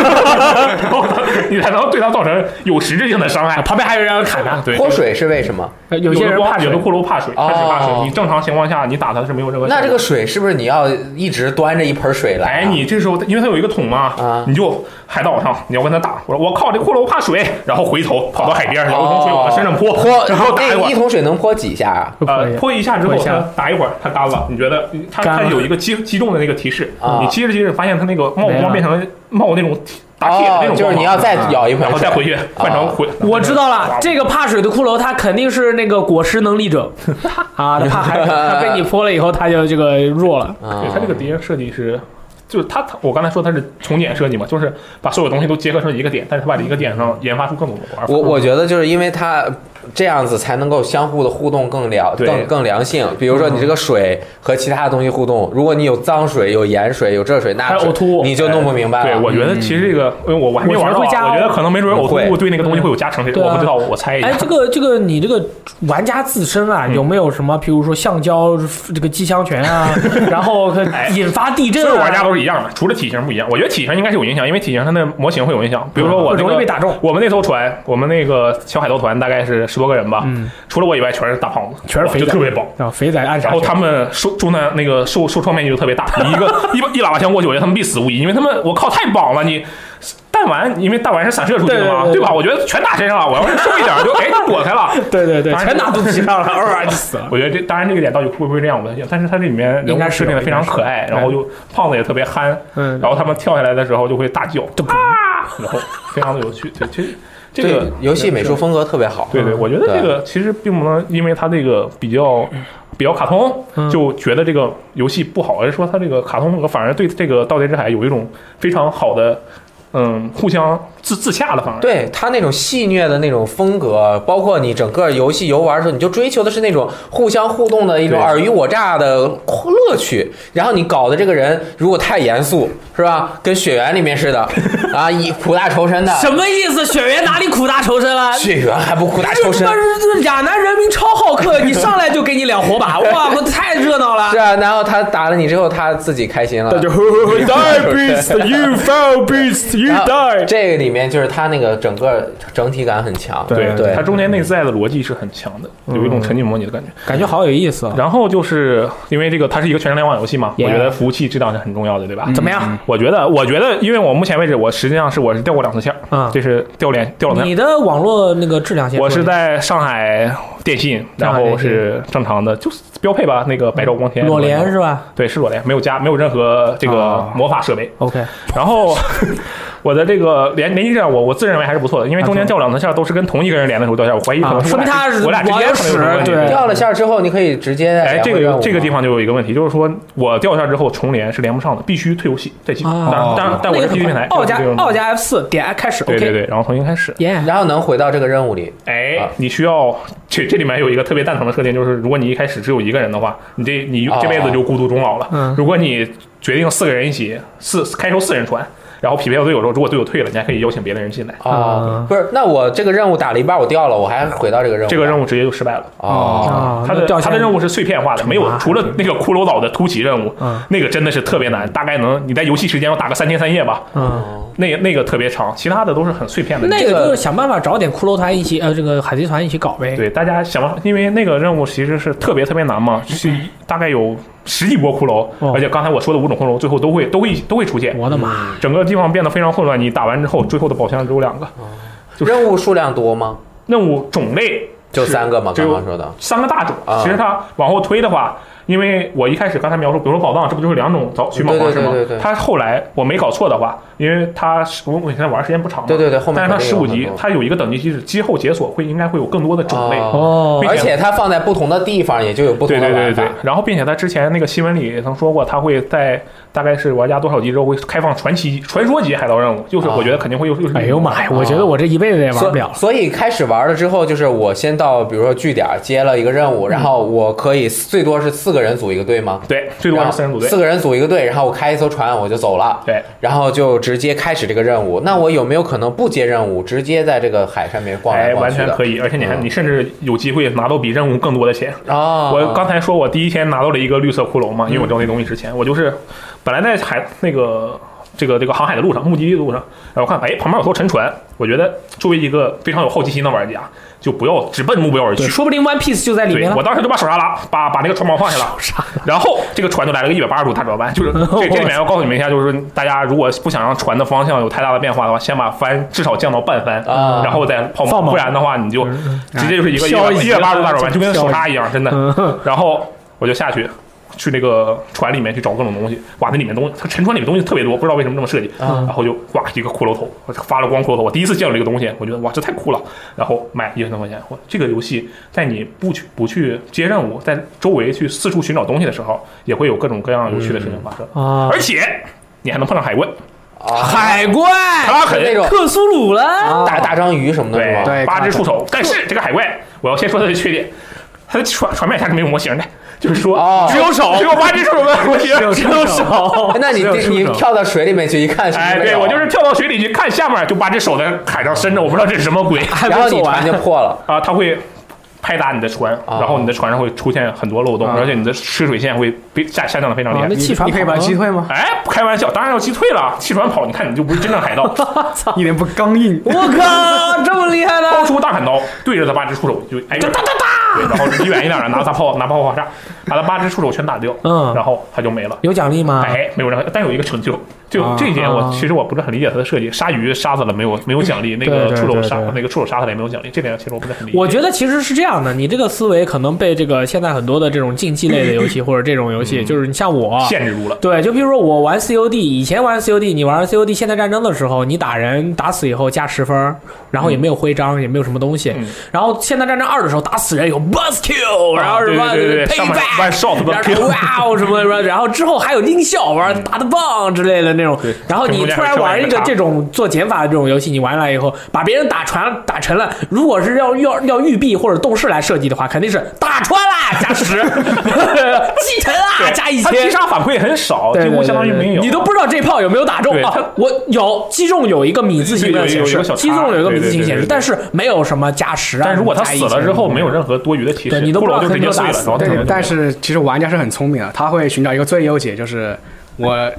S3: 然后你才能对他造成有实质性的伤害。
S1: 旁边还有人要砍他，
S3: 对，
S2: 泼水是为什么？
S1: 呃有些
S3: 的
S1: 人
S3: 光
S1: 怕
S3: 有
S1: 水
S3: 的。骷髅怕水，它只怕
S2: 哦
S3: 水。你正常情况下，你打它是没有任何效果。
S2: 那这个水是不是你要一直端着一盆水来啊？
S3: 哎，你这时候因为它有一个桶嘛
S2: 啊，
S3: 你就海岛上，你要跟他打。我说我靠，这骷髅怕水，然后回头跑到海
S1: 啊
S3: 边，然后从水往他身上泼，
S2: 哦泼，
S3: 然后打一
S2: 那
S3: 会
S2: 一
S3: 儿。
S2: 桶水能泼几下啊？
S1: 不可
S3: 呃
S1: 以，
S3: 泼一下之后，
S1: 泼一下
S3: 它打一会儿，它干了。你觉得它
S1: 干
S3: 它
S1: 了
S3: 有一个击击中的那个提示
S2: 啊，
S3: 你接着接着发现它那个冒
S1: 没了
S3: 光变成冒那种打铁的那
S2: 哦
S3: 种光芒，
S2: 就是你要啊再咬一回
S3: 然后
S2: 水
S3: 再回去换成哦回。
S1: 我知道了，这个怕水的骷髅，它肯定是那个果实能力 者啊，它怕海，它被你泼了以后，它就这个弱了。
S2: 啊
S3: 对他这个敌人设计是，就是他他我刚才说他是重点设计嘛，就是把所有东西都结合成一个点，但是他把这一个点上研发出各种玩法。
S2: 我我觉得就是因为它这样子才能够相互的互动更良
S3: 对
S2: 更更良性。比如说你这个水和其他的东西互动，如果你有脏水、有盐水、有这水那
S1: 还有
S2: 水
S1: 呕吐
S2: 你就弄不明白
S3: 对，
S2: 了。
S3: 我觉得其实这个，因为我我还没玩到
S1: 我觉得会加
S3: 啊，
S1: 哦
S3: 我觉得可能没准呕吐
S2: 会
S3: 物对那个东西会有加成，这
S1: 嗯对啊
S3: 我不知道，我猜一
S1: 哎
S3: 下，。
S1: 这个这个，你这个玩家自身啊，有没有什么，比如说橡胶这个机枪拳啊，然后可
S3: 哎
S1: 引发地震
S3: 所有玩家
S1: 啊，
S3: 都是一样的，除了体型不一样。我觉得体型应该是有影响，因为体型它的模型会有影响。比如说我那个
S1: 容易被打中，
S3: 我们那艘船，我们那个小海盗团大概是十多个人吧，除了我以外全是大胖子，
S1: 嗯全是
S3: 哇
S1: 肥
S3: 就
S1: 仔
S3: 特别棒。
S1: 啊，肥仔暗杀拳。
S3: 然哦后他们受中弹那个受受创面积就特 别大，你一个一一喇叭枪过去，我觉得他们必死无疑，因为他们我靠太棒了，你弹丸因为弹丸是散射出去的嘛，
S1: 对对对对
S3: 吧？我觉得全打身上了，我要是瘦一点儿就哎躲开了，
S1: 对对对，
S3: 当然
S1: 全打肚皮上了，哇就死了。
S3: 我觉得这当然这个点到底会不会这样，我不太确定。但是它这里面人
S1: 应该
S3: 物
S1: 是
S3: 设定的
S1: 有
S3: 非常可爱，
S1: 有
S3: 然后就胖子也特别憨，
S1: 嗯
S3: 然，后他们跳下来的时候就会大叫，啊，然后非常的有趣。对，其实这
S2: 这
S3: 个
S2: 个嗯游戏美术风格特别好。
S3: 对对，我觉得这个其实并不能因为它这个比较
S1: 嗯
S3: 比较卡通，就觉得这个游戏不好，而是说它这个卡通风格反而对这个《盗贼之海》有一种非常好的嗯互相自自洽的反而。
S2: 对他那种戏谑的那种风格，包括你整个游戏游玩的时候，你就追求的是那种互相互动的一种
S3: 对
S2: 尔虞我诈的乐趣。然后你搞的这个人如果太严肃，是吧？跟血缘里面似 的，啊，以苦大仇深的。
S1: 什么意思？雪原哪里苦大仇深了？
S2: 血缘还不苦大仇深
S1: 这他？妈这亚南人民超好客，你上来就给你两火把，哇，我太热闹了
S2: 是。啊，然后他打了你之后，他自己开心了。
S1: 就
S2: Die, beast,
S1: you fell, beast, you
S3: 啊
S2: 然后这个里面就是他那个整个整体感很强，
S3: 对
S2: 对
S3: 它，中间内在的逻辑是很强的，
S1: 嗯
S3: 有一种沉浸模拟的感觉。
S1: 感觉好有意思啊！
S3: 然后就是因为这个它是一个全程联网游戏嘛，我
S1: Yeah 嗯
S3: 觉得服务器质量是很重要的，对吧？
S1: 怎么样？
S3: 我觉得，我觉得，因为我目前为止，我实际上是我是掉过两次线儿，
S1: 嗯
S3: 这是掉脸掉了
S1: 你
S3: 线。
S1: 的网络那个质量先说
S3: 我
S1: 一下，
S3: 是在上海电信，然后是正常的，就是标配吧，那个白昼光天
S1: 裸联是吧哦
S3: 对，是裸联，没有加，没有任何这个魔法设备。
S1: ？OK，
S3: 然后我的这个联联机质量，我我自认为还是不错的，因为中间掉两次线儿都是跟同一个人连的时候掉线儿，我怀疑可能
S1: 嗯啊
S3: 是我
S1: 说明他
S3: 俩我俩之
S1: 网
S3: 间
S1: 友
S3: 可能有什么问题
S1: 屎对
S2: 掉了线儿之后，你可以直接
S3: 哎，这
S2: 两
S3: 个
S2: 个
S3: 这个地
S2: 方
S3: 方就有一个问题，就是说我掉下之后重连是连不上的，必须退游戏再继续。
S1: 啊
S3: 当然，当然，但我
S1: 那
S3: 是
S1: 个
S3: 继续平台，
S1: 澳加
S3: 这个
S1: 澳加 F 四点开始
S3: 对对
S1: ，OK，
S3: 对，然后重新开始。
S1: 耶，
S2: 然后能回到这个任务里，
S3: 哎
S2: 啊，
S3: 你需要这这里面有一个特别蛋疼的设定，就是如果你一开始只有一个人的话，你这你
S2: 哦
S3: 这辈子就孤独终老了
S1: 嗯。
S3: 如果你决定四个人一起四开头四人船，然后匹配到队友之后，如果队友退了，你还可以邀请别的人进来。
S2: 哦，不是，那我这个任务打了一半，我掉了，我还回到这个任务。
S3: 这个任
S2: 务
S3: 务直嗯接就失败了。
S2: 哦，
S1: 啊，
S3: 它的
S1: 那掉
S3: 它
S1: 线啊
S3: 的任务是碎片化的，没有除了那个骷髅岛的突袭任务
S1: 嗯，
S3: 那个真的是特别难，大概能你在游戏时间要打个三天三夜吧。
S1: 嗯，
S3: 那个那个特别长，其他的都是很碎片的。
S1: 那
S2: 这
S1: 嗯个
S2: 个
S1: 就是想办法找点骷髅团一起，呃，这个海贼团一起搞呗。
S3: 对大家想办法，因为那个任务其实是特别特别难嘛，是大概有十几波骷髅，
S1: 哦
S3: 而且刚才我说的五种骷髅最后都会都会都会出现，
S1: 我的妈！
S3: 整个地方变得非常混乱。你打完之后，最后的宝箱只有两个，就是
S2: 任务数量多吗？
S3: 任务种类
S2: 就是三个嘛，
S3: 只
S2: 刚
S3: 有
S2: 刚说的。
S3: 三个大种。
S2: 啊
S3: 其实它往后推的话，因为我一开始刚才描述，比如说宝藏，这不就是两种找寻宝方式吗？
S2: 对对对对对
S3: 它后来我没搞错的话，因为它是我我现在玩时间不长嘛，
S2: 对对对后面
S3: 但是
S2: 肯
S3: 它
S2: 定
S3: 十
S2: 有
S3: 五
S2: 很
S3: 级
S2: 多，
S3: 它有一个等级机制，之后解锁会应该会有更多的种类。
S1: 哦
S3: 并
S2: 而且它放在不同的地方，也就有不同
S3: 对
S2: 的
S3: 对对
S2: 玩法
S3: 对，然后并且他之前那个新闻里也曾说过，他会在大概是玩家多少级之后会开放传奇传说级海盗任务，就是
S2: 啊
S3: 我觉得肯定会又又是啊
S1: 哎呦妈呀，我觉得我这一辈子也玩不了了。
S2: 所以。所以开始玩了之后，就是我先到，比如说据点接了一个任务，然后我可以最多是四个人组一个队吗？
S3: 对嗯最多
S2: 然
S3: 是
S2: 后
S3: 四人组队
S2: 四，个人组一个队，然后我开一艘船我就走了。
S3: 对，
S2: 然后就直接开始这个任务。那我有没有可能不接任务，直接在这个海上面逛来
S3: 哎，
S2: 逛
S3: 完
S2: 去的？
S3: 全可以，而且你还
S2: 嗯
S3: 你甚至有机会拿到比任务更多的钱。
S2: 哦，
S3: 我刚才说，我第一天拿到了一个绿色骷髅嘛，因为我掉那东西之前，我就是本来在海那个这个这个航海的路上，目的地的路上，然后看，哎，旁边有艘沉船，我觉得作为一个非常有好奇心的玩家，就不要直奔目标而去
S1: 对，。说不定 One Piece 就在里
S3: 对
S1: 面，了
S3: 我。当时就把手刹拉，把把那个船锚放 下了，然后这个船就来了个一百八十度大转弯，就是这这里面要告诉你们一下，就是大家如果不想让船的方向有太大的变化的话，先把帆至少降到半帆，
S2: 啊
S3: 然后再抛
S1: 放
S3: 锚，
S1: 锚
S3: 不然的话你就嗯直接就是一个一
S1: 漂
S3: 百
S1: 移
S3: 一百八十度大转弯，嗯
S1: 就
S3: 就跟手刹一样，真的。然后我就下去，去那个船里面去找各种东西，哇，那里面东西，它沉船里面东西特别多，不知道为什么这么设计。然后就哇，一个骷髅头，我发了光骷髅头，我第一次见到这个东西，我觉得哇，这太酷了。然后买一千多块钱，我这个游戏在你不去不去接任务，在周围去四处寻找东西的时候，也会有各种各样有趣的事情发生，
S1: 啊
S3: 而且你还能碰上海怪，
S2: 哦
S1: 海怪、
S3: 他很
S6: 那种
S1: 克苏鲁了，
S6: 大大章鱼什么的是
S3: 对
S6: 吧？
S4: 对
S3: 八只触手。但是这个海怪，我要先说它的缺点，它的船船面下是没有模型的，就是说
S6: 哦哎
S3: 只有手，只有八只触手的模型，
S1: 只有手，
S6: 那你
S1: 只有
S6: 你
S1: 触手
S6: 跳到水里面去一看，什 么啊
S3: 哎，
S6: 都没
S3: 对
S6: 有
S3: 我就是，跳到水里去看下面，就把这手在海上伸着，我不知道这是什么鬼
S1: 还
S6: 然后
S1: 没
S6: 你
S1: 做
S6: 船
S1: 完
S6: 就破 了，
S3: 啊！它会拍打你的船，
S6: 哦
S3: 然后你的船上会出现很多漏洞，而且你的吃水线会被下下降的非常厉
S1: 啊
S3: 害
S6: 哦
S1: 那。气船
S4: 你可以把它击退吗？
S3: 哎，不开玩笑，当然要击退了。弃船跑，你看你就不是真正海盗。
S4: 一点不刚硬，
S1: 我靠，这么厉害
S3: 掏
S1: 了！
S3: 出大砍刀，对着他八只触手就哎，哒哒哒，对，然后离远一点的拿大炮拿炮火炸，把他八只触手全打掉，
S1: 嗯
S3: 然后他就没了。
S1: 有奖励吗？
S3: 哎，没有任何，但有一个成就，就
S4: 啊
S3: 这一点我
S1: 啊
S3: 其实我不是很理解他的设计。鲨鱼杀死了没有没有奖励，那
S1: 对
S3: 个
S1: 对
S3: 触手
S1: 对
S3: 杀
S1: 对
S3: 那个触手杀死了也没有奖励，这点其实我不是很理解。
S1: 我觉得其实是这样的，你这个思维可能被这个现在很多的这种竞技类的游戏或者这种游戏，就是你像我，
S3: 限制住了，
S1: 对，就比如说我玩 COD，以前玩 COD，你玩 COD 现代战争的时候，你打人打死以后加十分儿，然后也没有徽章，也没有什么东西。
S3: 嗯
S1: 然后现代战争二的时候打死人有 bus kill，然后什么
S3: 啊对对对对上面嗯
S1: payback，
S3: one shot
S1: 然
S3: one
S1: 后
S3: kill
S1: 哇哦什么什么，然后之后还有音效，玩打的棒之类的那种。然后你突然玩一个这种做减法的这种游戏，你玩了以后把别人打穿打沉了，如果是要要要玉臂或者动势来设计的话，肯定是打穿啦 加十， 击沉啦加一
S3: 他击
S1: 千。
S3: 杀反馈很少，
S1: 对
S3: 几
S1: 对
S3: 乎相当于没有。
S1: 你都不知道这炮有没有打中
S3: 对
S1: 啊
S3: 它！
S1: 我有击中有一个米字形的显
S3: 有一个有一
S1: 示
S3: 个小，叉
S1: 击中有一个米字形显
S3: 对对对对
S1: 示
S3: 对，
S1: 但是没有什么加十啊。
S3: 但如果他死了之后
S1: 加一千
S3: 没有任何多余的提示，
S1: 对你都
S3: 骷
S1: 不知道
S3: 髅就直接碎
S1: 很多
S3: 了，
S1: 打死
S3: 然后
S1: 对
S3: 就
S4: 但是其实玩家是很聪明的，他会寻找一个最优解，就是我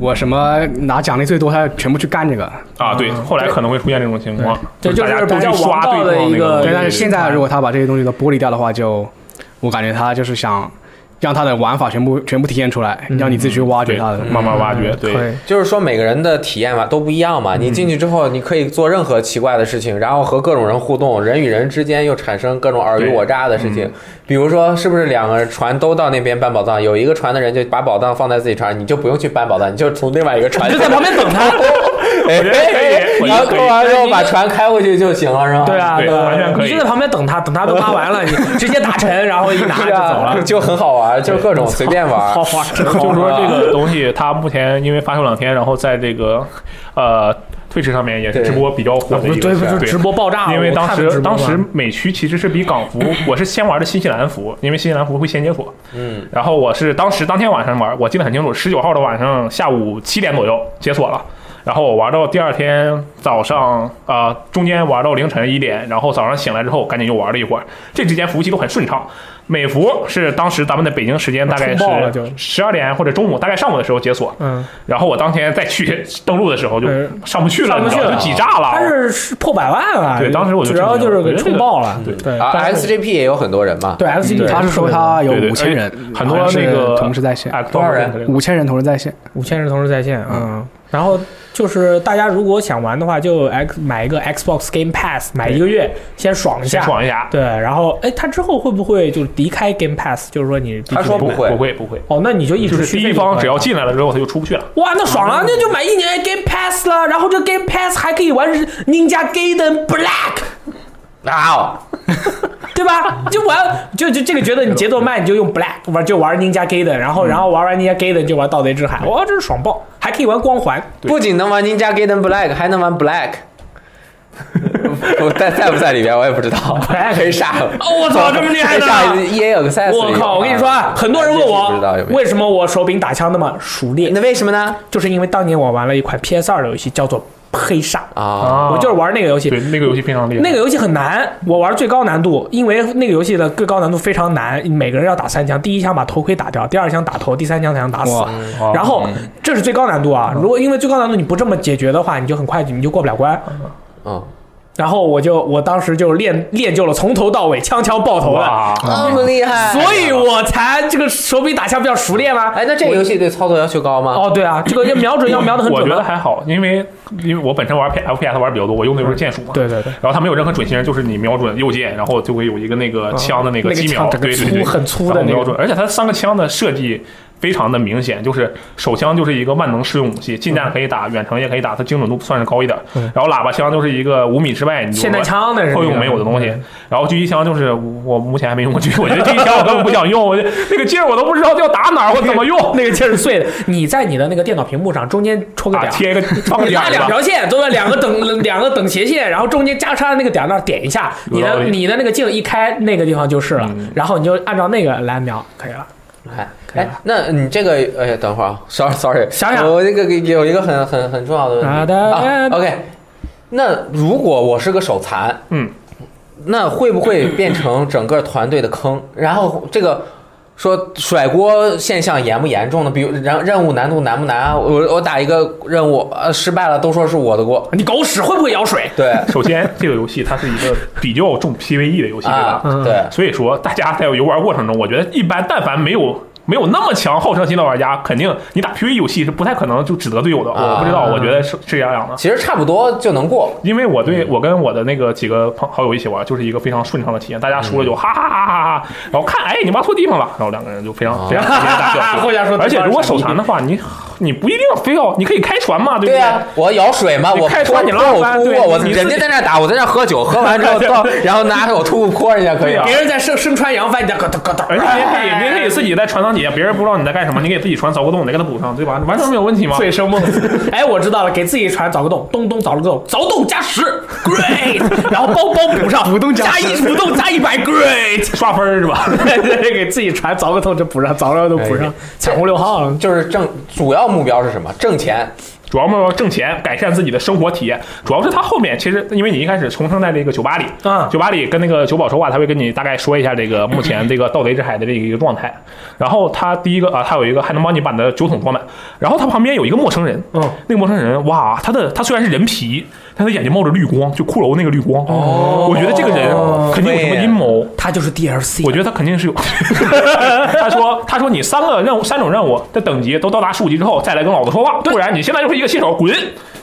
S4: 我什么拿奖励最多，他全部去干这个。
S3: 啊，对，后来可能会出现这种情况，
S1: 嗯对
S3: 大家
S1: 这就是
S3: 都
S1: 比
S3: 去
S1: 较
S3: 刷
S1: 王道的
S3: 呃对方
S1: 一
S3: 那
S1: 个
S3: 东西
S4: 对，但是现在
S1: 对
S4: 如果他把这些东西都剥离掉的话，就我感觉他就是想让他的玩法全部全部体现出来，让你自己去挖掘
S3: 嗯对
S4: 他的。嗯
S3: 慢慢挖掘，
S1: 嗯
S3: 对。
S1: 对
S6: 就是说每个人的体验嘛都不一样嘛。你进去之后，你可以做任何奇怪的事情，然后和各种人互动，人与人之间又产生各种尔虞我诈的事情。
S3: 嗯
S6: 比如说，是不是两个船都到那边搬宝藏，有一个船的人就把宝藏放在自己船上，你就不用去搬宝藏，你就从另外一个船
S1: 你就在旁 边等他。
S6: 哎
S3: 我觉得可以我觉得可以
S6: 然后过完之后把船开回去就行了，是吧？
S1: 对啊，
S3: 对
S1: 啊
S3: 完全可以
S1: 你就在旁边等他，等他都挖完了，你直接打沉，然后一拿
S6: 是
S1: 就走
S6: 啊，
S1: 了。
S6: 就很好玩，就各种随便 玩
S1: 好。玩，真好
S3: 就
S1: 玩
S3: 是说这
S1: 哦
S3: 个东西，它目前因为发售两天，然后在这个呃推迟上面也是直播比较火的一
S1: 对对，
S3: 个事儿
S1: 啊不是直播爆炸了，
S3: 因为
S1: 啊我
S3: 当
S1: 看了直
S3: 时
S1: 播啊
S3: 当时
S1: 嘛
S3: 美区其实是比港服，我是先玩的新西兰服，因为新西兰服会先解锁。
S6: 嗯，
S3: 然后我是当时当天晚上玩，我记得很清楚，十九号的晚上下午七点左右解锁了。然后我玩到第二天早上，啊、中间玩到凌晨一点，然后早上醒来之后赶紧又玩了一会儿。这之间服务器都很顺畅。美服是当时咱们的北京时间大概
S1: 冲爆了就是
S3: 十二点或者中午，大概上午的时候解锁。
S1: 嗯，
S3: 然后我当天再去 登录的时候就
S1: 嗯
S3: 上不去了，
S1: 上不
S3: 你知道
S1: 去
S3: 吗
S1: 了
S3: 就挤炸了。
S1: 他是是破百万了，
S3: 对当时我就
S1: 主要就
S3: 震惊
S1: 是
S3: 了我觉
S1: 给
S3: 得这
S1: 冲
S3: 个
S1: 爆了，
S3: 对
S1: 对
S6: 啊
S1: 但是
S6: ，XGP 也有很多人嘛。
S1: 对 F C D，
S4: 他是说他有
S3: 对对
S4: 五千人
S3: 而，且很多那个
S4: 同时在线，
S3: 哎，
S6: 多少人
S4: 五千人同时在线。
S1: 五千人同时在线，嗯。然后就是大家如果想玩的话，就 X 买一个 Xbox Game Pass，买一个月先爽一
S3: 先
S1: 下。
S3: 爽一下。
S1: 对，然后哎，它之后会不会就离开 Game Pass？就是说你必须
S6: 他说
S3: 不
S6: 不会
S3: 不会，不会。
S1: 哦，那你就一
S3: 就
S1: 直续
S3: 是第
S1: 费
S3: 一
S1: 就可以
S3: 方
S1: 了
S3: 只要进来啊了之后，他就出不去了。
S1: 哇，那爽了，那就买一年 Game Pass 了。然后这 Game Pass 还可以玩 Ninja Gaiden Black，
S6: 哇哦，
S1: 对吧？就玩就就这个觉得你节奏慢，你就用 Black 玩就玩 Ninja Gaiden，然后然后玩完 Ninja Gaiden 就玩盗贼之海，哇，这是爽爆！还可以玩光环，
S6: 不仅能玩 Ninja Gaiden Black，还能玩 Black。我在在不在里边，我也不知道。可以杀了。
S1: 哦我操这么厉害的
S6: 可以杀 EA Access 里有。
S1: 我靠！我跟你说啊，很多人问
S6: 不知道
S1: 我
S6: 有没有
S1: 为什么我手柄打枪那么熟练，
S6: 那为什么呢？
S1: 就是因为当年我玩了一款 PS 二的游戏，叫做《黑鲨》，
S6: 啊，
S1: 我就是玩那个游戏。
S3: 对那个游戏非常厉害。
S1: 那个游戏很难，我玩最高难度，因为那个游戏的最高难度非常难，每个人要打三枪，第一枪把头盔打掉，第二枪打头，第三枪才能打死。
S3: 哇
S1: 然后这是最高难度啊！如果因为最高难度你不这么解决的话，你就很快你就过不了关。
S6: 嗯，
S1: 然后我就我当时就练练就了从头到尾枪枪爆头了，
S3: 哇，
S6: 那么厉害
S1: 啊所以我才这个手比打枪比较熟练嘛。
S6: 哎，那这个游戏对操作要求高吗？
S1: 哦，对啊，这个要瞄准要瞄的很
S3: 我
S1: 准
S3: 觉
S1: 的。
S3: 得还啊好，因为因为我本身玩 P F P S 玩比较多，我用的就是剑术嘛。
S1: 对对对，
S3: 然后它没有任何准星，就是你瞄准右键，然后就会有一个那个枪的那
S1: 那个
S3: 机
S1: 枪
S3: 瞄，
S1: 整个
S3: 对对
S1: 粗
S3: 对，
S1: 很粗的
S3: 然后
S1: 那
S3: 瞄
S1: 种
S3: 准。而且它三个枪的设计非常的明显，就是手枪就是一个万能适用武器，近战可以打，远程也可以打，它精准度算是高一点
S1: 嗯。
S3: 然后喇叭枪就是一个五米之外你就
S1: 现代枪那是？
S3: 后用没有的东西，然后狙击枪就是我目前还没用过 狙，我觉得狙击枪我根本不想用，我就那个劲儿我都不知道要打哪儿，我怎么用
S1: 那个键是碎的，你在你的那个电脑屏幕上中间戳个
S3: 啊，
S1: 点儿。
S3: 贴一个放个
S1: 你
S3: 点儿
S1: 拉
S3: 是
S1: 两
S3: 吧？
S1: 条线，对吧？两个 等两个等斜线，然后中间交叉的那个点儿那儿点一下，
S3: 有
S1: 你
S3: 道
S1: 的
S3: 理
S1: 你的那个镜一开，那个地方就是了
S3: 嗯，
S1: 然后你就按照那个来瞄，可以了。
S6: 哎，哎，那你这个，哎呀，等会儿啊，sorry sorry，
S1: 想想
S6: 我这个有一个很很很重要的问题
S1: 啊对
S6: 啊
S1: 对对
S6: ，OK，那如果我是个手残，
S3: 嗯，
S6: 那会不会变成整个团队的坑？ 然后这个。说甩锅现象严不严重呢？比如，然任务难度难不难啊？我我打一个任务，呃，失败了都说是我的锅，
S1: 你狗屎会不会咬水？
S6: 对
S3: 首先，这个游戏它是一个比较重 PVE 的游戏，对
S6: 啊
S3: 吧？，
S1: 嗯
S6: 对，
S3: 所以说，大家在游玩过程中，我觉得一般，但凡没有没有那么强好胜心的玩家，肯定你打 PVE 游戏是不太可能就指责队友的。
S6: 啊
S3: 我不知道，我觉得是是这样的。
S6: 其实差不多就能过。
S3: 因为我
S1: 嗯
S3: 对我跟我的那个几个朋好友一起玩，就是一个非常顺畅的体验。大家
S1: 嗯
S3: 输了就哈哈哈哈哈哈，然后看哎你挖错地方了，然后两个人就非常非常开心 地大笑
S1: 哦互相说对方
S3: 而且如果
S1: 是傻
S3: 手
S1: 逼
S3: 残的话，你你不一定非要，你可以开船嘛，对不啊
S6: 对
S1: 啊
S6: 呀，我咬水嘛，
S3: 你
S6: 我
S3: 开
S6: 泼
S3: 船你
S6: 泼
S3: 浪
S6: 我
S3: 翻
S6: 吐
S3: 对
S6: 过，我
S3: 你自己
S6: 人家在那打，我在那喝酒，喝 完之后倒，然后拿手吐泼人家可以啊
S3: 对呀？
S6: 吗
S1: 别人在身身穿洋帆，你在咯噔咯噔。哎
S3: 而且你啊也可以，你也可以自己在船舱底下，别人不知道你在干什么，你给自己船凿个洞，你再给它补上，对吧？完全没有问题嘛。
S1: 醉生梦死。 哎，我知道了，给自己船凿个洞，咚咚凿了个洞，凿洞加十，great，然后 包包补 上，补洞加一，补洞加一百，great，
S3: 刷分儿是吧？
S1: 给自己船凿个洞，这补上，凿了个洞补
S3: 哎
S1: 上，彩虹六号了。
S6: 就是挣，主要目标是什么？挣钱。
S3: 主要目标挣钱，改善自己的生活体验。主要是他后面其实，因为你一开始重生在这个酒吧里，
S1: 啊
S3: 酒吧里跟那个酒保说话，他会跟你大概说一下这个目前这个盗贼之海的这个一个状态。
S1: 嗯
S3: 然后他第一个啊，他有一个还能帮你把你的酒桶装满。然后他旁边有一个陌生人，
S1: 嗯，
S3: 那个陌生人哇，他的他虽然是人皮，但他眼睛冒着绿光，就骷髅那个绿光。哦，我觉得这个人肯定有什
S1: 哦
S3: 么阴谋。
S1: 他就是 DLC，
S3: 我觉得他肯定 是有。他说：“他说你三个任务，三种任务的等级都到达十五级之后，再来跟老子说话，不然你现在就是一个新手，滚！”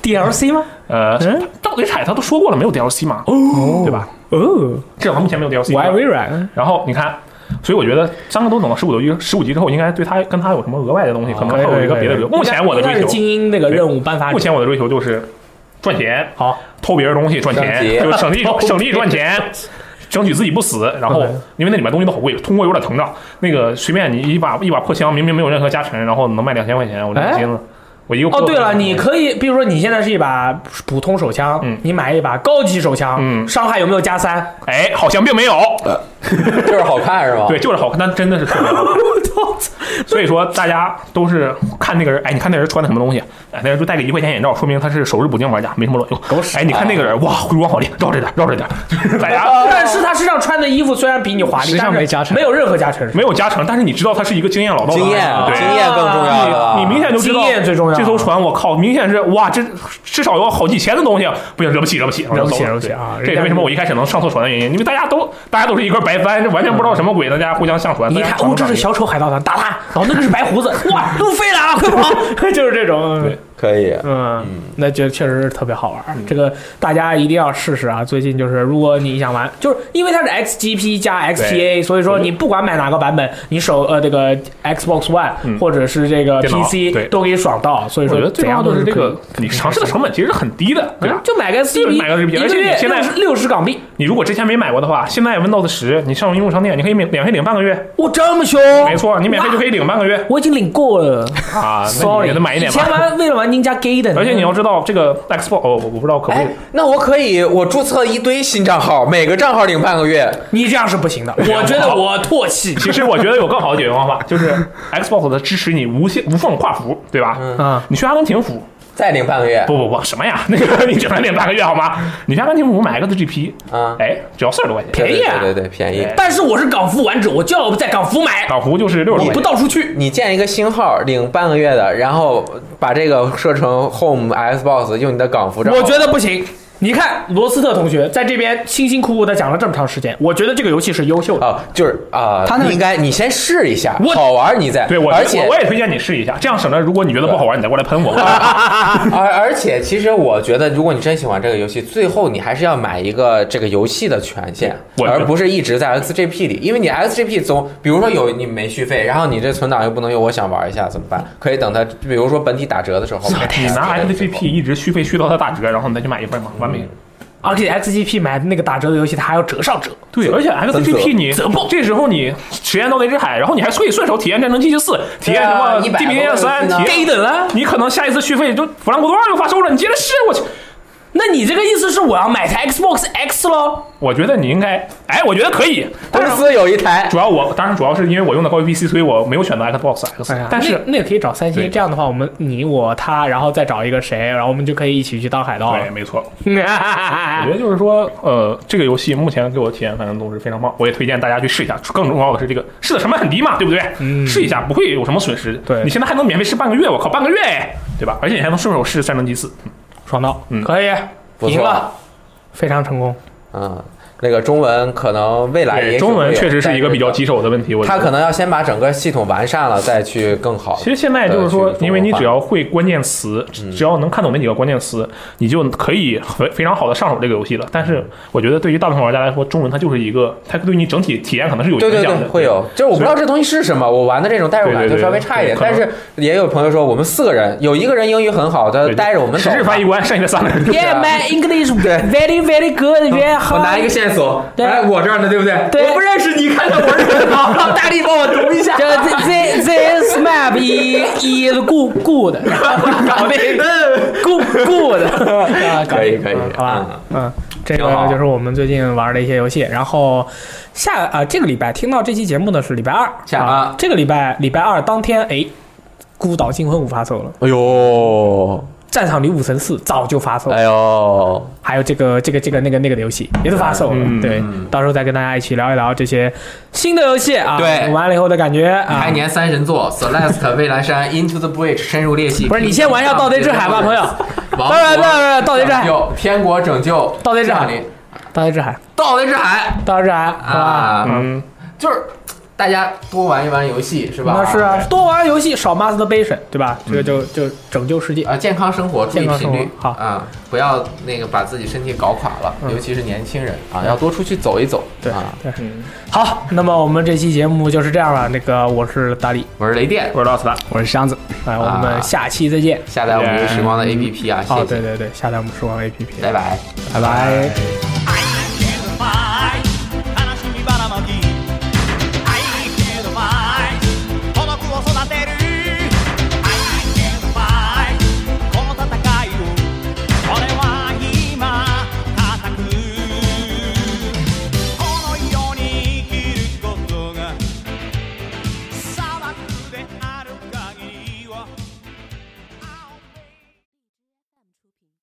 S1: DLC 吗？
S3: 呃，盗贼彩他都说过了，没有 DLC 嘛，对吧？
S1: 哦，
S3: 至少他目前没有 DLC
S1: 我
S3: 嘛。
S1: 哎爱微软。啊
S3: 然后你看，所以我觉得三个都等到十五级，十五级之后，应该对他跟他有什么额外的东西，可能还有一个别的追求。目前我的
S1: 应该
S3: 追
S1: 是
S3: 求，
S1: 精英那个任务颁发者，
S3: 目前我的追求就是赚钱，
S1: 好，
S3: 偷别人东西赚
S6: 升级
S3: 钱，就 省力省力赚钱。争取自己不死，然后因为那里面东西都好贵，通过有点膨胀。那个随便你一把一把破枪，明明没有任何加成，然后能卖两千块钱，我就
S1: 哎
S3: 开心了。我一个
S1: 哦，
S3: 破
S1: 对了，你可以，比如说你现在是一把普通手枪，
S3: 嗯
S1: 你买一把高级手枪，
S3: 嗯
S1: 伤害有没有加三？
S3: 哎，好像并没有，
S1: 啊
S6: 就是好看是吧？
S3: 对，，就是好看，但真的是特别好看。所以说大家都是看那个人，哎，你看那人穿的什么东西？哎，那人就戴个一块钱眼罩，说明他是首日补丁玩家，没什么卵用。哎，你看那个
S1: 啊
S3: 人，哇，回光好丽，绕着点，绕着点，大
S6: 啊
S3: 家。
S1: 但是他身上穿的衣服虽然比你华丽，
S4: 实际上
S1: 但是
S4: 没加成
S1: 没有任何加成。
S3: 没有加成，但是你知道他是一个经验老道的玩
S6: 经
S3: 家，
S6: 验，
S1: 啊
S3: 对，
S6: 经验更重要了。
S3: 你明显就知道
S1: 经验最重要啊
S3: 这艘船，我靠，明显是哇，这至少有好几千的东西，不行，惹不起，惹不起，惹
S1: 不起惹不起啊
S3: 这
S1: 人
S3: 也
S1: 家
S3: 是为什么我一开始能上错船的原因，因为大家都大家都是一块白帆，这完全不知道什么鬼，大家互相上船。
S1: 你一
S3: 啊大家
S1: 看，
S3: 船
S1: 哦，这是
S3: 上
S1: 小丑海盗团，打他！哦，那个是白胡 子，哇，路飞来了，快跑！就是这种，
S3: 对
S6: 可以，
S1: 嗯，那就确实是特别好玩儿。
S3: 嗯
S1: 这个大家一定要试试啊！最近就是，如果你想玩，就是因为它是 XGP 加 XPA，所以说你不管买哪个版本，你手呃这个 Xbox One、
S3: 嗯
S1: 或者是这个
S3: 电脑对
S1: PC 都可以爽到。所以
S3: 我
S1: 说，
S3: 觉得最重要
S1: 怎
S3: 就
S1: 样
S3: 是
S1: 都
S3: 这
S1: 可以
S3: 个，你尝试的成本其实很低的，对吧
S1: 嗯？就买个 CP，
S3: 就是买个 CP
S1: 一
S3: 而
S1: 个
S3: 且你
S1: 月
S3: 现在
S1: 六十港币，
S3: 你如果之前没买过的话，现在 Windows 十，你上应用商店，你可以免免费领半个月。
S1: 哇，这么凶！
S3: 没错，你免费就可以领半个月
S1: 我已经领过了
S3: 啊。那你
S1: ，sorry，
S3: 给他买一点
S1: 以前
S3: 吧。
S1: 玩为了玩 Ninja Gaiden，
S3: 而且你要知道，这个 Xbox，哦，我我不知道可不可
S6: 哎
S3: 以。，
S6: 那我可以，我注册一堆新账号，每个账号领半个月。
S1: 你这样是不行的，我觉得我唾弃。
S3: 其实我觉得有更好的解决方法，就是 Xbox 它支持你无线无缝跨服，对吧？
S1: 啊，
S3: 你去阿根廷服，
S6: 再领半个月
S3: 不不不，什么呀？那 个你只能领半个月好吗？你去阿根廷服买个 GP，
S6: 啊！
S3: 哎，只要四十多块钱。
S1: 便宜啊
S6: 对对对对，便宜。
S1: 但是我是港服玩者，我就要在港服买，
S3: 港服就是六十
S1: 你
S3: 多
S1: 不
S3: 块钱。
S1: 到处去。
S6: 你建一个新号，领半个月的，然后把这个设成 Home Xbox，用你的港服账号。
S1: 我觉得不行，你看罗斯特同学在这边辛辛苦苦的讲了这么长时间，我觉得这个游戏是优秀的。
S6: 啊，就是啊，
S4: 他那个
S6: 应该你先试一下
S1: 我，
S6: 好玩你再
S3: 对我，
S6: 而且
S3: 我我也推荐你试一下，这样省得如果你觉得不好玩，你再过来喷我。
S6: 而而且，其实我觉得，如果你真喜欢这个游戏，最后你还是要买一个这个游戏的权限，
S3: 我
S6: 而不是一直在 XGP 里，因为你 XGP 总，比如说有你没续费，然后你这存档又不能用，我想玩一下怎么办？可以等它，比如说本体打折的时候买。
S3: 你拿 XGP 一直续费续到它打折，然后你再去买一份嘛，完美。
S1: 而且 XGP 买的那个打折的游戏，它还要折上折。
S3: 对，而且 XGP 你
S1: 折爆
S3: 这时候你实验到雷之海，然后你还可以顺手体验《战争机器四》，体验什么
S6: 对啊
S3: 《地平线三》，
S6: 100
S3: 体验等啊，你可能下一次续费就《弗兰克多二》又发售了，你接着试。我去，
S1: 那你这个意思是我要买台 Xbox X 喽？
S3: 我觉得你应该，哎，我觉得可以。但
S6: 公
S3: 是
S6: 司有一台
S3: 主要我当然主要是因为我用的高于 PC，所以我没有选择 Xbox X，、但是
S1: 那那个可以找三星，
S3: 对
S1: 这样的话，我们你我他，然后再找一个谁，然后我们就可以一起去当海盗了
S3: 对，。没错。
S1: 嗯
S3: 我觉得就是说，呃，这个游戏目前给我体验反正都是非常棒，我也推荐大家去试一下。更重要的是，这个试的成本很低嘛，对不对？
S1: 嗯
S3: 试一下不会有什么损失。
S1: 对
S3: 你现在还能免费试半个月，我靠，半个月哎，对吧？而且你还能顺手试《战争机四》。
S1: 爽到，
S3: 嗯
S1: 可以，
S6: 不
S1: 赢
S6: 错
S1: 了，非常成功。
S6: 嗯，那个中文可能未哎来也
S3: 对，
S6: 许
S3: 中文
S6: 会有
S3: 确实是一个比较。
S6: 但
S3: 棘手的问题，我觉
S6: 他
S3: 得。
S6: 可能要先把整个系统完善了，再去更好。
S3: 其实现在就是说
S6: 对，呃去嗯
S3: 因为你只
S6: 中
S3: 要会关键词，只要能看懂那几个关键词，你就可以非非常好的上手这个游戏了。但
S6: 嗯
S3: 是我觉得对于大部分玩家来说，中文它就是一个，它对你整体体验可能是有
S6: 对
S3: 影
S6: 对
S3: 响
S6: 对
S3: 的，，
S6: 会有。就是我不知道这东西是什么，我玩的这种代入感
S3: 对对
S6: 就
S3: 对
S6: 稍微差一点。
S3: 对
S6: 但
S3: 可能
S6: 是也有朋友说，我们四个人有一个人英语很好，他
S3: 对。
S6: 带着我们
S3: 实
S6: 走
S3: 质
S6: 吧。
S3: 翻译官，剩下的三个人
S1: Yeah, my English very very good, very
S2: 我
S1: hard。
S2: 拿一个线索，
S1: 对
S2: 哎，我这儿的对不对？
S1: 对
S2: 我不认识你，看看我是人吗？让大力帮我读一下。
S1: 这这这 this map is is good good，搞定，good good 啊，搞定
S6: 可以可以
S1: 嗯好吧
S6: 嗯，
S1: 嗯，这
S6: 挺
S1: 个
S6: 好
S1: 就是我们最近玩的一些游戏。然后下啊、呃这个礼拜听到这期节目呢是礼拜二，
S2: 下
S1: 啊
S2: 啊，
S1: 这个礼拜礼拜二当天，哎，《孤岛惊魂五》发售了，
S6: 哎呦，
S1: 《战场女武神四》早就发售了，
S6: 哎呦，
S1: 还有这个这个这个那个那个的游戏也都发售了，
S3: 嗯
S1: 对，到时候再跟大家一起聊一聊这些新的游戏啊，
S2: 对
S1: 玩了以后的感觉啊
S2: 开。年三神作，Celeste、蔚 蓝山、Into the Breach 深入裂隙。
S1: 不是你先玩一下《盗贼之海》吧，朋友，《
S2: 王
S1: 不是不是不是
S2: 国
S1: 盗贼之海
S2: 拯救天国拯救，
S1: 盗贼之海
S2: 降临，
S1: 盗贼之海》，《
S2: 盗贼之海
S1: 盗贼之海》好吧？
S2: 啊，
S3: 嗯，
S2: 就是大家多玩一玩游戏是吧？嗯
S1: 那是啊，多玩游戏少 masturbation，对吧？这个就就拯救世界。
S2: 啊，健康生活，注
S1: 健
S2: 意
S1: 康生
S2: 频
S1: 活
S2: 率，
S1: 好嗯
S2: 啊，不要那个把自己身体搞垮了，尤其是年轻人啊，要多出去走一走。
S1: 对
S2: 啊，
S1: 对，好，那么我们这期节目就是这样了。那个我是大力，
S2: 我是雷电，
S3: 不知道是吧？
S4: 我是箱子，
S1: 哎，我们
S2: 啊
S1: 下期再见。嗯
S2: 下载我们游戏时光的 APP 啊，谢
S1: 哦，
S2: 谢
S1: 对，对对，下载我们时光 APP，
S2: 拜拜。
S1: 拜拜。
S3: 哎